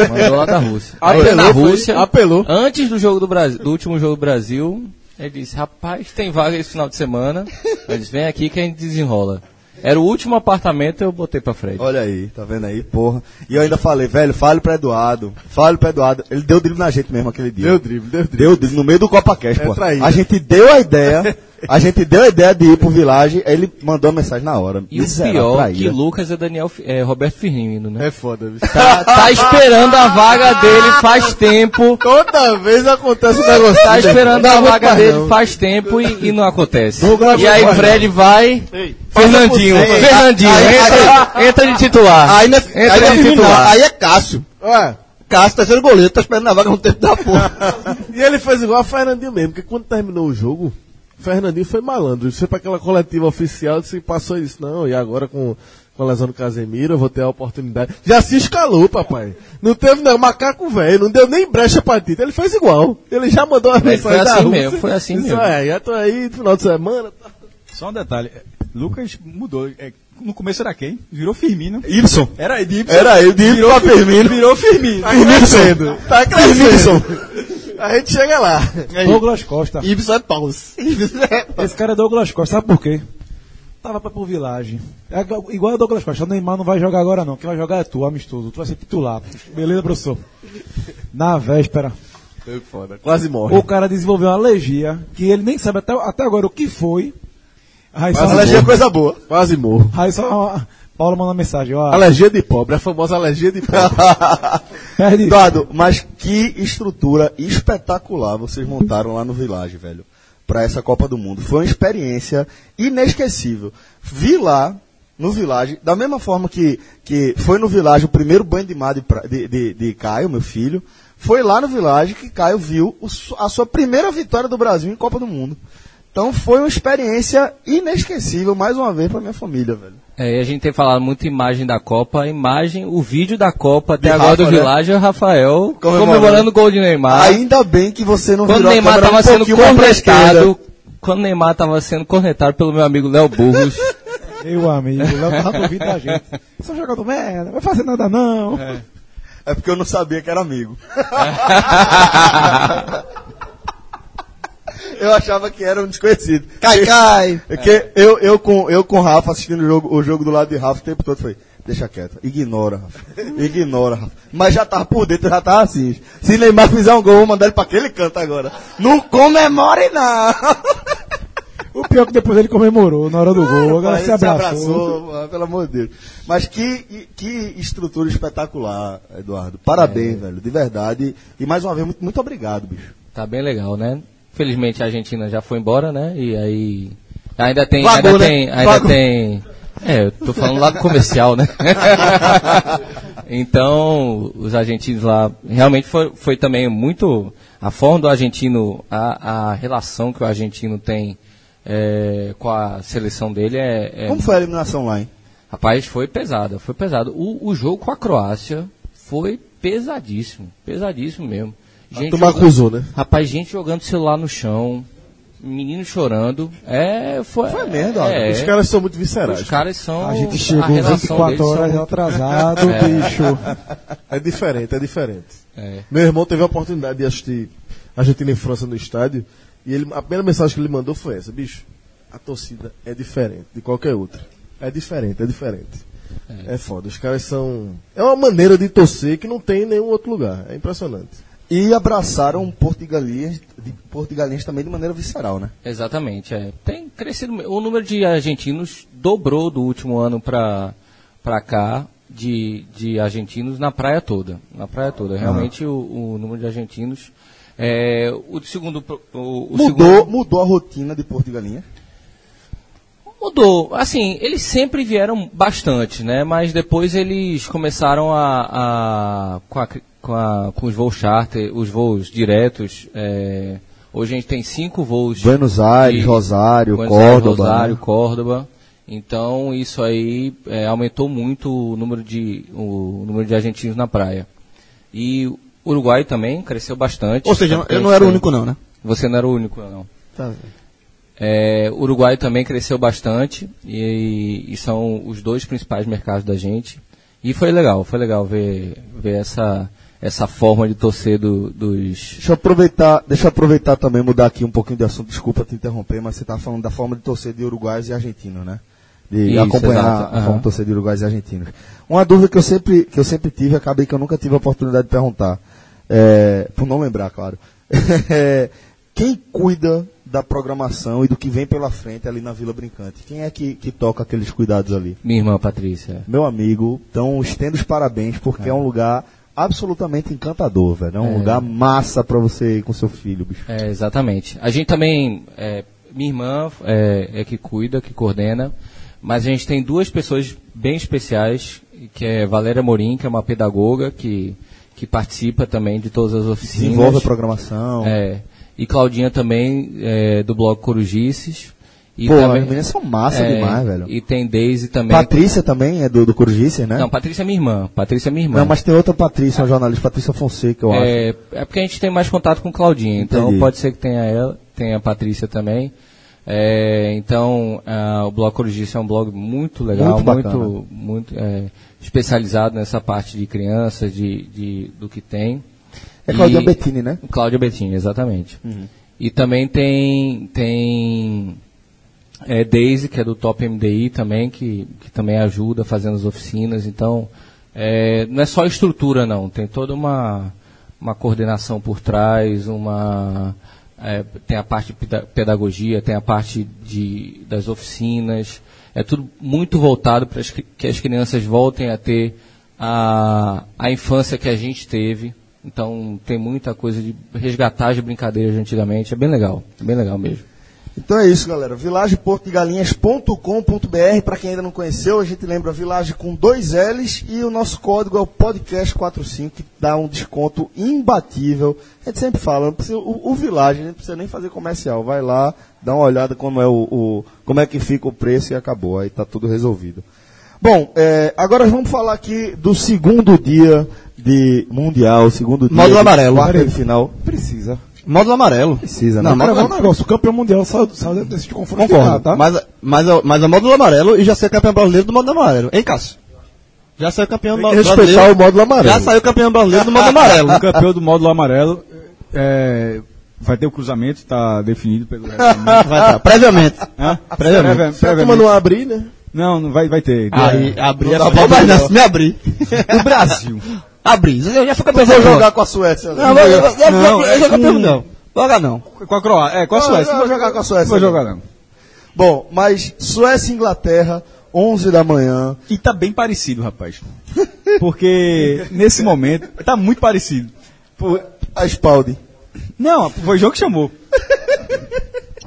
Mandou lá da Rússia. Aí, na Rússia, apelou. Antes do jogo do Brasil, do último jogo do Brasil, ele disse: "Rapaz, tem vaga esse final de semana". Ele disse: "Vem aqui que a gente desenrola". Era o último apartamento eu botei pra frente. Olha aí, tá vendo aí, porra. E eu ainda falei, velho, fale pra Eduardo. Fale pra Eduardo. Ele deu drible na gente mesmo aquele dia. Deu drible, deu drible. Deu drible no meio do Copa Cash, É pô. traíra. A gente deu a ideia. A gente deu a ideia de ir pro Village, aí ele mandou a mensagem na hora. E o Miserável, pior traíra. que Lucas é Daniel Fi- é Roberto Firmino, né? É foda, bicho. Tá, tá esperando a vaga dele faz tempo. Toda vez acontece um negócio. Tá esperando a Não, vaga não. é dele faz tempo e, e não acontece. Douglas E aí Costa. Fred vai. Fernandinho, Ei, Fernandinho, aí- entra, entra de titular. Aí, né, aí, entra né, de titular. aí é Cássio. Ué, Cássio, terceiro goleiro, tá esperando na vaga no tempo da porra. E ele fez igual a Fernandinho mesmo, porque quando terminou o jogo, Fernandinho foi malandro. Ele foi pra aquela coletiva oficial e disse, passou isso. Não, e agora com, com a lesão do Casemiro, eu vou ter a oportunidade. Já se escalou, papai. Não teve não, macaco velho, não deu nem brecha pra Tita. Ele fez igual. Ele já mandou uma mensagem Mas foi da assim Rússia. mesmo, foi assim Disse, mesmo. "Olha, já tô aí, final de semana. tá?" Só um detalhe. é, Lucas mudou. é, no começo era quem? Virou Firmino. Ibson. Era Edipson. Era aí, de virou Firmino. Virou Firmino. Firmino. Tá Firmino. A gente chega lá. Douglas Costa. Ibsen é paus. Esse cara é Douglas Costa, sabe por quê? Tava pra pro Village. É igual- igual o Douglas Costa, o Neymar não vai jogar agora não. Quem vai jogar é tu, amistoso. Tu vai ser titular. Beleza, professor? Na véspera, Quase morre. o cara desenvolveu uma alergia que ele nem sabe até, até agora o que foi. Aí só, Alergia é coisa boa. Quase morro. aí só Paulo manda mensagem, ó. Alergia de pobre, a famosa alergia de pobre. é Perde- Eduardo, mas que estrutura espetacular vocês montaram lá no Village, velho, para essa Copa do Mundo. Foi uma experiência inesquecível. Vi lá no Village, da mesma forma que, que foi no Village o primeiro banho de mar de, pra- de, de- de Caio, meu filho, foi lá no Village que Caio viu o su- a sua primeira vitória do Brasil em Copa do Mundo. Então foi uma experiência inesquecível, mais uma vez, para minha família, velho. É, e a gente tem falado muito imagem da Copa, a imagem, o vídeo da Copa até De agora Rafa, do né? Village é o Rafael Comemorando. comemorando o gol de Neymar. Ainda bem que você não quando virou a Neymar câmera estava um sendo pouquinho mais pra esquerda. cornetado, quando Neymar tava sendo cornetado pelo meu amigo Léo Burgos, Meu amigo, o Léo tava duvindo da gente. Só jogando merda, não vai fazer nada não. É porque eu não sabia que era amigo. eu achava que era um desconhecido. Cai, cai. Porque eu, eu, com, eu com o Rafa assistindo o jogo, o jogo do lado de Rafa o tempo todo foi. Deixa quieto, ignora, Rafa. Ignora, Rafa. Mas já tava por dentro, já tava assim. Se Neymar fizer um gol, eu vou mandar ele pra aquele canto agora. Não comemore, não! O pior é que depois ele comemorou na hora do gol, a Rapaz, galera se ele abraçou. mano, pelo amor de Deus. Mas que, que estrutura espetacular, Eduardo. Parabéns, velho, de verdade. E mais uma vez, muito, muito obrigado, bicho. tá bem legal, né? Felizmente a Argentina já foi embora, né? E aí ainda tem, Vagou, ainda né? tem, ainda Vagou. tem. É, eu tô falando lado comercial, né? então, os argentinos lá, realmente foi, foi também muito a forma do argentino, a, a relação que o argentino tem é, com a seleção dele é, é Como foi a eliminação lá, hein? Rapaz, foi pesada, foi pesado. O, o jogo com a Croácia foi pesadíssimo, pesadíssimo mesmo. Gente turma acusou, né? Rapaz, gente jogando celular no chão, menino chorando. É, foi. Foi mesmo, ó. é, Os caras são muito os viscerais. caras são. A gente chegou relação 24 deles são horas é. muito- atrasado, bicho. É diferente, é diferente. É. Meu irmão teve a oportunidade de assistir Argentina e França no estádio. E ele, a primeira mensagem que ele mandou foi essa: bicho, a torcida é diferente de qualquer outra. É diferente, é diferente. É, foda, os caras são. É uma maneira de torcer que não tem em nenhum outro lugar. É impressionante. E abraçaram portugalinhas, de portugalinhas também de maneira visceral, né? Exatamente, é. Tem crescido. O número de argentinos dobrou do último ano pra pra cá de, de argentinos na praia toda. Na praia toda. Ah. Realmente o, o número de argentinos. É, o de segundo. pro- O, o mudou, segundo- mudou a rotina de portugalinha. Mudou. Assim, eles sempre vieram bastante, né? Mas depois eles começaram a. a- com, a cri- com a- com os voos charter, os voos diretos. é, hoje a gente tem cinco voos. Buenos Aires, Rosário, Buenos Aires, Córdoba, Rosário, né? Córdoba. Então isso aí é, aumentou muito o número, de, o número de argentinos na praia. E o Uruguai também cresceu bastante. Tá Ou seja, Até eu não era o tem- único não, né? Você não era o único não. Tá. É, o Uruguai também cresceu bastante e, e são os dois principais mercados da gente. E foi legal, foi legal ver, ver essa, essa forma de torcer do- dos. Deixa eu aproveitar, deixa eu aproveitar também, mudar aqui um pouquinho de assunto, desculpa te interromper, mas você tá falando da forma de torcer de uruguaios e argentinos, né? De Isso, acompanhar exato, a aham. forma de torcer de uruguaios e argentinos. Uma dúvida que eu sempre, que eu sempre tive, acabei que eu nunca tive a oportunidade de perguntar. É, por não lembrar, claro. É, quem cuida da programação e do que vem pela frente ali na Vila Brincante? Quem é que, que toca aqueles cuidados ali? Minha irmã Patrícia. Meu amigo, então estendo os parabéns, porque é, um lugar absolutamente encantador, velho. É um É. lugar massa pra você ir com seu filho, bicho. É, exatamente. A gente também. é, minha irmã é, é que cuida, que coordena, mas a gente tem duas pessoas bem especiais, que é Valéria Morim, que é uma pedagoga que, que participa também de todas as oficinas. Desenvolve a programação. né? É. E Claudinha também, é, do blog Corujices. E É, Pô, as meninas são massa demais, velho. E tem Daisy também. Patrícia também é do, do Corujice, né? Não, Patrícia é minha irmã. Patrícia é minha irmã. Não, mas tem outra Patrícia, uma jornalista, Patrícia Fonseca, eu acho. É, é porque a gente tem mais contato com Claudinha, então Entendi. pode ser que tenha ela, tenha a Patrícia também. É, então, ah, o Blog Corujista é um blog muito legal, Muito bacana. muito, muito, é, especializado nessa parte de crianças, de, de- do que tem. É Claudia Bettini, né? Uhum. Cláudia Bettini, exatamente. E também tem, tem é, Daisy, que é do Top MDI também, que, que também ajuda fazendo as oficinas. Então, é, não é só estrutura, não. Tem toda uma, uma coordenação por trás, uma, é, tem a parte de peda- pedagogia, tem a parte de, das oficinas. É tudo muito voltado para as cri- que as crianças voltem a ter a, a infância que a gente teve. Então, tem muita coisa de resgatar as brincadeiras de antigamente. É bem legal, é bem legal mesmo. Então é isso, galera. vilageportogalinhas.com.br para quem ainda não conheceu, a gente lembra Vilagem com dois L's e o nosso código é o podcast45 que dá um desconto imbatível. A gente sempre fala, não precisa- o, o Vilagem não precisa nem fazer comercial. Vai lá, dá uma olhada como é o, o- como é que fica o preço e acabou. Aí tá tudo resolvido. Bom, é, agora vamos falar aqui do segundo dia de mundial, segundo dia Módulo de amarelo. quarta de final. Precisa. Módulo amarelo. Precisa. né? Não, mas Agora é agora vamos- vamos- um negócio, o campeão mundial saiu, saiu desse de tá, confronto. Concordo. Mas, mas, é o- mas é o módulo amarelo e já saiu campeão brasileiro do módulo amarelo. Hein, Cássio? Já saiu campeão Tem que brasileiro. respeitar o módulo amarelo. Já saiu campeão brasileiro do módulo amarelo. o campeão é do módulo amarelo é, vai ter o cruzamento, está definido pelo regulamento. Vai tá, previamente. Hã? Previamente. Preve- Se a turma previamente. não abrir, né? Não, não vai, vai ter. Aí, abrir Não é dá só- pra- Mas não, se me abrir. O Brasil. Abrir. Eu já fui campeão Não vou brasileiro. jogar com a Suécia. Não, mas- mas- mas- Não, eu já é campeão com- não. Joga não. Com a Croácia. É, com a Não, Suécia. não vou jogar com a Suécia, Não vou não. jogar, não. Bom, mas Suécia e Inglaterra, 11 da manhã. E tá bem parecido, rapaz. Porque nesse momento tá muito parecido. Pô, A Spaldi. Não, foi o jogo que chamou.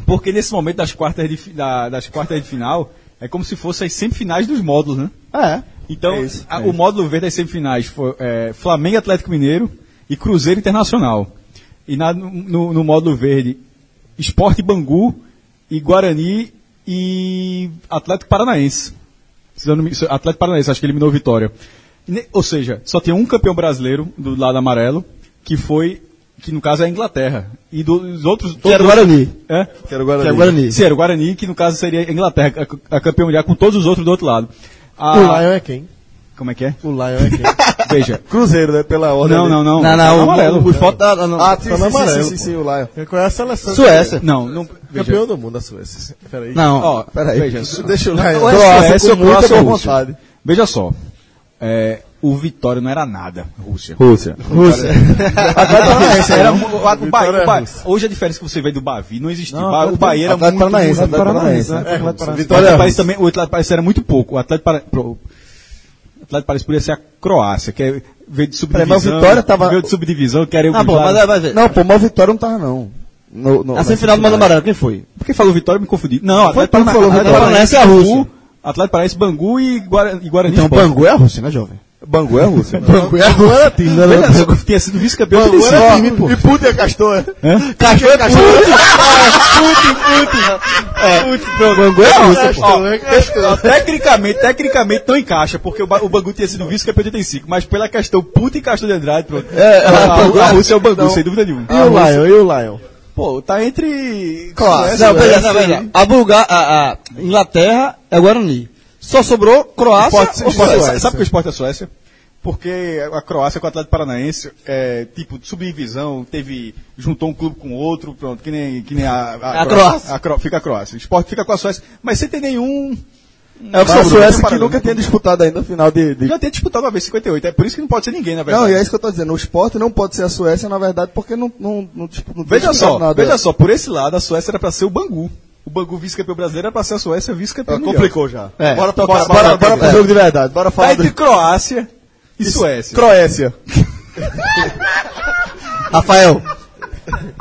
Porque nesse momento das quartas de, fi- da- das quartas de final é como se fossem as semifinais dos módulos, né? É. Então, É isso, a- é o módulo verde das semifinais foi é, Flamengo e Atlético Mineiro e Cruzeiro Internacional. E na- no, no- no módulo verde, Esporte Bangu e Guarani e Atlético Paranaense. Se eu não me- se- Atlético Paranaense, acho que eliminou o Vitória. E ne- Ou seja, só tem um campeão brasileiro do lado amarelo, que foi, que no caso é a Inglaterra. E do- dos outros. Que era o todos- Guarani. Hã? Que era o Guarani. Que era o Guarani. Sim, era o Guarani, que no caso seria a Inglaterra, a, a campeão mundial, com todos os outros do outro lado. A- Ah. O Lion é quem? Como é que é? O Lion é quem? Veja. Cruzeiro, né? Pela ordem. Não, ali. não, não. Não, é Tá no não. amarelo. O, o, foto da, da, Ah, sim, Tá no sim, sim, amarelo, sim, sim, pô. sim, o Lion. Qual é a seleção? Suécia. Não, não. Veja. Campeão do mundo da Suécia. Peraí. Não. Ó, Peraí, veja. deixa o Não, Lion. ou é Suécia ou muita é Croácia ou boa Rússia? vontade. Veja só. É, o Vitória não era nada, Rússia. Rússia. Rússia. Era o- a- o Bahia- o Bahia- Hoje a diferença que você veio do Bavi não existia. O Ba- o Bahia era muito. Atlético Paranaense, muito- Atlético Paranaense, né? Atlético Atlético Paranaense. Paranaense. O Atlético Paranaense Vitória. também- o Atlético Paranaense era muito pouco. O Atlético Paranaense. Atlético Paranaense podia ser a Croácia, que é, veio de Peraí, mas o subdivisão. Vitória tava- Veio de subdivisão, que era Ah, bom, mas Yugoslávia. é, vai ver. Não, pô, mas o Vitória não tava, não. No, no, a semifinal do Mano Amarelo, quem foi? Porque falou Vitória, eu me confundi. Não, Foi Atlético tu que falou né? Paranaense, Vitória. Atlético Paranaense Paranaense e a Bangu, Rússia. Atlético Paranaense, Bangu e Guara- e Guarani. Então, Esporte. Bangu é a Rússia, né, jovem? Bangu é Rússia. Bangu é Rússia. Bangu time, né? Olha só, tinha sido vice-campeão é Bangu desse era né? time, time, pô. E Putin é Castor. Castor é Castor. É, pronto, Bangu é Não, Rússia, pô. Castor, é Castor. Ó, Tecnicamente, tecnicamente não encaixa, porque o, Ba- o Bangu tinha sido vice-campeão de 85, mas pela questão puta e Castor de Andrade, pronto. É, a, é, Bangu- a Rússia é o Bangu, Então, sem dúvida nenhuma. E o Lion, e o Lion? Pô, tá entre... Claro. Não, veja, não, veja. A, Bulga- a, a Inglaterra é Guarani. Só sobrou Croácia Esporte- ou esporte- Suécia. Sabe por que o esporte é Suécia? Porque a Croácia com o Atlético Paranaense, é, tipo, subdivisão, teve, juntou um clube com outro, pronto, que nem, que nem É a, É A Croácia. a Cro- fica a Croácia. O esporte fica com a Suécia, mas sem ter nenhum. É o que sobrou. Mas Suécia Suécia que nunca tinha disputado ainda o final de... de- Já tinha disputado uma vez 58, é por isso que não pode ser ninguém, na Não, verdade. e é isso que eu tô dizendo. O esporte não pode ser a Suécia, na verdade, porque não, não, não, dispu- não tem veja disputado só, nada. veja só, por esse lado a Suécia era pra ser o Bangu. O Bangu vice-campeão brasileiro era pra ser a Suécia vice-campeão. Ah, mundial. complicou já. É. Bora Bora, tocar- bora, bora- bora, bora pro jogo de verdade. Bora falar Tá entre do- Croácia e Suécia. Croécia. Rafael,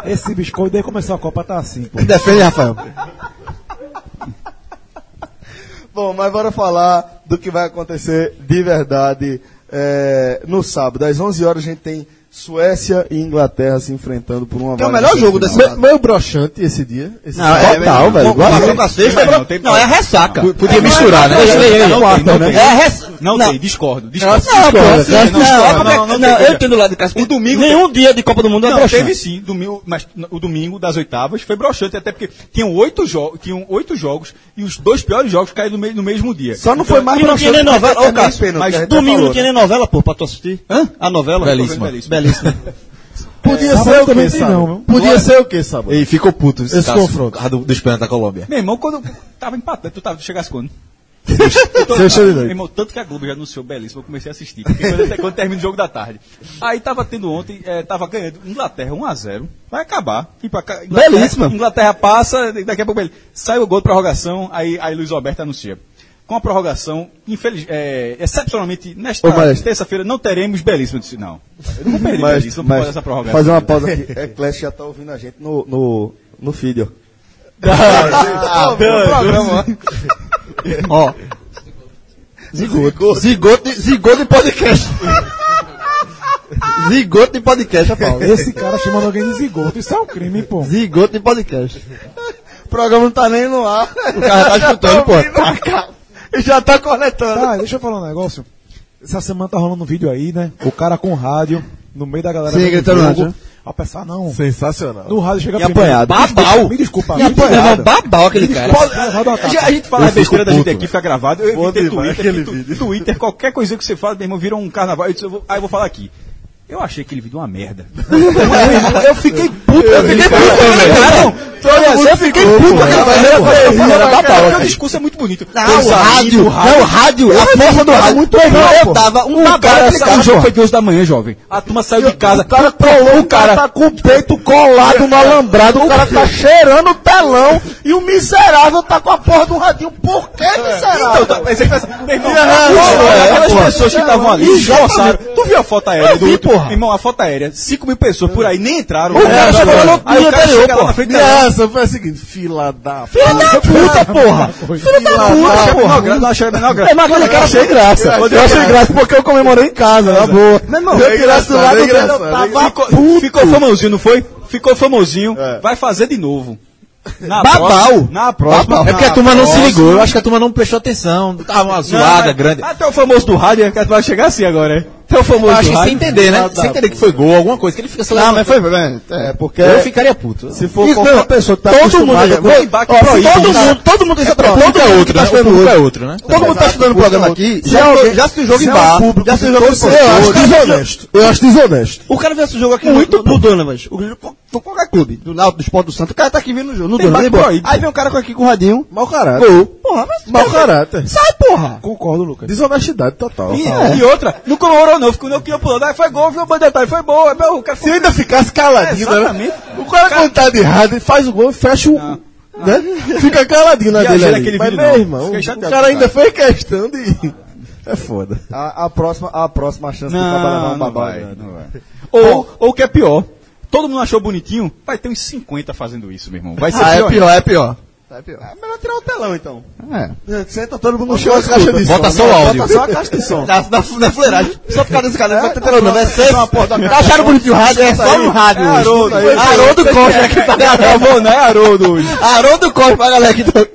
Esse biscoito daí começou a Copa, tá assim, pô. defende, Rafael. Bom, mas bora falar do que vai acontecer de verdade é, no sábado. Às 11 horas a gente tem Suécia e Inglaterra se enfrentando por uma Tem o vaga melhor na jogo semifinal. desse Me- Meio broxante esse dia. Esse Não, é, Total, velho. Bom, Guarani. Passou pra sexta, Não, não, tem- é ressaca. Podia É, não é misturar, né? quarta, Não tem, não quarta, tem, não né? tem. É ressa- Não, não. tem, discordo, Não, discordo. pô, discordo, não, discordo, não, não, não, tem, eu entendo do lado de Cássio. O domingo Nenhum dia de Copa do Mundo é Não, broxante. teve sim, domingo, mas n- o domingo das oitavas foi broxante, até porque tinham oito, jo tinham oito jogos e os dois piores jogos caíram no, me- no mesmo dia. Só não foi mais E não tinha nem broxante porque novela, também ô Cássio, pênalti, que a mas gente já domingo falou, não tinha nem novela, pô, pra tu assistir. Hã? A novela? Belíssima. Belíssima. Podia ser o que, sabe? é? Podia ser o que, sábado? E ficou puto esse, Esse Cássio, confronto. ah, do, dos pênaltis da Colômbia. Meu irmão, quando tava empatando, tu tava, tu chegasse quando? Sexta de Meu noite. irmão, tanto que a Globo já anunciou belíssimo, eu comecei a assistir. Porque quando, até quando termina o jogo da tarde. Aí tava tendo ontem, eh, tava ganhando Inglaterra 1x0. Vai acabar. Tipo, a ca- Inglaterra, Belíssima. Inglaterra passa, daqui a pouco ele. Sai o gol de prorrogação, aí, aí Luiz Alberto anuncia. Com a prorrogação, infeliz, eh, excepcionalmente, nesta Ô, Maestro. terça-feira não teremos belíssimo. Eu disse, não. Eu não vou perder Mas, belíssimo por mas causa dessa prorrogação. fazer uma pausa aqui. É, Clash já tá ouvindo a gente no, no, no feed, ó. Ah, programa, ó. Ó. Zigoto. Zigoto de, zigoto de podcast. zigoto de podcast, rapaz. Esse cara chamando alguém de zigoto, isso é um crime, pô. Zigoto de podcast. O programa não tá nem no ar. O cara tá escutando, pô. E já tá coletando. Tá, deixa eu falar um negócio. Essa semana tá rolando um vídeo aí, né? O cara com rádio, no meio da galera. Sim, vendo gritando jogo. rádio. Ao pensar, não. Sensacional. No rádio chega E apanhado. Me desculpa, Babau. Me desculpa. E apanhado. Babau aquele cara. A gente- a gente fala besteira da gente aqui, fica gravado. Eu Bom evitei demais Twitter, aquele porque tu- vídeo. Twitter, qualquer coisa que você fala, meu irmão, vira um carnaval. Eu disse, eu vou, aí eu vou falar aqui. Eu achei aquele vídeo uma merda. Eu fiquei puto. Eu fiquei puto. Eu fiquei puto. Porque o discurso é muito bonito. Não, o rádio, não, o rádio, a força do rádio. Muito eu tava um Cara, babado, o jogo foi 12 da manhã, jovem. A turma saiu de casa. O cara colou, o cara tá com o peito colado no alambrado, o cara tá cheirando o telão e o miserável tá com a porra do radinho. Por que miserável? Então, tá, mas é que- meu irmão, é, aquelas porra. pessoas que estavam ali, Ih, se esforçaram. Tu viu a foto aérea Eu do vi, outro? porra. Meu irmão, a foto aérea. 5 mil pessoas por aí, nem entraram. O cara Aí chegou lá no Aí dia o cara anterior, chega lá porra. na frente E da essa foi a seguinte, fila da... Filho da puta, porra! Filho da puta, Achei a menor porra! graça, não achei a menor graça. É, mas aquele cara achei graça. Eu achei graça porque eu comemorei em casa, na boa. Se eu tirasse do lado dele, eu tava Ficou, ficou famosinho, não foi? Ficou famosinho, vai fazer de novo. Na Babau. próxima- Na próxima. É porque a turma não se próxima. ligou, eu acho que a turma não prestou atenção, tava uma zoada mas- grande. Até o famoso do rádio, que vai chegar assim agora, é? Até o famoso Eu acho do que sem rádio. entender, né? Sem entender que foi gol, alguma coisa, que ele fica se Ah, mas foi. É, porque Eu ficaria puto. se for qualquer pessoa que tá Todo mundo, acostumada... Ó, Ó, se todo mundo, todo mundo tem essa O público é outro, né? O público é outro, né? Todo mundo tá estudando o programa aqui, já, já se é joga em um bar, já se joga em desonesto. Eu acho desonesto. O cara viesse o jogo aqui muito no, no Donovas, o, o- qualquer clube, do Náutico, do Esporte do Santo, o cara tá aqui vindo no jogo, no Donovas, embora. aí vem um cara com aqui com o radinho, Mau caráter. gol, porra, mas... Mau caráter. Sai, porra! Concordo, Lucas. Desonestidade total. é. E, e outra, não comemorou não, ficou não que pulando. Ah, foi gol, viu o bandeirão, foi boa. Não, o cara Se ainda ficasse caladinho, né? Exatamente. O cara quando tá de errado, ele faz o gol e fecha o... Né? Fica caladinho na Viajei dele ali. naquele Mas, vídeo, meu não. irmão, Fiquei o chateado, tá? cara ainda cara. fez questão de... É foda. A, a próxima, a próxima chance do Caba levar Não, um não babado. vai, não vai. Ou, ou o que é pior, todo mundo achou bonitinho, vai ter uns 50 fazendo isso, meu irmão. Vai ser Ah, é pior. pior, é pior. Sai pior. É melhor tirar o telão, então. É. Senta todo mundo no Bota chão só e a escuta. caixa de som, Bota né? só o áudio. Bota só a caixa de som. Na, na, na fuleiragem. Só por causa desse cara, não vai ter telão, não. É safe. Tá Acharam bonito o rádio, é só no rádio. É Haroldo. hoje. Haroldo Costa que tá Galvão, não é Haroldo hoje. Haroldo Costa pra galera que tá...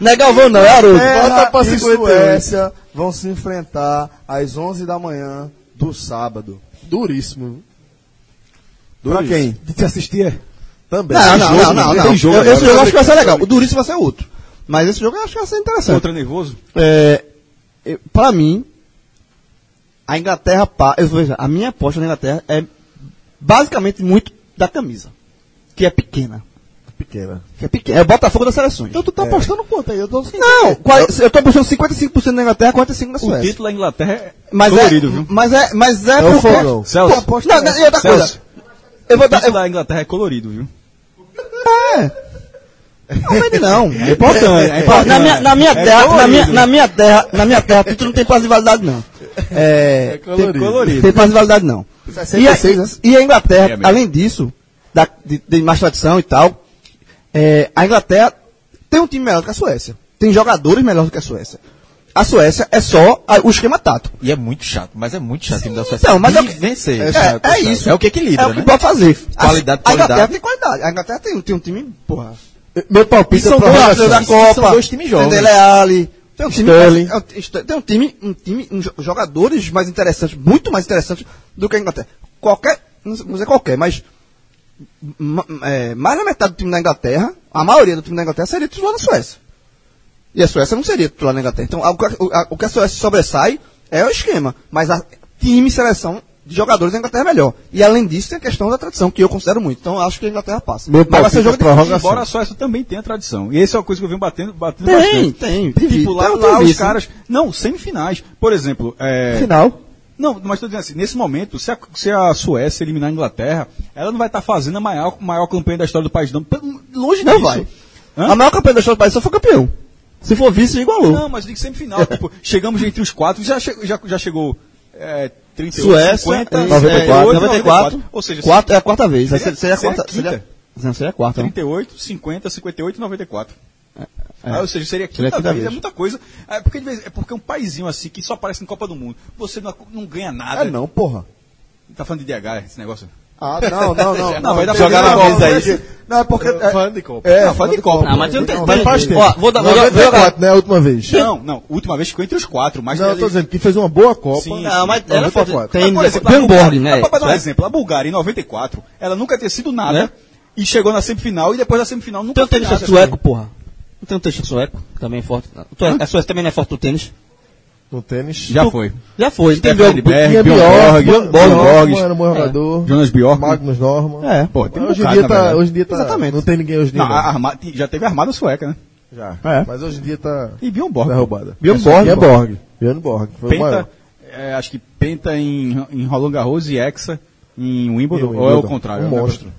Não é Galvão, não, é Haroldo. Bota pra e um. 58. Suécia vão se enfrentar às 11 da manhã do sábado. Duríssimo. Pra quem? De te assistir é. Também. Não, não, não, não, não. Tem jogo, Eu- esse né? jogo é eu acho que vai ser legal. O Duríssimo vai ser outro. Mas esse jogo eu acho que vai ser interessante. Contra nervoso? É, eu- pra mim, a Inglaterra. pa- Eu, veja, a minha aposta na Inglaterra é basicamente muito da camisa, que é pequena. Pequena. Que é pequena. É o Botafogo das seleções. Então tu tá apostando quanto aí? Eu tô Não, qual- eu tô apostando 55% na Inglaterra, 45% na Suécia. O título da Inglaterra é Mas colorido, é, viu? Mas é, mas é, É o porque- fogão. Pô, Celso. aposta- Não, não, e outra coisa. Celso. Eu vou dar. título da Inglaterra é colorido, viu? É. Não vende não. É importante, é importante. Na minha, na minha É terra, na minha, colorido. na minha terra, na minha terra, título não tem prazo de validade não. É, É colorido. Tem, né? tem prazo de validade não. 66, e, a, né? e a Inglaterra, É mesmo. além disso, da, de, de mais tradição e tal, é, a Inglaterra tem um time melhor do que a Suécia. Tem jogadores melhores do que a Suécia. A Suécia é só a- o esquema tático. E é muito chato, mas é muito chato o time da Suécia. Então, mas é o E que- vencer. É, chato, é chato. isso. É o que equilibra, É o que né? pode fazer. Qualidade, a, a Inglaterra qualidade. tem qualidade. A Inglaterra tem, tem um time, porra. Meu palpite E são pra dois relação. atletas da Copa. são dois times jovens. Tem Dele Alli, Tem um time, Sterling. é um ti- tem um time, um time um jo- jogadores mais interessantes, muito mais interessantes do que a Inglaterra. Qualquer, não sei- não sei qualquer, mas ma- é, mais da metade do time da Inglaterra, a maioria do time da Inglaterra seria titular na Suécia. E a Suécia não seria titular na Inglaterra. Então, a- o que a- o a- o que a Suécia sobressai é o esquema, mas a time e seleção de jogadores da Inglaterra é melhor. E além disso, tem a questão da tradição, que eu considero muito. Então, acho que a Inglaterra passa. Meu mas vai ser palpite jogo é difícil. prorrogação. Embora a Suécia também tenha tradição. E essa é uma coisa que eu venho batendo, batendo Tem, bastante. tem, Tipo, lá, tem, um tem lá os visto. caras... Não, semifinais. Por exemplo... É... Final. Não, mas estou dizendo assim, nesse momento, se a, se a Suécia eliminar a Inglaterra, ela não vai estar fazendo a maior, maior campanha da história do país, não. Pelo- Longe Não disso. vai. Hã? A maior campanha da história do país só foi campeão. Se for vice, é igualou. Não, mas digo semifinal. tipo, chegamos entre os quatro, já, che- já, já chegou é, 38, Suécia, é, 50, 94, 98, 94. Ou seja, Quatro- é a quarta vez. Aí Seria, seria a seria a quarta- quinta. seria- Não, seria a quarta. né? 38, 50, 58 e 94. é. Ah, ou seja, seria a quinta, Seria a quinta vez, vez. é muita coisa. É porque, de vez- é porque é um paizinho assim que só aparece na Copa do Mundo. Você não, não ganha nada. É não, porra. Tá falando de DH esse negócio? Ah, não, não, não. Não, vai dar pra Jogar jogar na mesa aí. Não, é porque. É, Falando de Copa. É, não, fala de Copa. Não, mas tem, Mas faz tempo. Ó, vou dar- vou dar- vou dar- 94, né? A última vez. Não, não. Última vez ficou entre os quatro, mas Não, eu ele- tô dizendo que fez uma boa Copa. Sim, Não, mas ela ela foi- tem é Mas, por exemplo, a Bulgária- né? Mas Pra dar um exemplo, a Bulgária em 94, ela nunca tinha sido nada Né? e chegou na semifinal e depois da semifinal Tem nunca um tenista nada. sueco, porra. Não tem um tenista sueco, também forte. Tu é- a Suécia também não é forte no tênis. No tênis. Já foi. Já foi, Stefan entendeu? Edberg, Tinha Bjorn Bjorg, Borg, Bjorn Bjorn Borg, é. Borg era um bom jogador. Jonas Bjork. Magnus Norman. É. Pô, tem um hoje, em bocado, dia na tá, verdade. hoje em dia tá. Exatamente. Não tem ninguém hoje em dia. né? Não, a arma- já teve a armada sueca, né? Já. É. Mas hoje em dia tá E Bjorn Borg. derrubada. Bjorn Borg. Bjorn Borg. Bjorn Borg. Foi o maior. Penta, é, acho que penta em, em Roland Garros e hexa em Wimbledon, Em Wimbledon. ou é o contrário? Um né? monstro.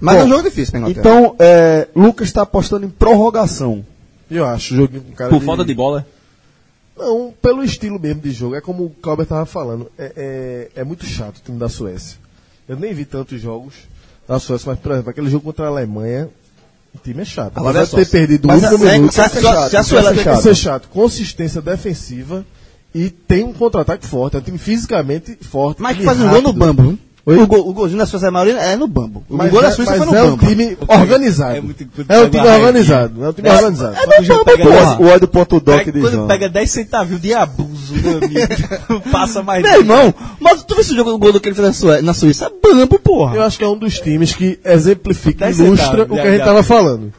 Mas Bom, é um jogo difícil, né, Inglaterra? Então, é, Lucas está tá apostando em prorrogação. Eu acho, o joguinho com cara Por falta de bola. é? Não, pelo estilo mesmo de jogo. É como o Calber tava falando. É, é, é muito chato o time da Suécia. Eu nem vi tantos jogos da Suécia, mas, por exemplo, aquele jogo contra a Alemanha, o time é chato. Agora Apesar é de só. ter perdido o um Mas último se a- minuto, Tá se a- isso é se a- chato. se a Isso é Suécia- chato. Isso é chato. Consistência defensiva e tem um contra-ataque forte. É um time fisicamente forte. Mas que time faz um gol no rápido. bambo, hein? O, gol, o golzinho da Suécia, a maioria é no bambo. O Mas gol é- da Suíça foi mas no é um bambo. time organizado. É É, muito- um time organizado. É um time organizado. Ah. É no bambo, pega porra. O ódio ponto doc Pega, de É quando João. pega 10 centavinhos de abuso, meu amigo, passa mais Meu irmão, mas tu viu esse jogo, o gol do que ele fez na, Sué- na Suíça? É bambo, porra. Eu acho que é um dos times que exemplifica, Dez ilustra centavos, o que Tá já, a gente já. estava falando.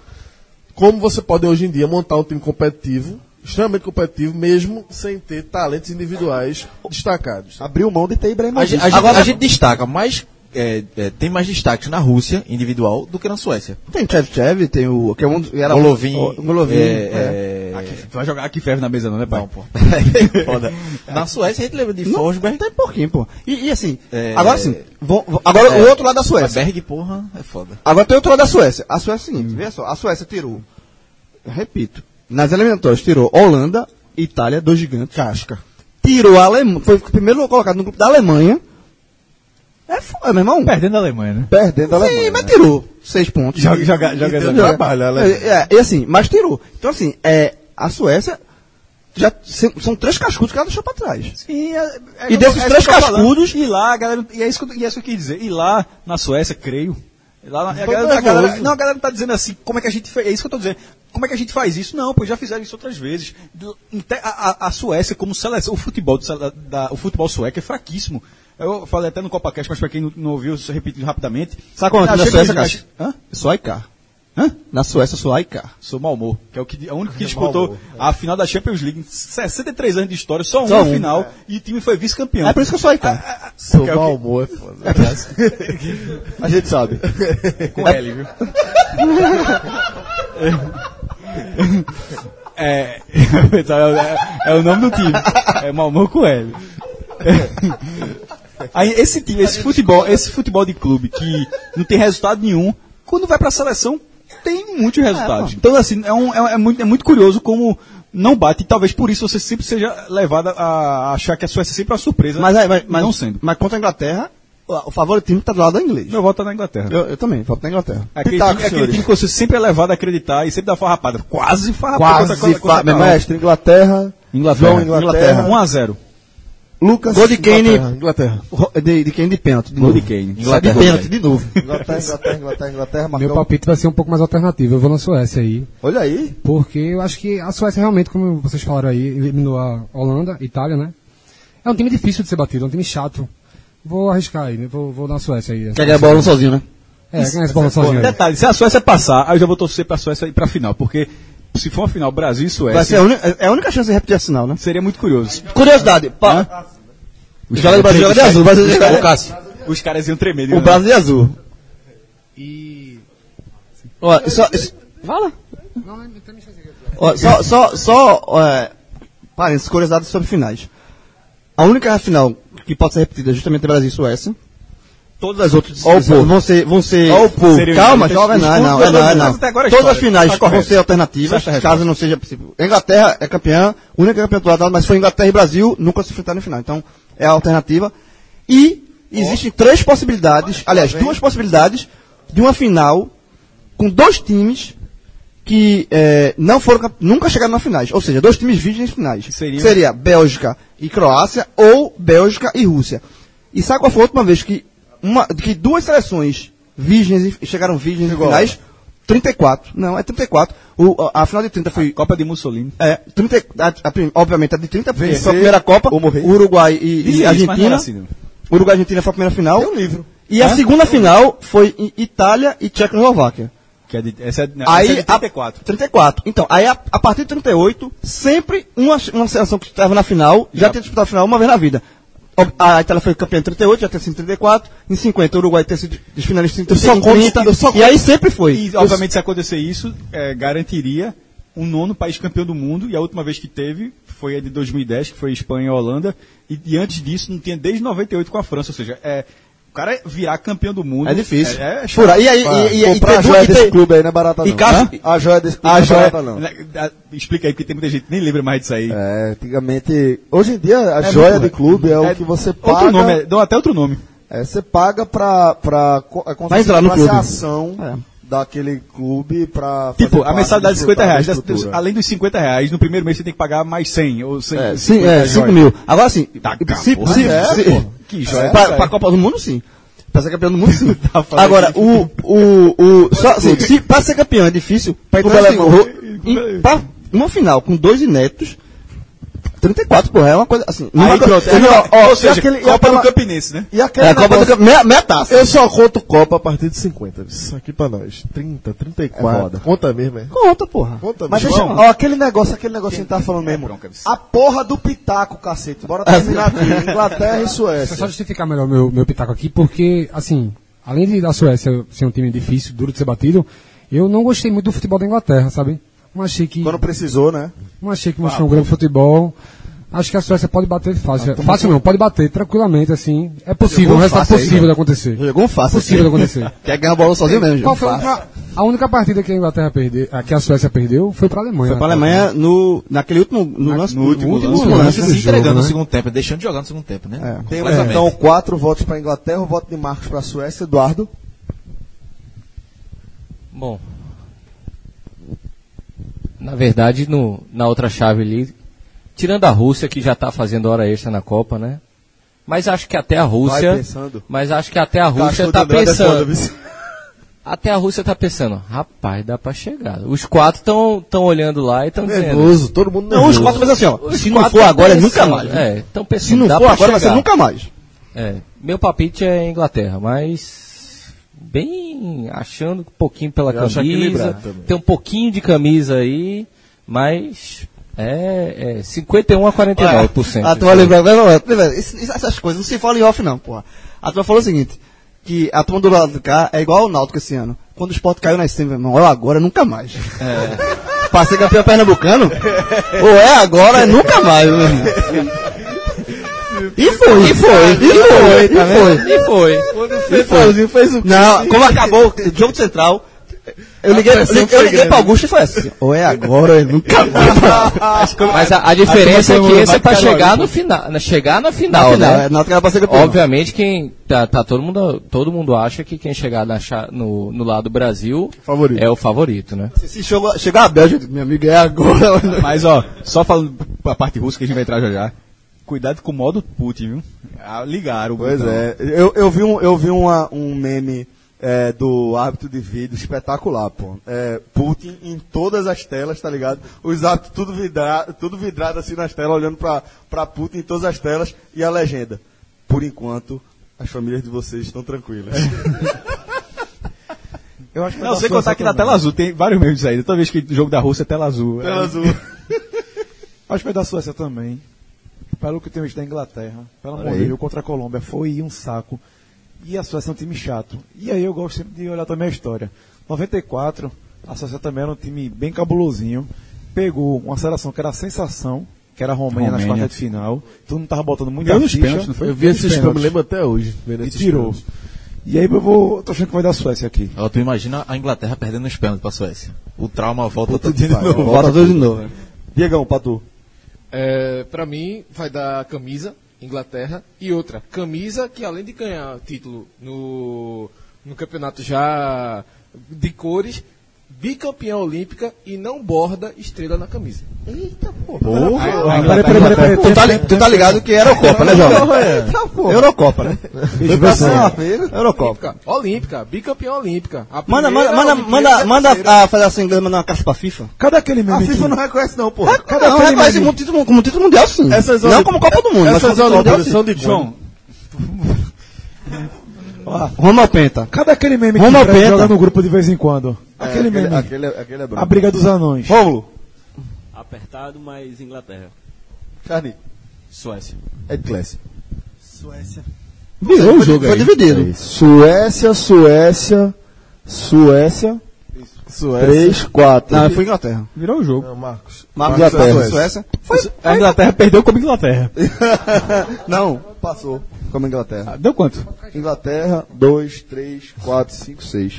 Como você pode hoje em dia montar um time competitivo, extremamente competitivo, mesmo sem ter talentos individuais destacados. Tá Abriu mão de ter A, gente- Ibrahimovic. a gente- a gente destaca mais. é, é, tem mais destaques na Rússia, individual, do que na Suécia. Tem Tchevchev, tem o... Que é um, dos- era um- Golovin. o- Golovin. é. é, é, Aqui, tu vai jogar aqui ferro na mesa, não, né, pai? Não, pô. Foda. Na Suécia a gente lembra de Não, Forsberg. tem pouquinho, pô. E, e assim, É. agora sim. vão- vão- agora É. o outro lado da Suécia. Berg, porra, é foda. Agora tem outro lado da Suécia. A Suécia é o seguinte, veja só, a Suécia tirou, repito, nas eliminatórias tirou Holanda, Itália, dois gigantes. Casca. Tirou a Alemanha, foi o primeiro colocado no grupo da Alemanha. É É foda, meu irmão. Perdendo a Alemanha, né? Perdendo a Alemanha. Sim, mas tirou seis pontos. Joga- joga- joga- Entendeu? joga trabalho, a né? Alemanha. É, é, e assim, mas tirou. Então, assim, é, a Suécia já se- são três cascudos que ela deixou pra trás. Sim, é- é E que desses eu- é três isso que eu tô falando. cascudos- E lá, a galera. E é isso que eu, e é isso que eu quis dizer. E lá na Suécia, creio. Lá, na- a Tô galera, a nervoso. galera- não, a galera tá dizendo assim, como é que a gente fez. É isso que eu tô dizendo. Como é que a gente faz isso? Não, pois já fizeram isso outras vezes. Do- inte- A, a- a Suécia, como seleção, o futebol, de sele- da- o futebol sueco é fraquíssimo. Eu falei até no Copacast, mas pra quem não, não ouviu, só repetindo rapidamente. Sabe qual é o time da Achei Suécia, que- Cássio? Hã? Suaicar. Na Suécia, Suaicar. Sou Malmô, que é o, que, é o único que disputou a final da Champions League. 63 anos de história, só, Só uma um, final, Ah, é. e o time foi vice-campeão. É por isso que eu sou Aicar. Sou Malmô. é Amor, A gente sabe. Com L, viu? É, é, é o nome do time. É Malmão com L. Aí esse time, esse futebol, esse futebol de clube que não tem resultado nenhum, quando vai pra seleção tem muitos resultados. então assim é, um- é- é muito, é muito curioso como não bate. E talvez por isso você sempre seja levado a achar que a Suécia é sempre uma surpresa. Mas, aí, mas, mas, não sendo. mas contra a Inglaterra, o o favoritismo tá do lado da inglês. Meu voto é na Inglaterra. Eu, eu também, voto na Inglaterra. É Aquele, Pitaco, time, é aquele senhores. time que você sempre é levado a acreditar e sempre dá farrapada. Quase farrapada. Quase, contra- contra- fa... é. contra- mestre, Inglaterra, Inglaterra. João, Inglaterra. 1 a 0 Lucas. Gol de Kane. Ro- De, de Kane de pênalti. de Gol novo. de Kane. Sai de Inglaterra. pênalti, de novo. Inglaterra, Inglaterra, Inglaterra, Inglaterra, Meu Marcão. palpite vai ser um pouco mais alternativo. Eu vou na Suécia aí. Olha aí. Porque eu acho que a Suécia realmente, como vocês falaram aí, eliminou a Holanda, Itália, né? É um time difícil de ser batido, é um time chato. Vou arriscar aí, né? vou, vou na Suécia aí. Pega a bola sozinho, né? É, ganha essa bola sozinho. aí. Detalhe, se a Suécia passar, aí eu já vou torcer pra Suécia ir pra final. Porque se for uma final Brasil e Suécia, Vai ser a uni- é a única chance de repetir a sinal, né? seria muito curioso. Curiosidade. Pa... Os caras do Brasil jogam de azul. O Brasil joga de azul. Os caras iam tremer. O né? Brasil de azul. E. Ó, só. isso- Ó, só, só, só ó, é, parênteses, curiosidades sobre finais. A única final que pode ser repetida é justamente Brasil e Suécia. Todas as outras Ó, o povo. vão ser. Vão ser Seriam Calma, inéditas. jovem, não, é não, é não, é não. Até agora é Todas as história. finais Tá vão correto. ser alternativas, Certa resposta. caso não seja possível. A Inglaterra é campeã, a única campeã do lado, mas foi Inglaterra e Brasil, nunca se enfrentaram em final. Então, é a alternativa. E existem três possibilidades, aliás, duas possibilidades de uma final com dois times que eh, não foram, cap- nunca chegaram nas finais. Ou seja, dois times virgens finais. Seria- Seria Bélgica e Croácia ou Bélgica e Rússia. E sabe qual foi a última vez que, uma, que duas seleções virgens e- chegaram virgens em finais? 34. Não, é 34. O, a, a final de 30 foi. Copa de Mussolini. É, 30, a, a prim- obviamente, a de 30 foi Vencer a primeira Copa. ou morrer. Uruguai e, Dizem e isso, mas não era Argentina. assim, né? Uruguai e Argentina foi a primeira final. É um livro. E a Hã? um segunda final foi em Itália e Tchecoslováquia. Que é de, essa é, não, essa é Aí, de 34. A, 34. Então, aí a, a partir de 38, sempre uma, uma seleção que estava na final, já, Já. tinha disputado a final uma vez na vida. Ob- A Itália foi campeã em 38, já tinha sido em 34, em 50 o Uruguai tinha sido finalista em 35, só conto- 30, eu só e aí sempre foi. E, obviamente, se acontecer isso, é, garantiria um nono país campeão do mundo. E a última vez que teve foi a de 2010, que foi Espanha e Holanda. E, e antes disso, não tinha desde 98 com a França. Ou seja, é, o cara virar campeão do mundo. É difícil. É, é chato. Furar. E aí, e, e, e, Comprar ter a du- joia e ter- desse clube aí não é barata E não. Cássio- Há? A joia desse clube Ah, não é já é- barata não. ah, Explica aí, porque tem muita gente que nem lembra mais disso aí. É, antigamente. Hoje em dia, a muito joia ruim. de clube é, É o que você paga. Outro nome, é, dão até outro nome. É, você paga pra, pra co- é acontecer entrar no pra clube. ser ação É. daquele clube pra. fazer Tipo, a parte, mensalidade de 50 desfrutar da reais. das- estrutura. dos- além dos 50 reais, no primeiro mês você tem que pagar mais 100 ou 100. É, sim, 50 é, joias. 5 mil. Agora sim, Tá, se, cara, se, porra, se, é, se- porra. Que joia pra, essa aí. pra Copa do Mundo, sim. Pra ser campeão do mundo, sim. Tá falando Agora, aqui. o, o, o, só, assim, se, pra ser campeão é difícil, pra Pra entrar em É pra uma final com dois inéditos, 34, porra, é uma coisa assim. numa Aí, co- pronto, é, Entendeu? Ó, ou seja, e aquele- e Copa aquela- do Campinense, né? E aquele é a Copa do Campeão, meia, meia taça. Eu só conto Copa a partir de 50. Isso aqui pra nós. 30, 34. conta mesmo, é? Conta, porra. Conta Mas mesmo. deixa, ó, aquele negócio, aquele negócio que a gente tá É falando mesmo. a porra do pitaco, cacete. Bora terminar aqui. Inglaterra e Deixa eu É só Suécia. justificar melhor meu, meu pitaco aqui, porque, assim, além de da Suécia ser um time difícil, duro de ser batido, eu não gostei muito do futebol da Inglaterra, sabe? Não achei que, Quando precisou, né? Ah, não achei que mostrou um grande futebol. Acho que a Suécia pode bater fácil. fácil não, pode bater tranquilamente, assim. É possível, é um resultado fácil aí, possível né? de acontecer. Jogou fácil. Possível de acontecer. Quer ganhar a bola sozinho mesmo, Qual jogou foi a fácil. única- a única partida que a Inglaterra perdeu, a, que a Suécia perdeu, foi para a Alemanha. Foi pra né? Alemanha no, naquele último, no lance- no último, lance, se entregando né? no segundo. segundo tempo, deixando de jogar no segundo tempo, né? É. Temos então quatro votos para a Inglaterra, o voto de Marcos para a Suécia. Eduardo, Bom. Na verdade, no, na outra chave ali, tirando a Rússia, que já está fazendo hora extra na Copa, né? Mas acho que até a Rússia. pensando. Mas acho que até a Rússia Cascudo está Andrade é foda, tá pensando. viu? Até a Rússia está pensando, rapaz, dá para chegar. Os quatro estão tão olhando lá e é estão dizendo. Nervoso, todo mundo Não, nervoso. os quatro, mas assim, ó, Se quatro Tá não for agora, é pensando, nunca mais. É, então pensando, Se não dá for pra agora, vai ser chegar. nunca mais. É, meu palpite é Inglaterra, mas bem achando um pouquinho pela Eu acho camisa, equilibrado também. tem um pouquinho de camisa aí, mas é, é 51 a 49%. Ah, A turma lembrando, não, não, não, isso- isso- essas coisas não se fala em off, não, porra. A turma falou o seguinte: que a turma do lado de cá é igual ao Náutico esse ano. Quando o Sport caiu na semi, meu irmão, é agora, nunca mais. Pra ser campeão pernambucano, ou é agora, é nunca mais, meu irmão. E foi, e foi, e foi, e foi. E É, foi. E foi. Não, como acabou o jogo central. Eu liguei, eu liguei, eu liguei pra Augusto e falei assim: ou é agora, ou é nunca mais. Mas a, a diferença é que esse é pra chegar no final. final, na- chegar na final, Na final, né? é, na outra era pra ser campeão. Obviamente quem tá, tá todo mundo todo mundo acha que quem chegar na cha- no, no lado do Brasil Favorito. é o favorito, né? Se chegou, chegar a Bélgica, meu amigo, é agora. Mas, ó, só falando a parte russa que a gente vai entrar já já. Cuidado com o modo Putin, viu? Ah, ligaram. Pois Então. é, eu, eu vi um, eu vi uma, um meme é, do árbitro de vídeo espetacular, pô. É, Putin em todas as telas, tá ligado? Os árbitros tudo, vidra, tudo vidrado assim nas telas, olhando pra, pra Putin em todas as telas e a legenda. Por enquanto, as famílias de vocês estão tranquilas. Eu acho que Não, eu sei contar aqui na tela azul, tem vários memes aí. Toda vez que o jogo da Rússia é tela azul. Tela É. azul. Acho que vai da Suécia também. Pelo que tem visto da Inglaterra, pelo amor Olha de aí. Deus, contra a Colômbia, foi um saco. E a Suécia é um time chato. E aí eu gosto sempre de olhar também a história. 94, a Suécia também era um time bem cabulosinho. Pegou uma seleção que era a sensação, que era a Romênia, nas Romênia. quartas de final. Todo mundo tava botando muita Ganhou nos ficha. pênaltis, não foi? Eu Eu vi vi esses esse pênaltis. eu me lembro até hoje. vendo E esses tirou. pênaltis. E aí eu vou. tô achando que vai dar a Suécia aqui. Ó, tu imagina a Inglaterra perdendo os pênaltis pra Suécia. O trauma volta todo de novo, volta tudo de novo. Diegão, Patu. É, para mim, vai dar camisa, Inglaterra, e outra. Camisa que além de ganhar título no, no campeonato já de cores, bicampeã olímpica e não borda estrela na camisa. Eita, pô. Ah, peraí, peraí, peraí, peraí. Tu tá, li- tu tá ligado que era Copa, né, Jovem? Eita, pô. Eurocopa, né? Foi pra assim, sexta-feira, Eurocopa. Olímpica, olímpica, bicampeã olímpica. A Manda, manda, primeira manda, Olimpíada manda, manda brasileira. a Federação Inglesa mandar uma caixa pra FIFA. Cadê aquele A meme FIFA não que... reconhece é não, pô. Cada não, reconhece como título, como título mundial, sim. não como Copa do Mundo, mas como Essas título mundial, Olimpíadas sim. são de João. Roma Penta. Cadê aquele meme que Roma o Fred Penta. joga no grupo de vez em quando? aquele, aquele, meme. aquele, aquele é A bom. briga dos anões. Rômulo. Apertado, mas Inglaterra. Charlie. Suécia. Ed Class. Suécia. Virou o jogo Foi dividido. Suécia, Suécia, Suécia. Suécia. 3, 4. Não, foi Inglaterra. Virou o jogo. Não, Marcos. Marcos Inglaterra. Suécia. Suécia. Foi, A Inglaterra perdeu como Inglaterra. Não, passou. como Inglaterra. Deu quanto? Inglaterra, 2, 3, 4, 5, 6.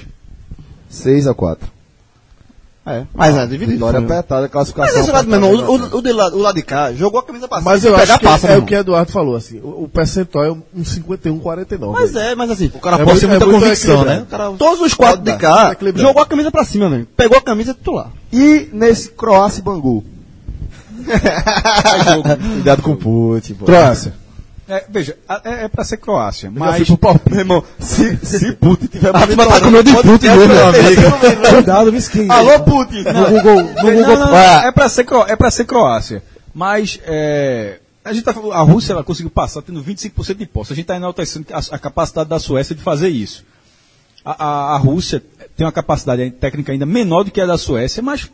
6 a 4. É. Mas é dividido. Vitória foi. apertada, classificação. Mas é esse lado, meu irmão, pra- o, o, o de lá- o lado de cá jogou a camisa pra cima. Mas eu Se acho que passa, é meu o que irmão. Eduardo falou, assim. O, o percentual é um 51-49. Mas é, mas assim, o cara O cara É pode ter muito- é muita muito convicção, né? equilibrado. O cara- Todos os quatro de cá equilibrado. jogou a camisa pra cima, meu. irmão. Pegou a camisa e titular. E nesse Croácia e Bangu. Cuidado com o Put, tipo, pô. Croácia. É, veja, a- é, é pra ser Croácia, Mas, mas... meu irmão, se, se Putin tiver A turma tá monitorando- com medo de Put, meu amigo. Cuidado, Visquinha. Alô, Putin! No Google, no Não, Google não, não, é pra ser, Cro- é pra ser Croácia. Mas é, a, gente tá, falando- a Rússia ela conseguiu passar tendo 25% de posse. A gente está enaltecendo a, a capacidade da Suécia de fazer isso. A, a- a Rússia tem uma capacidade técnica ainda menor do que a da Suécia, mas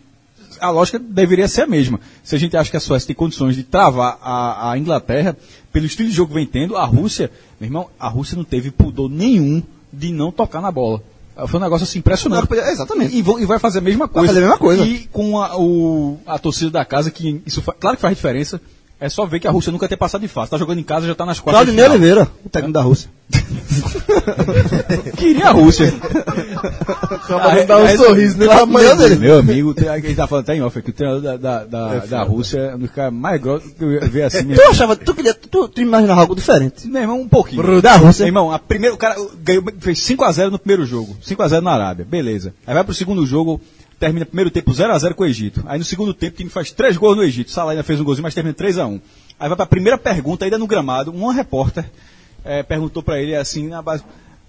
a lógica deveria ser a mesma. Se a gente acha que a Suécia tem condições de travar a, a Inglaterra, pelo estilo de jogo que vem tendo, a Rússia, meu irmão, a Rússia não teve pudor nenhum de não tocar na bola. Foi um negócio assim impressionante. É, exatamente. E, vão- e vai fazer a mesma coisa. fazer a mesma coisa. E com a, o- a torcida da casa, que isso fa- claro que faz diferença, É só ver que a Rússia nunca tem passado de fase. Tá jogando em casa, já tá nas quartas. de Claudinei final. Oliveira, o técnico da Rússia. Queria a Rússia. Acaba de dar um sorriso, né? Claro, Tamanho É, meu, dele. meu amigo, tem, a gente tá falando até em off aqui, o treinador da, da, da, da Rússia é um dos caras mais grossos que eu vi assim. Tu achava, tu queria, tu, tu imaginava algo diferente. Meu irmão, um pouquinho. Bro, da Rússia. Meu irmão, a primeira, o cara ganhou, fez 5x0 no primeiro jogo. 5x0 na Arábia, beleza. Aí vai pro segundo jogo, termina primeiro tempo 0x0 com o Egito. Aí no segundo tempo o time faz 3 gols no Egito. Salah ainda fez um golzinho, mas termina 3x1. Aí vai pra primeira pergunta, ainda no gramado, uma repórter eh, perguntou pra ele assim, na base.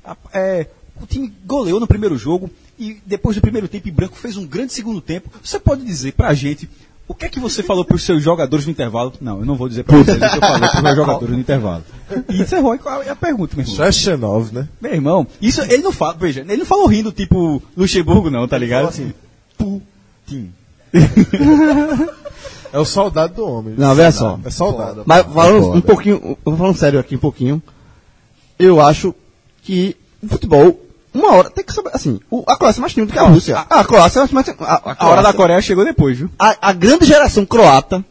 a- eh, o time goleou no primeiro jogo e depois do primeiro tempo em branco fez um grande segundo tempo. Você pode dizer pra gente. O que é que você falou pros seus jogadores no intervalo? Não, eu não vou dizer pra vocês o que eu falei pros meus jogadores no intervalo. E encerrou aí a pergunta, meu irmão. Shashanov, né? Meu irmão, isso ele não fala, veja, ele não falou rindo tipo Luxemburgo, não, tá ligado? assim, Putin. É o soldado do homem. Não, veja só. É soldado. Mas falando um pouquinho, falando sério aqui um pouquinho, eu acho que o futebol, uma hora, tem que saber, assim, o- a Croácia é mais time do que a Rússia. A, Croácia é mais, mais a, A hora da Coreia chegou depois, viu? A, a grande geração croata,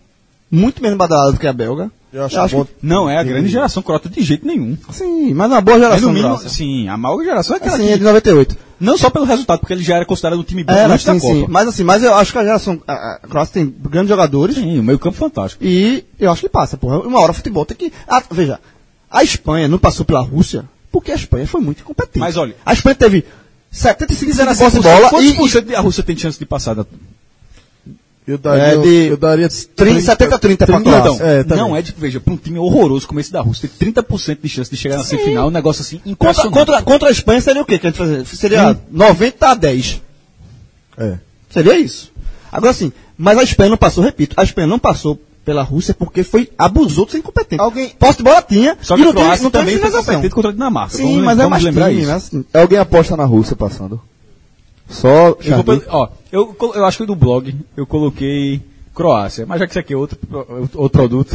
muito menos badalada do que a belga. Eu acho bom- que- Não é a grande geração croata de jeito nenhum. Sim, mas uma boa geração. Mas no mínimo, né? croata. sim, a maior geração é aquela Assim, que- é de 98. Não só pelo resultado, porque ele já era considerado um time bom Era, antes da sim, Copa. sim. É, Mas assim, mas eu acho que a geração. A, a Croácia tem grandes jogadores. Sim, o meio campo fantástico. E eu acho que passa, porra. Uma hora o futebol tem que. Ah, veja, a Espanha não passou pela Rússia porque a Espanha foi muito incompetente. Mas olha- A Espanha teve 75 de posse de 0% bola quantos por e. cento a Rússia tem chance de passar? da- Eu É, daria, de eu daria 30, 70, 30 pra Perdão, Croácia. não é de, veja, pra um time horroroso como esse da Rússia, ter 30% de chance de chegar na semifinal, um negócio assim Contra, impressionante. contra, contra a Espanha seria o quê que a gente fazia? Seria 90 a 10. É. Seria isso. Agora sim, mas a Espanha não passou, repito, a Espanha não passou pela Rússia porque foi abusou de ser incompetente. Alguém- Posse de bola tinha, Só que e não a Croácia teve, não também teve foi finalização. competente contra a Dinamarca. Sim, Vamos- mas é vamos mais lembrar time, isso. né? Assim, Alguém aposta na Rússia passando? Só. Eu, vou Xabi. pelo- ó, eu, colo- eu acho que do blog eu coloquei Croácia, mas já que isso aqui é outro, pro- outro produto.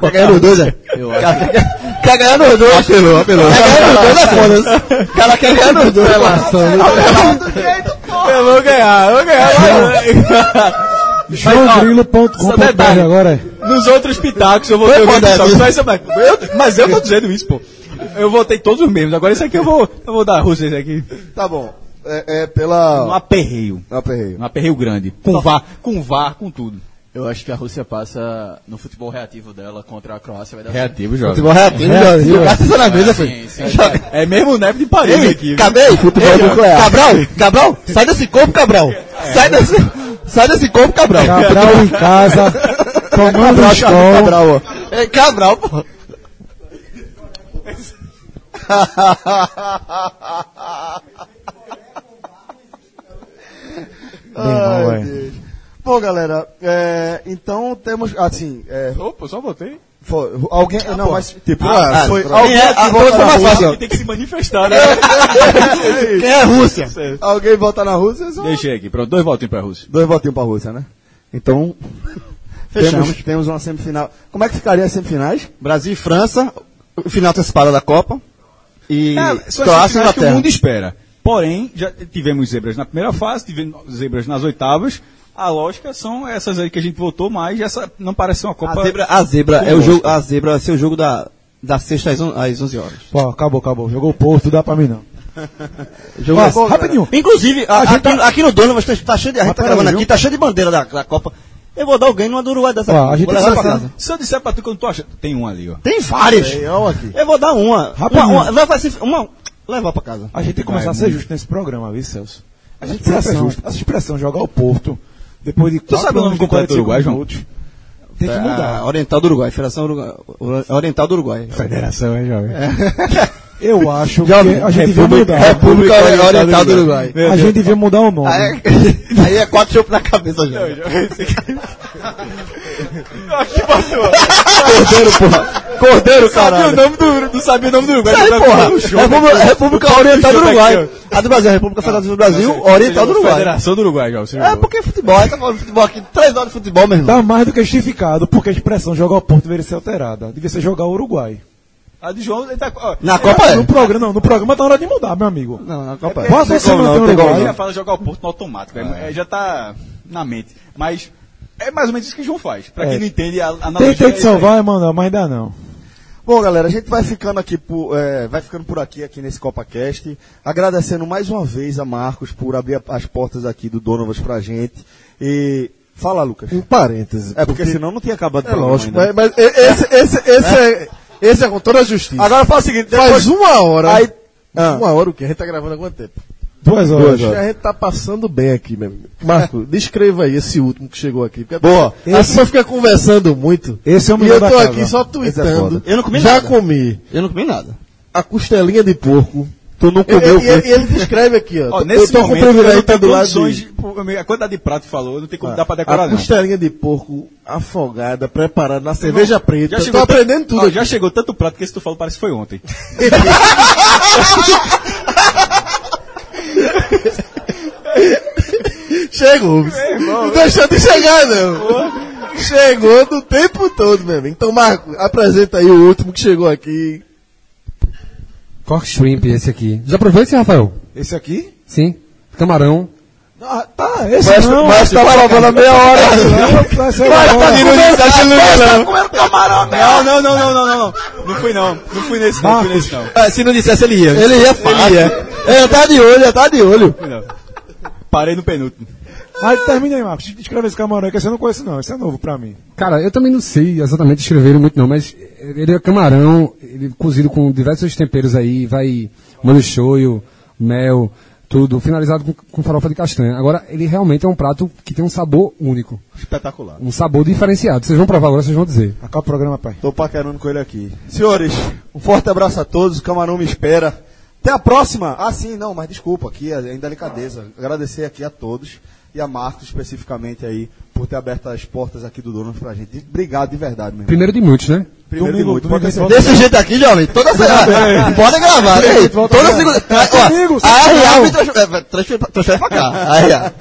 Quer ganhar nos dois, é? Eu Cara, quer- Quer ganhar nos dois? Apelou, apelou. Quer ganhar nos dois, é foda-se. O cara quer ganhar nos dois. Eu vou ganhar, eu vou ganhar. Joãogrilo.com.br é. agora. Nos outros pitacos eu vou ter o mesmo Foda-se. saldo, mas, mas- eu- mas eu tô dizendo isso, pô. Eu votei todos os mesmos. Agora isso aqui eu vou, eu vou dar a Rússia isso aqui. Tá bom. É, é pela. Um aperreio. Não aperreio. Um aperreio grande. Com VAR, com VAR, com tudo. Eu acho que a Rússia passa no futebol reativo dela contra a Croácia. Vai dar Reativo, jovem. Futebol reativo, Brasil. Graças a certo. Deus, filho. Sim, sim. É mesmo o neve de Paris Ei, aqui. viu? cadê? Futebol nuclear. Cabral, Cabral, sai desse corpo, Cabral. É. Sai desse, sai desse corpo, Cabral. Cabral em casa. Tomando o sol. Cabral, ó. É Cabral, pô. Ai, Deus. Bom, galera, é, então temos. Assim. É, Opa, só votei. foi- alguém. não, mas. Tipo, Ah, foi ah, alguém é, que ah, vota foi na uma Rússia. É. fácil. E tem que se manifestar, né? Quem é a Rússia? Alguém vota na Rússia? só- Deixei aqui, pronto. Dois votinhos pra Rússia. Dois votinhos pra Rússia, né? Então. Temos, temos uma semifinal. Como é que ficaria as semifinais? Brasil e França, o final antecipada da Copa. E É, são Croácia e as semifinais que o Inglaterra. mundo espera. Porém, já tivemos zebras na primeira fase, tivemos zebras nas oitavas. A lógica são essas aí que a gente votou, mas essa não parece ser uma Copa. A zebra, a zebra é o jogo, a zebra vai ser o jogo da, da sexta às, on, às 11 horas. Pô, acabou, acabou. Jogou o Porto, dá pra mim não. Jogo Ó, da- né? rapidinho. Inclusive, a- A gente aqui, aqui no Donovan tá, tá cheio de. A gente tá peraí, gravando viu? aqui, tá cheio de bandeira da, da Copa. Eu vou dar alguém numa do Uruguai dessa. Ó, a gente vou tá levar pra sacando. casa. Se eu disser pra tu que eu não tô achando. Tem um ali, ó. Tem várias. aqui. Eu vou dar uma. Rapidinho. Uma, uma, vai fazer uma. Levar pra casa. A gente tem que começar a ser justo nesse programa, viu, Celso? A gente expressão, essa expressão, jogar o Porto, depois de quatro sabe o nome anos e completo 45 do Uruguai, João? É, minutos, Tem que Ah, mudar. Oriental do Uruguai, Federação Uruguai, Ora- Oriental do Uruguai. Federação, hein, jovem? É. Eu acho que Jovem, a gente devia mudar. República Oriental do Uruguai. A gente devia mudar o Ah, nome. Aí, aí é quatro chopos na cabeça já. Cordeiro, porra. Cordeiro, Sabia o caralho. nome do, não sabia o nome do Uruguai. Sai, Vai porra. tomar um no chão. República, República Oriental do Uruguai. A do Brasil, a República Federativa do Brasil, Oriental do Uruguai. Federação Tá, do Uruguai, já. Você É jogou. porque é futebol, aí tá falando de futebol aqui, três horas de futebol, meu irmão. Tá mais do que justificado, porque a expressão jogar o Porto deveria ser alterada. Devia ser jogar o Uruguai. A de João, ele tá. Ó, Na Copa No é. programa, não, no programa tá na hora de mudar, meu amigo. Não, na Copa é. Bota Tem você como manter o não, tem como não. Uruguai. Ah, é, já fala jogar o Porto no automático. né? É, Já tá na mente. Mas É mais ou menos isso que o João faz. Pra quem não entende a analogia. Tentei te é isso aí. salvar, Emanuel, mas ainda não. Bom, galera, a gente vai ficando aqui por, é, vai ficando por aqui aqui nesse CopaCast. Agradecendo mais uma vez a Marcos por abrir a- as portas aqui do Donovas pra gente. E fala, Lucas. Um parêntese. É porque senão não tinha acabado o É programa lógico, ainda. né? mas, mas e- esse, esse, esse é. Esse é com toda a justiça. Agora fala o seguinte, depois- Faz uma hora. Aí- Ah. Uma hora o quê? A gente tá gravando há quanto tempo? Duas horas. A gente tá passando bem aqui mesmo. Marco, descreva aí esse último que chegou aqui. Porque Boa. A pessoa fica conversando muito. Esse é o E eu melhor tô da casa. aqui só tweetando. Eu não comi Já nada. um- comi Eu não comi nada. a costelinha de porco. Tu não comeu E, e- e ele descreve aqui, ó. Ó, eu nesse tô com o momento, eu privilégio não de tá tenho do lado condições de... de- pô, a quantidade de prato que falou, não tem como dar pra decorar, A não. costelinha de porco afogada, preparada na cerveja preta. Já Tô chegou aprendendo tan- tudo Ó, aqui. já chegou tanto prato que esse tu falou parece que foi ontem. Chegou. É, Não deixou de chegar, não. Chegou do tempo todo, meu amigo. Então, Marco, apresenta aí o último que chegou aqui. Cork shrimp, esse aqui. Já provou esse, Rafael? Esse aqui? Sim. Camarão. Ah, tá, esse Mas- não. mas tá provando a meia hora. Mas tá Não, não, não, não, não, não. Não fui não. Não fui nesse, não fui nesse, não. Ah, se não dissesse, ele ia. Ele ia fácil. É, já tá de olho, já tá de olho. Parei no penúltimo. Mas termina aí, Marcos. Descreve esse camarão que esse eu não conheço, não. Esse é novo pra mim. Cara, eu também não sei exatamente escrever ele muito não, mas ele é camarão, ele é cozido com diversos temperos aí, vai molho shoyu, mel, tudo, finalizado com, com farofa de castanha. Agora, ele realmente é um prato que tem um sabor único, Espetacular. um sabor diferenciado. Vocês vão provar agora, vocês vão dizer. Acaba o programa, pai. Tô paquerando com ele aqui. Senhores, um forte abraço a todos. O camarão me espera. Até a próxima. Ah, sim, não, mas desculpa aqui, é em delicadeza. Agradecer aqui a todos e a Marcos especificamente aí por ter aberto as portas aqui do Dono pra gente. Obrigado de verdade, meu irmão. Primeiro de muitos, né? Primeiro de muito. é Pode ser. Desse jeito aqui, jovem, toda semana. Bora gravar, né? aí? Toda segunda. Tá Ó, A RA me transfer- é, transfer- transfere pra cá. A RA.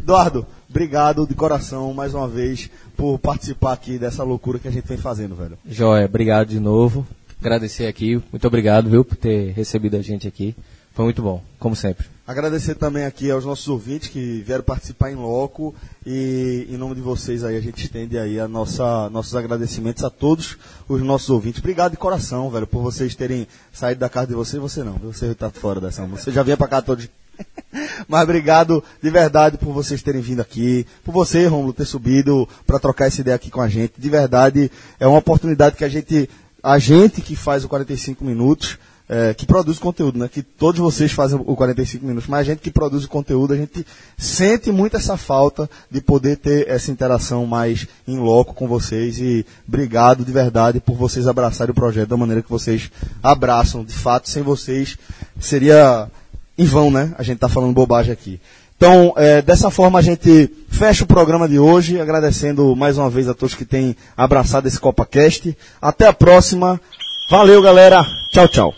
Eduardo, obrigado de coração mais uma vez por participar aqui dessa loucura que a gente vem fazendo, velho. Joia, obrigado de novo. Agradecer aqui. Muito obrigado, viu, por ter recebido a gente aqui. Foi muito bom, como sempre. Agradecer também aqui aos nossos ouvintes que vieram participar em loco e em nome de vocês aí a gente estende aí a nossa nossos agradecimentos a todos os nossos ouvintes. Obrigado de coração, velho, por vocês terem saído da casa de vocês, você não, viu? você tá fora dessa, você já vinha pra cá todos. Mas obrigado de verdade por vocês terem vindo aqui, por você, Romulo, ter subido pra trocar essa ideia aqui com a gente. De verdade, é uma oportunidade que a gente a gente que faz o 45 minutos, é, que produz conteúdo, né? Que todos vocês fazem o 45 minutos, mas a gente que produz o conteúdo, a gente sente muito essa falta de poder ter essa interação mais em loco com vocês e obrigado de verdade por vocês abraçarem o projeto da maneira que vocês abraçam. De fato, sem vocês seria em vão, né? A gente tá falando bobagem aqui. Então, é, dessa forma a gente fecha o programa de hoje, agradecendo mais uma vez a todos que têm abraçado esse CopaCast. Até a próxima. Valeu, galera. Tchau, tchau.